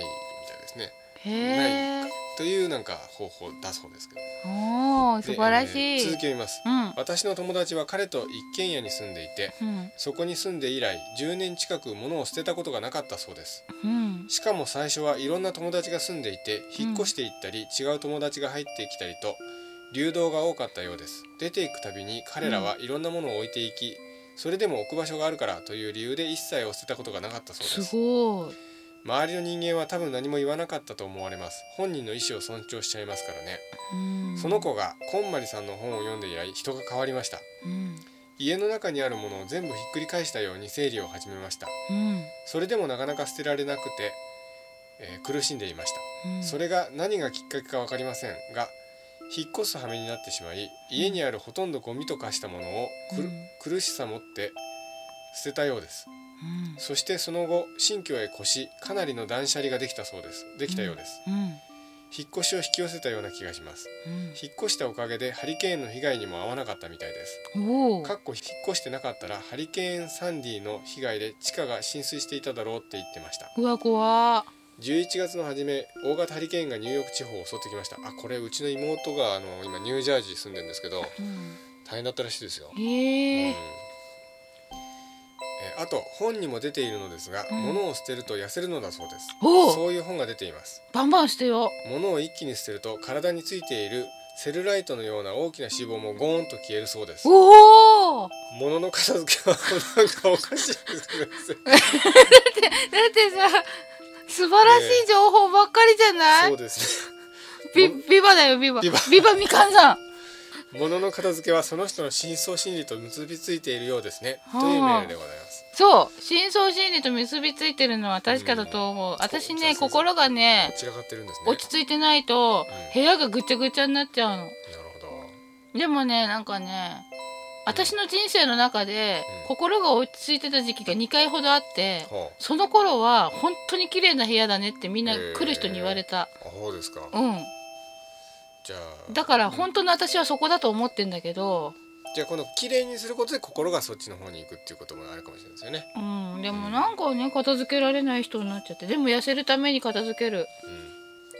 [SPEAKER 2] ですね
[SPEAKER 1] へえ
[SPEAKER 2] というなんか方法だそうですけど
[SPEAKER 1] おお
[SPEAKER 2] で
[SPEAKER 1] 素晴らし
[SPEAKER 2] えー
[SPEAKER 1] い、
[SPEAKER 2] 続きを見ます
[SPEAKER 1] うん
[SPEAKER 2] 私の友達は彼と一軒家に住んでいて
[SPEAKER 1] うん
[SPEAKER 2] そこに住んで以来10年近く物を捨てたことがなかったそうです
[SPEAKER 1] うん
[SPEAKER 2] しかも最初はいろんな友達が住んでいて引っ越していったり、違う友達が入ってきたりと流動が多かったようです出ていくたびに彼らはいろんなものを置いていき、それでも置く場所があるからという理由で一切を捨てたことがなかったそうですす
[SPEAKER 1] ごい
[SPEAKER 2] 周りの人間は多分何も言わなかったと思われます本人の意思を尊重しちゃいますからね、
[SPEAKER 1] うん
[SPEAKER 2] その子がこんまりさんの本を読んで以来人が変わりました
[SPEAKER 1] うん
[SPEAKER 2] 家の中にあるものを全部ひっくり返したように整理を始めました
[SPEAKER 1] うん
[SPEAKER 2] それでもなかなか捨てられなくて、えー苦しんでいました
[SPEAKER 1] うん
[SPEAKER 2] それが何がきっかけか分かりませんが引っ越す羽目になってしまい家にあるほとんどゴミと化したものをく
[SPEAKER 1] う
[SPEAKER 2] る
[SPEAKER 1] ん
[SPEAKER 2] 苦しさ持って捨てたようです
[SPEAKER 1] うん
[SPEAKER 2] そしてその後新居へ越しかなりの断捨離ができたそうですできたようです
[SPEAKER 1] うん
[SPEAKER 2] 引っ越しを引き寄せたような気がします引っ越したおかげでハリケーンの被害にも遭わなかったみたいです
[SPEAKER 1] うん、おお
[SPEAKER 2] かっこ引っ越してなかったらハリケーンサンディの被害で地下が浸水していただろうって言ってました
[SPEAKER 1] うわ怖っ
[SPEAKER 2] 11月の初め大型ハリケーンがニューヨーク地方を襲ってきましたあこれうちの妹があの今ニュージャージー住んでるんですけど
[SPEAKER 1] うん
[SPEAKER 2] 大変だったらしいですよ、うん
[SPEAKER 1] え
[SPEAKER 2] え
[SPEAKER 1] え
[SPEAKER 2] あと本にも出ているのですが、
[SPEAKER 1] うん
[SPEAKER 2] 物を捨てると痩せるのだそうです
[SPEAKER 1] おう
[SPEAKER 2] そういう本が出ています
[SPEAKER 1] バンバンしてよ
[SPEAKER 2] 物を一気に捨てると体についているセルライトのような大きな脂肪もゴーンと消えるそうです
[SPEAKER 1] おおだ
[SPEAKER 2] 物の片付けはなんかおかしいですね
[SPEAKER 1] ってさ素晴らしい情報ばっかりじゃない、
[SPEAKER 2] そうですね
[SPEAKER 1] ビビバだよビバ
[SPEAKER 2] ビ
[SPEAKER 1] ビ
[SPEAKER 2] バ
[SPEAKER 1] バみかんさん
[SPEAKER 2] 物の片付けはその人の深層心理と結びついているようですね
[SPEAKER 1] はあ
[SPEAKER 2] というメールでございます
[SPEAKER 1] そう深層心理と結びついてるのは確かだと思う、私ね
[SPEAKER 2] そうそうそう
[SPEAKER 1] 心がね
[SPEAKER 2] 散らかってるんですね
[SPEAKER 1] 落ち着いてないと
[SPEAKER 2] うん
[SPEAKER 1] 部屋がぐちゃぐちゃになっちゃうの
[SPEAKER 2] なるほど
[SPEAKER 1] でもねなんかね私の人生の中で
[SPEAKER 2] うん
[SPEAKER 1] 心が落ち着いてた時期が2回ほどあって
[SPEAKER 2] ほう
[SPEAKER 1] その頃は本当に綺麗な部屋だねってみんな来る人に言われた、
[SPEAKER 2] あそうですか
[SPEAKER 1] う
[SPEAKER 2] じゃあ
[SPEAKER 1] んだから本当の私はそこだと思ってんだけど
[SPEAKER 2] じゃあこの綺麗にすることで心がそっちの方に行くっていうこともあるかもしれないですよね
[SPEAKER 1] うんでもなんかね片付けられない人になっちゃってでも痩せるために片付ける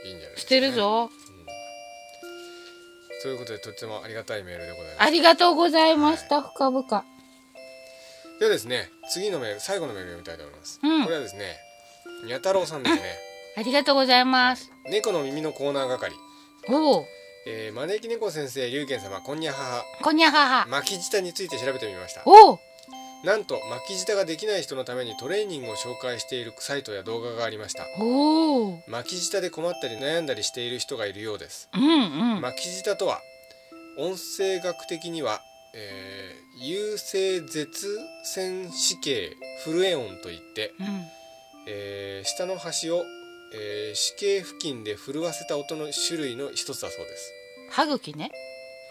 [SPEAKER 2] うんいいんじゃないです
[SPEAKER 1] 捨
[SPEAKER 2] か
[SPEAKER 1] てるぞ、
[SPEAKER 2] ということでとってもありがたいメールでございます
[SPEAKER 1] ありがとうございました、深々
[SPEAKER 2] ではですね次のメール最後のメールを読みたいと思います、
[SPEAKER 1] うん
[SPEAKER 2] これはですねにゃ太郎さんですね
[SPEAKER 1] ありがとうございます
[SPEAKER 2] 猫の耳のコーナー係、
[SPEAKER 1] おお
[SPEAKER 2] えー、招き猫先生龍玄様こんにゃは
[SPEAKER 1] こんにゃは
[SPEAKER 2] は
[SPEAKER 1] は
[SPEAKER 2] 巻き舌について調べてみました
[SPEAKER 1] おお
[SPEAKER 2] なんと巻き舌ができない人のためにトレーニングを紹介しているサイトや動画がありました
[SPEAKER 1] おお
[SPEAKER 2] 巻き舌で困ったり悩んだりしている人がいるようです
[SPEAKER 1] うんうん、
[SPEAKER 2] 巻き舌とは音声学的には、えー、有声絶線子形フルエ音といって、
[SPEAKER 1] うん
[SPEAKER 2] えー下の端を、えー子形付近で震わせた音の種類の一つだそうです
[SPEAKER 1] 歯茎ね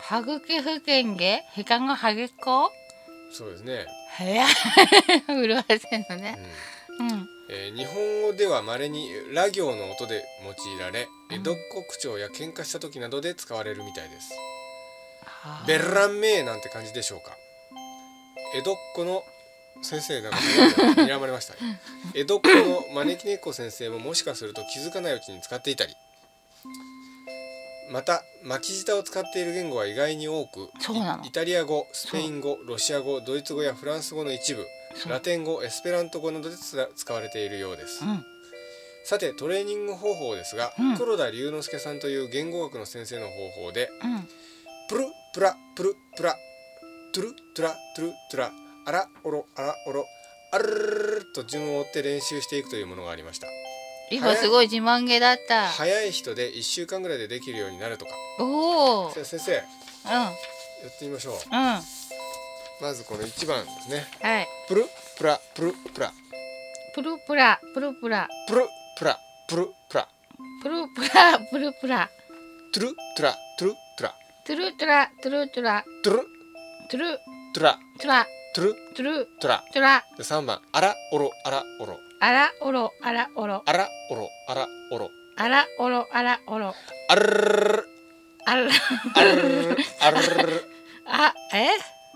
[SPEAKER 1] 歯茎付近げへかがはげっこ
[SPEAKER 2] そうですね、
[SPEAKER 1] へや 震わせんの
[SPEAKER 2] うん
[SPEAKER 1] ねうん
[SPEAKER 2] えー日本語ではまれにラ行の音で用いられ
[SPEAKER 1] うん
[SPEAKER 2] 江戸っ子口調や喧嘩した時などで使われるみたいです
[SPEAKER 1] はあ
[SPEAKER 2] ベラメーなんて感じでしょうか江戸っ子の先生なんか睨まれましたね江戸っ子の招き猫先生ももしかすると気づかないうちに使っていたりまた巻き舌を使っている言語は意外に多く
[SPEAKER 1] そうなの
[SPEAKER 2] イイタリア語スペイン語ロシア語ドイツ語やフランス語の一部
[SPEAKER 1] そう
[SPEAKER 2] ラテン語エスペラント語などでつら使われているようです
[SPEAKER 1] うん
[SPEAKER 2] さてトレーニング方法ですが、
[SPEAKER 1] うん
[SPEAKER 2] 黒田龍之介さんという言語学の先生の方法で
[SPEAKER 1] うん
[SPEAKER 2] プルプラプルプラトゥルトゥラトゥルトゥラあらおろあらおろあるるるるると順を追って練習していくというものがありました
[SPEAKER 1] 今すごい自慢げだった
[SPEAKER 2] 早い人で1週間ぐらいでできるようになるとか
[SPEAKER 1] おお
[SPEAKER 2] じゃあ先生や
[SPEAKER 1] うん
[SPEAKER 2] ってみましょう
[SPEAKER 1] うんは
[SPEAKER 2] まずこの1番ですね
[SPEAKER 1] い
[SPEAKER 2] プルプラプルプラ
[SPEAKER 1] プルプラプルプラ
[SPEAKER 2] プルプラプルプラ
[SPEAKER 1] プルプラプルプラ
[SPEAKER 2] トゥルトゥラトゥルトゥラ
[SPEAKER 1] トゥルトゥラトゥルトゥラ
[SPEAKER 2] トゥル
[SPEAKER 1] トゥル
[SPEAKER 2] トゥラ
[SPEAKER 1] トゥラ
[SPEAKER 2] トゥル
[SPEAKER 1] トゥル
[SPEAKER 2] トゥラ
[SPEAKER 1] トゥラ
[SPEAKER 2] で3番あらおろあらおろ
[SPEAKER 1] あらおろあらおろ
[SPEAKER 2] あらおろあらおろ
[SPEAKER 1] あらおろあらおろ
[SPEAKER 2] あるるるる
[SPEAKER 1] あら
[SPEAKER 2] あるるるるあるるるる
[SPEAKER 1] あえ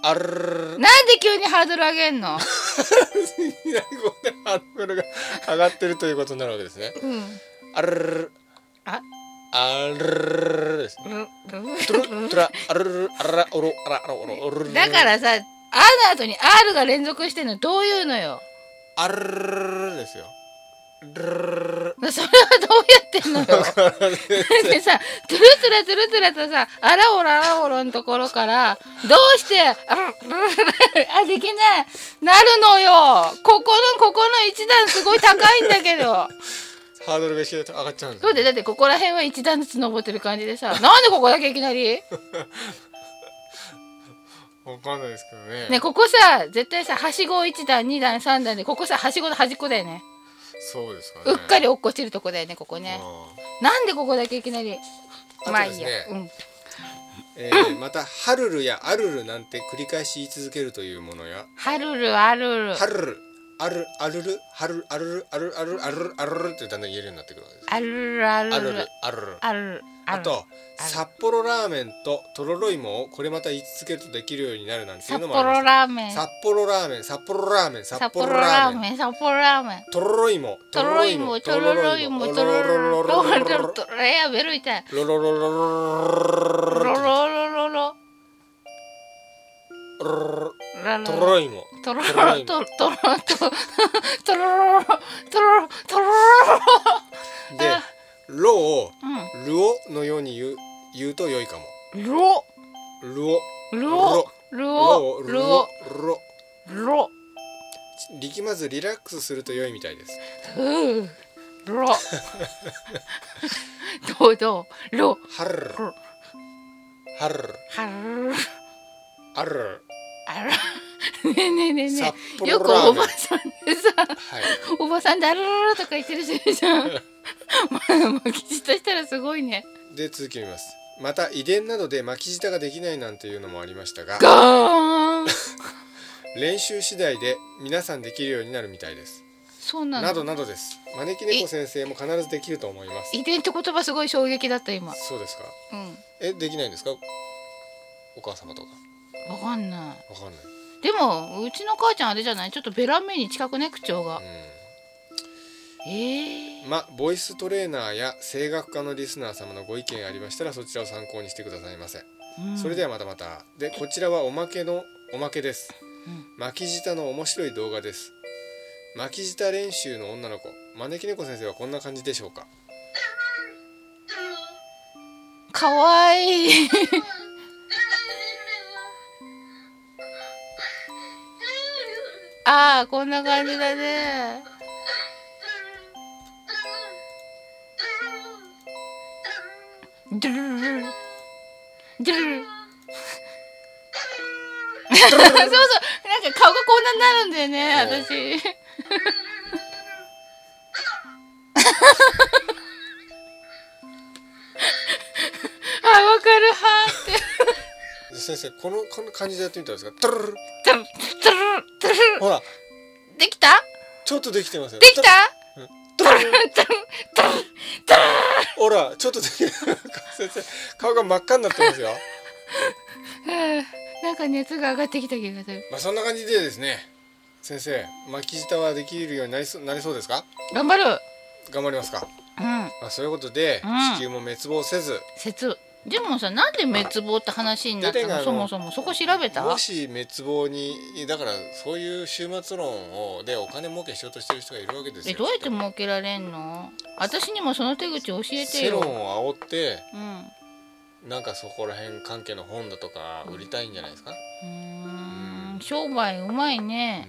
[SPEAKER 2] あるるるる
[SPEAKER 1] なんで急にハードル上げんの
[SPEAKER 2] 左こでハードルが上がってるということになるわけですね。
[SPEAKER 1] うん
[SPEAKER 2] あるるるる
[SPEAKER 1] あ
[SPEAKER 2] あるるるるです。
[SPEAKER 1] ル
[SPEAKER 2] トゥルトゥラあるるるるあらおろあらおろおろ
[SPEAKER 1] ルだかららさあの後に R が連続してんのどういうのよ
[SPEAKER 2] あるるるるですよ。るるるる
[SPEAKER 1] それはどうやってんのよでさトゥルトゥラトゥルトゥラとさあらおらあらおろのところからどうしてあらルルルあできないなるのよここのここの一段すごい高いんだけど
[SPEAKER 2] ハードルが一緒に上がっちゃうんです
[SPEAKER 1] そ
[SPEAKER 2] よ
[SPEAKER 1] うでだってここら辺は一段ずつ登ってる感じでさなんでここだけいきなり
[SPEAKER 2] わかんないですけどね。
[SPEAKER 1] ねここさ絶対さはしご1段2段3段でここさはしごの端っこだよね
[SPEAKER 2] そうですかね。
[SPEAKER 1] うっかり落っこちるとこだよねここね
[SPEAKER 2] う
[SPEAKER 1] なんでここだけいきなり
[SPEAKER 2] あ
[SPEAKER 1] まあ
[SPEAKER 2] とで
[SPEAKER 1] い
[SPEAKER 2] す
[SPEAKER 1] い
[SPEAKER 2] ね
[SPEAKER 1] や、うん
[SPEAKER 2] ん。えーまたハルルやアルルなんて繰り返し言い続けるというものや
[SPEAKER 1] はるるあるる
[SPEAKER 2] ハルルあるあるるはるあるるあるあるあるあるるってだんだん言えるようになってくるわけです
[SPEAKER 1] あるある
[SPEAKER 2] あるるあるる
[SPEAKER 1] あるあ
[SPEAKER 2] あ
[SPEAKER 1] る
[SPEAKER 2] と
[SPEAKER 1] ある
[SPEAKER 2] 札幌ラーメンととろろ芋をこれまた言い続けるとできるようになるなんていう
[SPEAKER 1] 札
[SPEAKER 2] のもありま
[SPEAKER 1] 幌
[SPEAKER 2] す
[SPEAKER 1] ラーメン
[SPEAKER 2] 札幌ラーメン札幌ラーメン札
[SPEAKER 1] 札
[SPEAKER 2] 幌
[SPEAKER 1] 幌
[SPEAKER 2] ラ
[SPEAKER 1] ラ
[SPEAKER 2] ー
[SPEAKER 1] ー
[SPEAKER 2] メン
[SPEAKER 1] メン札幌ラーメン
[SPEAKER 2] とろろ芋
[SPEAKER 1] とろろいもとろろいもとろろろろろろろろやベロ痛い
[SPEAKER 2] ろろろろ
[SPEAKER 1] ろろろろろ
[SPEAKER 2] ろ
[SPEAKER 1] らら
[SPEAKER 2] とろろ芋
[SPEAKER 1] とろろととろととろろとろろとろろ
[SPEAKER 2] でろを
[SPEAKER 1] う
[SPEAKER 2] ルオのように言う言うと良いかも
[SPEAKER 1] んろ
[SPEAKER 2] ルオ
[SPEAKER 1] ろるおる
[SPEAKER 2] ル
[SPEAKER 1] お
[SPEAKER 2] オルオ
[SPEAKER 1] ろ
[SPEAKER 2] 力まずリラックスすると良いみたいです
[SPEAKER 1] ううろどうどうろ
[SPEAKER 2] はる
[SPEAKER 1] ろ
[SPEAKER 2] はる
[SPEAKER 1] はる
[SPEAKER 2] ある
[SPEAKER 1] あらねえねえねえね
[SPEAKER 2] 札
[SPEAKER 1] え
[SPEAKER 2] 幌
[SPEAKER 1] よく
[SPEAKER 2] ラーメン
[SPEAKER 1] おばさんでさ
[SPEAKER 2] はい
[SPEAKER 1] おばさんであらららとか言ってる人いるじゃん。まあ、巻き舌したらすごいね。
[SPEAKER 2] で続きを見ますまた遺伝などで巻き舌ができないなんていうのもありましたが
[SPEAKER 1] ガーン。
[SPEAKER 2] 練習次第で皆さんできるようになるみたいです
[SPEAKER 1] そうな
[SPEAKER 2] など
[SPEAKER 1] の。
[SPEAKER 2] などです招き猫先生も必ずできると思います
[SPEAKER 1] 遺伝って言葉すごい衝撃だった今。
[SPEAKER 2] そうですか
[SPEAKER 1] うん。
[SPEAKER 2] えできないんですかお母様とか
[SPEAKER 1] わかんな
[SPEAKER 2] わかんない
[SPEAKER 1] い。でもうちの母ちゃんあれじゃない？ちょっとベランメに近くね口調が。ええ
[SPEAKER 2] まボイストレーナーや声楽家のリスナー様のご意見ありましたらそちらを参考にしてくださいませ、
[SPEAKER 1] うん
[SPEAKER 2] それではまたまたでこちらはおまけのおまけです、
[SPEAKER 1] うん
[SPEAKER 2] 巻き舌の面白い動画です巻き舌練習の女の子招き猫先生はこんな感じでしょうか
[SPEAKER 1] かわい い。ああこんな感じだね。ドゥルルルル。ドゥルルルル。そうそう、なんか顔がこんなになるんだよね、
[SPEAKER 2] うん
[SPEAKER 1] 私。あ、わかる、はーって。
[SPEAKER 2] 先生このこの感じでやってみたんですかトゥルルル
[SPEAKER 1] トゥルトゥルトゥル
[SPEAKER 2] ほら
[SPEAKER 1] できた
[SPEAKER 2] ちょっとできてますよ
[SPEAKER 1] できた
[SPEAKER 2] トゥルルル
[SPEAKER 1] トゥルトゥル
[SPEAKER 2] ほらちょっとできて先生顔が真っ赤になってますよ
[SPEAKER 1] うんなんか熱が上がってきた気がする。
[SPEAKER 2] まあそんな感じでですね先生巻き舌はできるようになりそうなりそうですか
[SPEAKER 1] 頑張る。
[SPEAKER 2] 頑張りますか
[SPEAKER 1] うん。
[SPEAKER 2] まあそういうことで、
[SPEAKER 1] うん
[SPEAKER 2] 地球も滅亡せず
[SPEAKER 1] 説。でもさ、なんで滅亡って話になった
[SPEAKER 2] 出てない
[SPEAKER 1] の
[SPEAKER 2] の
[SPEAKER 1] そもそも。そこ調べた
[SPEAKER 2] もし滅亡にだからそういう終末論をでお金儲けしようとしてる人がいるわけです
[SPEAKER 1] え
[SPEAKER 2] よ
[SPEAKER 1] どうやって儲けられんの私にもその手口教えて
[SPEAKER 2] 世論
[SPEAKER 1] よ、
[SPEAKER 2] を煽って
[SPEAKER 1] うん、う
[SPEAKER 2] なんかそこら辺関係の本だとか売りたいんじゃないですか、
[SPEAKER 1] ーん商売うまいね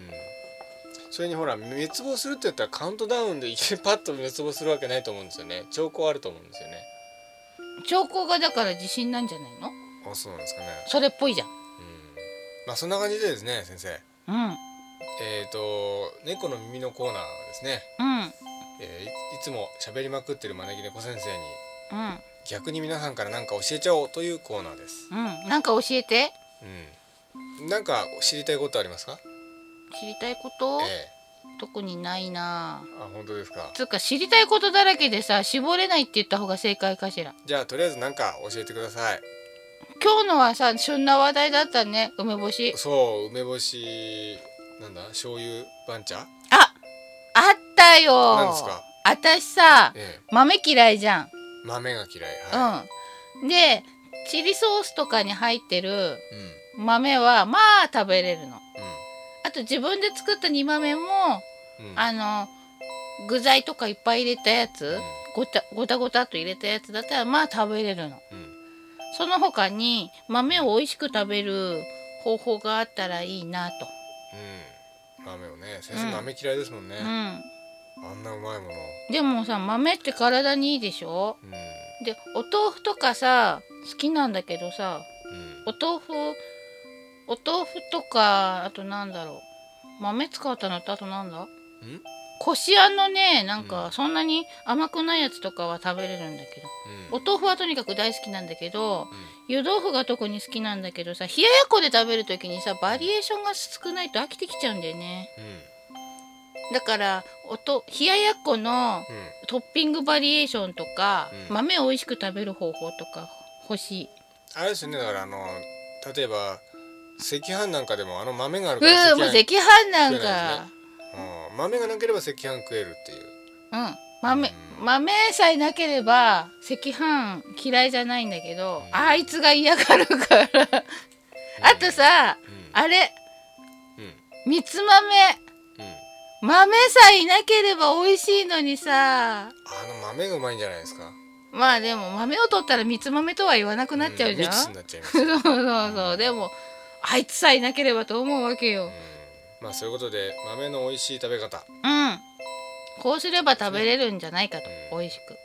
[SPEAKER 2] うんそれにほら滅亡するって言ったらカウントダウンでいきなりパッと滅亡するわけないと思うんですよね兆候あると思うんですよね
[SPEAKER 1] 兆候がだから自信なんじゃないの
[SPEAKER 2] あそうなんですかね
[SPEAKER 1] それっぽいじゃん
[SPEAKER 2] うんまあそんな感じでですね先生
[SPEAKER 1] うん
[SPEAKER 2] えっ、と猫の耳のコーナーはですね、
[SPEAKER 1] うん
[SPEAKER 2] えーいいつも喋りまくってる招き猫先生に
[SPEAKER 1] うん
[SPEAKER 2] 逆に皆さんから何か教えちゃおうというコーナーです。
[SPEAKER 1] うんなんか教えて
[SPEAKER 2] うん。なんか知りたいことありますか？
[SPEAKER 1] 知りたいこと、
[SPEAKER 2] え
[SPEAKER 1] 特にないな
[SPEAKER 2] えあ本当ですか。
[SPEAKER 1] つうか知りたいことだらけでさ絞れないって言った方が正解かしら
[SPEAKER 2] じゃあとりあえず何か教えてください。
[SPEAKER 1] 今日のはさ旬な話題だったね梅干し
[SPEAKER 2] そう梅干しなんだ醤油番茶？
[SPEAKER 1] ああったよ
[SPEAKER 2] 何ですか
[SPEAKER 1] 私さ
[SPEAKER 2] ええ
[SPEAKER 1] 豆嫌いじゃん
[SPEAKER 2] 豆が嫌い。は
[SPEAKER 1] うん、でチリソースとかに入ってる
[SPEAKER 2] い。うんうん
[SPEAKER 1] 豆はまあ食べれるのあと自分で作った煮豆も、
[SPEAKER 2] うん。
[SPEAKER 1] あの具材とかいっぱい入れたやつ、ごたごたごたっと入れたやつだったらまあ食べれるの
[SPEAKER 2] うんうん
[SPEAKER 1] その他に豆を美味しく食べる方法があったらいいなと、
[SPEAKER 2] うん豆をね先生、
[SPEAKER 1] うん
[SPEAKER 2] 豆嫌いですもんね
[SPEAKER 1] う。ん、
[SPEAKER 2] あんなうまいもの。
[SPEAKER 1] でもさ豆って体にいいでしょ
[SPEAKER 2] うん
[SPEAKER 1] でお豆腐とかさ好きなんだけどさ
[SPEAKER 2] うん
[SPEAKER 1] お豆腐お豆腐とかあとなんだろう豆使ったのとあとなんだ
[SPEAKER 2] うん
[SPEAKER 1] こしあんのねなん
[SPEAKER 2] う
[SPEAKER 1] か
[SPEAKER 2] ん
[SPEAKER 1] そんなに甘くないやつとかは食べれるんだけど、お
[SPEAKER 2] う
[SPEAKER 1] 豆腐はとにかく大好きなんだけど
[SPEAKER 2] ん。
[SPEAKER 1] 湯豆腐が特に好きなんだけどさ冷ややっこで食べる時にさバリエーションが少ないと飽きてきちゃうんだよね
[SPEAKER 2] うん
[SPEAKER 1] だからおと冷ややっこの
[SPEAKER 2] うん
[SPEAKER 1] トッピングバリエーションとか、
[SPEAKER 2] うん
[SPEAKER 1] 豆を美味しく食べる方法とか欲しい
[SPEAKER 2] あれですよねだからあの例えば赤飯なんかでもあの豆がある
[SPEAKER 1] う
[SPEAKER 2] から
[SPEAKER 1] ーもう赤
[SPEAKER 2] 飯、
[SPEAKER 1] 飯なん
[SPEAKER 2] 食えない
[SPEAKER 1] か、
[SPEAKER 2] うん、豆がなければ赤飯食えるっていう
[SPEAKER 1] うん豆
[SPEAKER 2] うん
[SPEAKER 1] 豆さえなければ赤飯嫌いじゃないんだけど、
[SPEAKER 2] うん
[SPEAKER 1] あいつが嫌がるからあとさ
[SPEAKER 2] うん
[SPEAKER 1] あれ
[SPEAKER 2] うんうん
[SPEAKER 1] みつ豆豆さえいなければ美味しいのにさ
[SPEAKER 2] あの豆がうまいんじゃないですか
[SPEAKER 1] まあでも豆を取ったらみつ豆とは言わなくなっちゃうじゃん、
[SPEAKER 2] ん、密
[SPEAKER 1] そ
[SPEAKER 2] になっちゃいます
[SPEAKER 1] うそうそうでもあいつさえいなければと思うわけよ
[SPEAKER 2] まあそういうことで豆の美味しい食べ方
[SPEAKER 1] うんこうすれば食べれるんじゃないかと
[SPEAKER 2] うん
[SPEAKER 1] 美味しく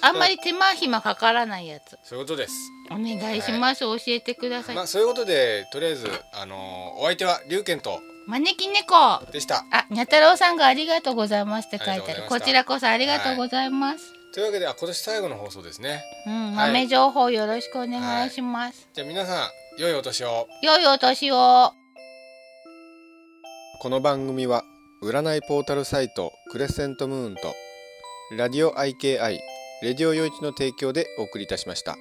[SPEAKER 1] あんまり手間暇かからないやつ
[SPEAKER 2] そういうことです、
[SPEAKER 1] お願いします、教えてください、
[SPEAKER 2] まあそういうことでとりあえずあのーお相手は龍賢と
[SPEAKER 1] 招き猫
[SPEAKER 2] でした
[SPEAKER 1] あ、にゃ太郎さんがありがとうございますって書い
[SPEAKER 2] あり
[SPEAKER 1] て
[SPEAKER 2] が
[SPEAKER 1] あ
[SPEAKER 2] と
[SPEAKER 1] る
[SPEAKER 2] う
[SPEAKER 1] こ
[SPEAKER 2] ございました
[SPEAKER 1] ちらこそありがとうございます、
[SPEAKER 2] というわけであ今年最後の放送ですね
[SPEAKER 1] うん、
[SPEAKER 2] はい
[SPEAKER 1] 豆情報よろしくお願いします、
[SPEAKER 2] じゃあ皆さん良いお年を
[SPEAKER 1] 良いお年を
[SPEAKER 2] この番組は占いポータルサイトクレセントムーンとラディオ IKI レディオイチの提供でお送りいたしました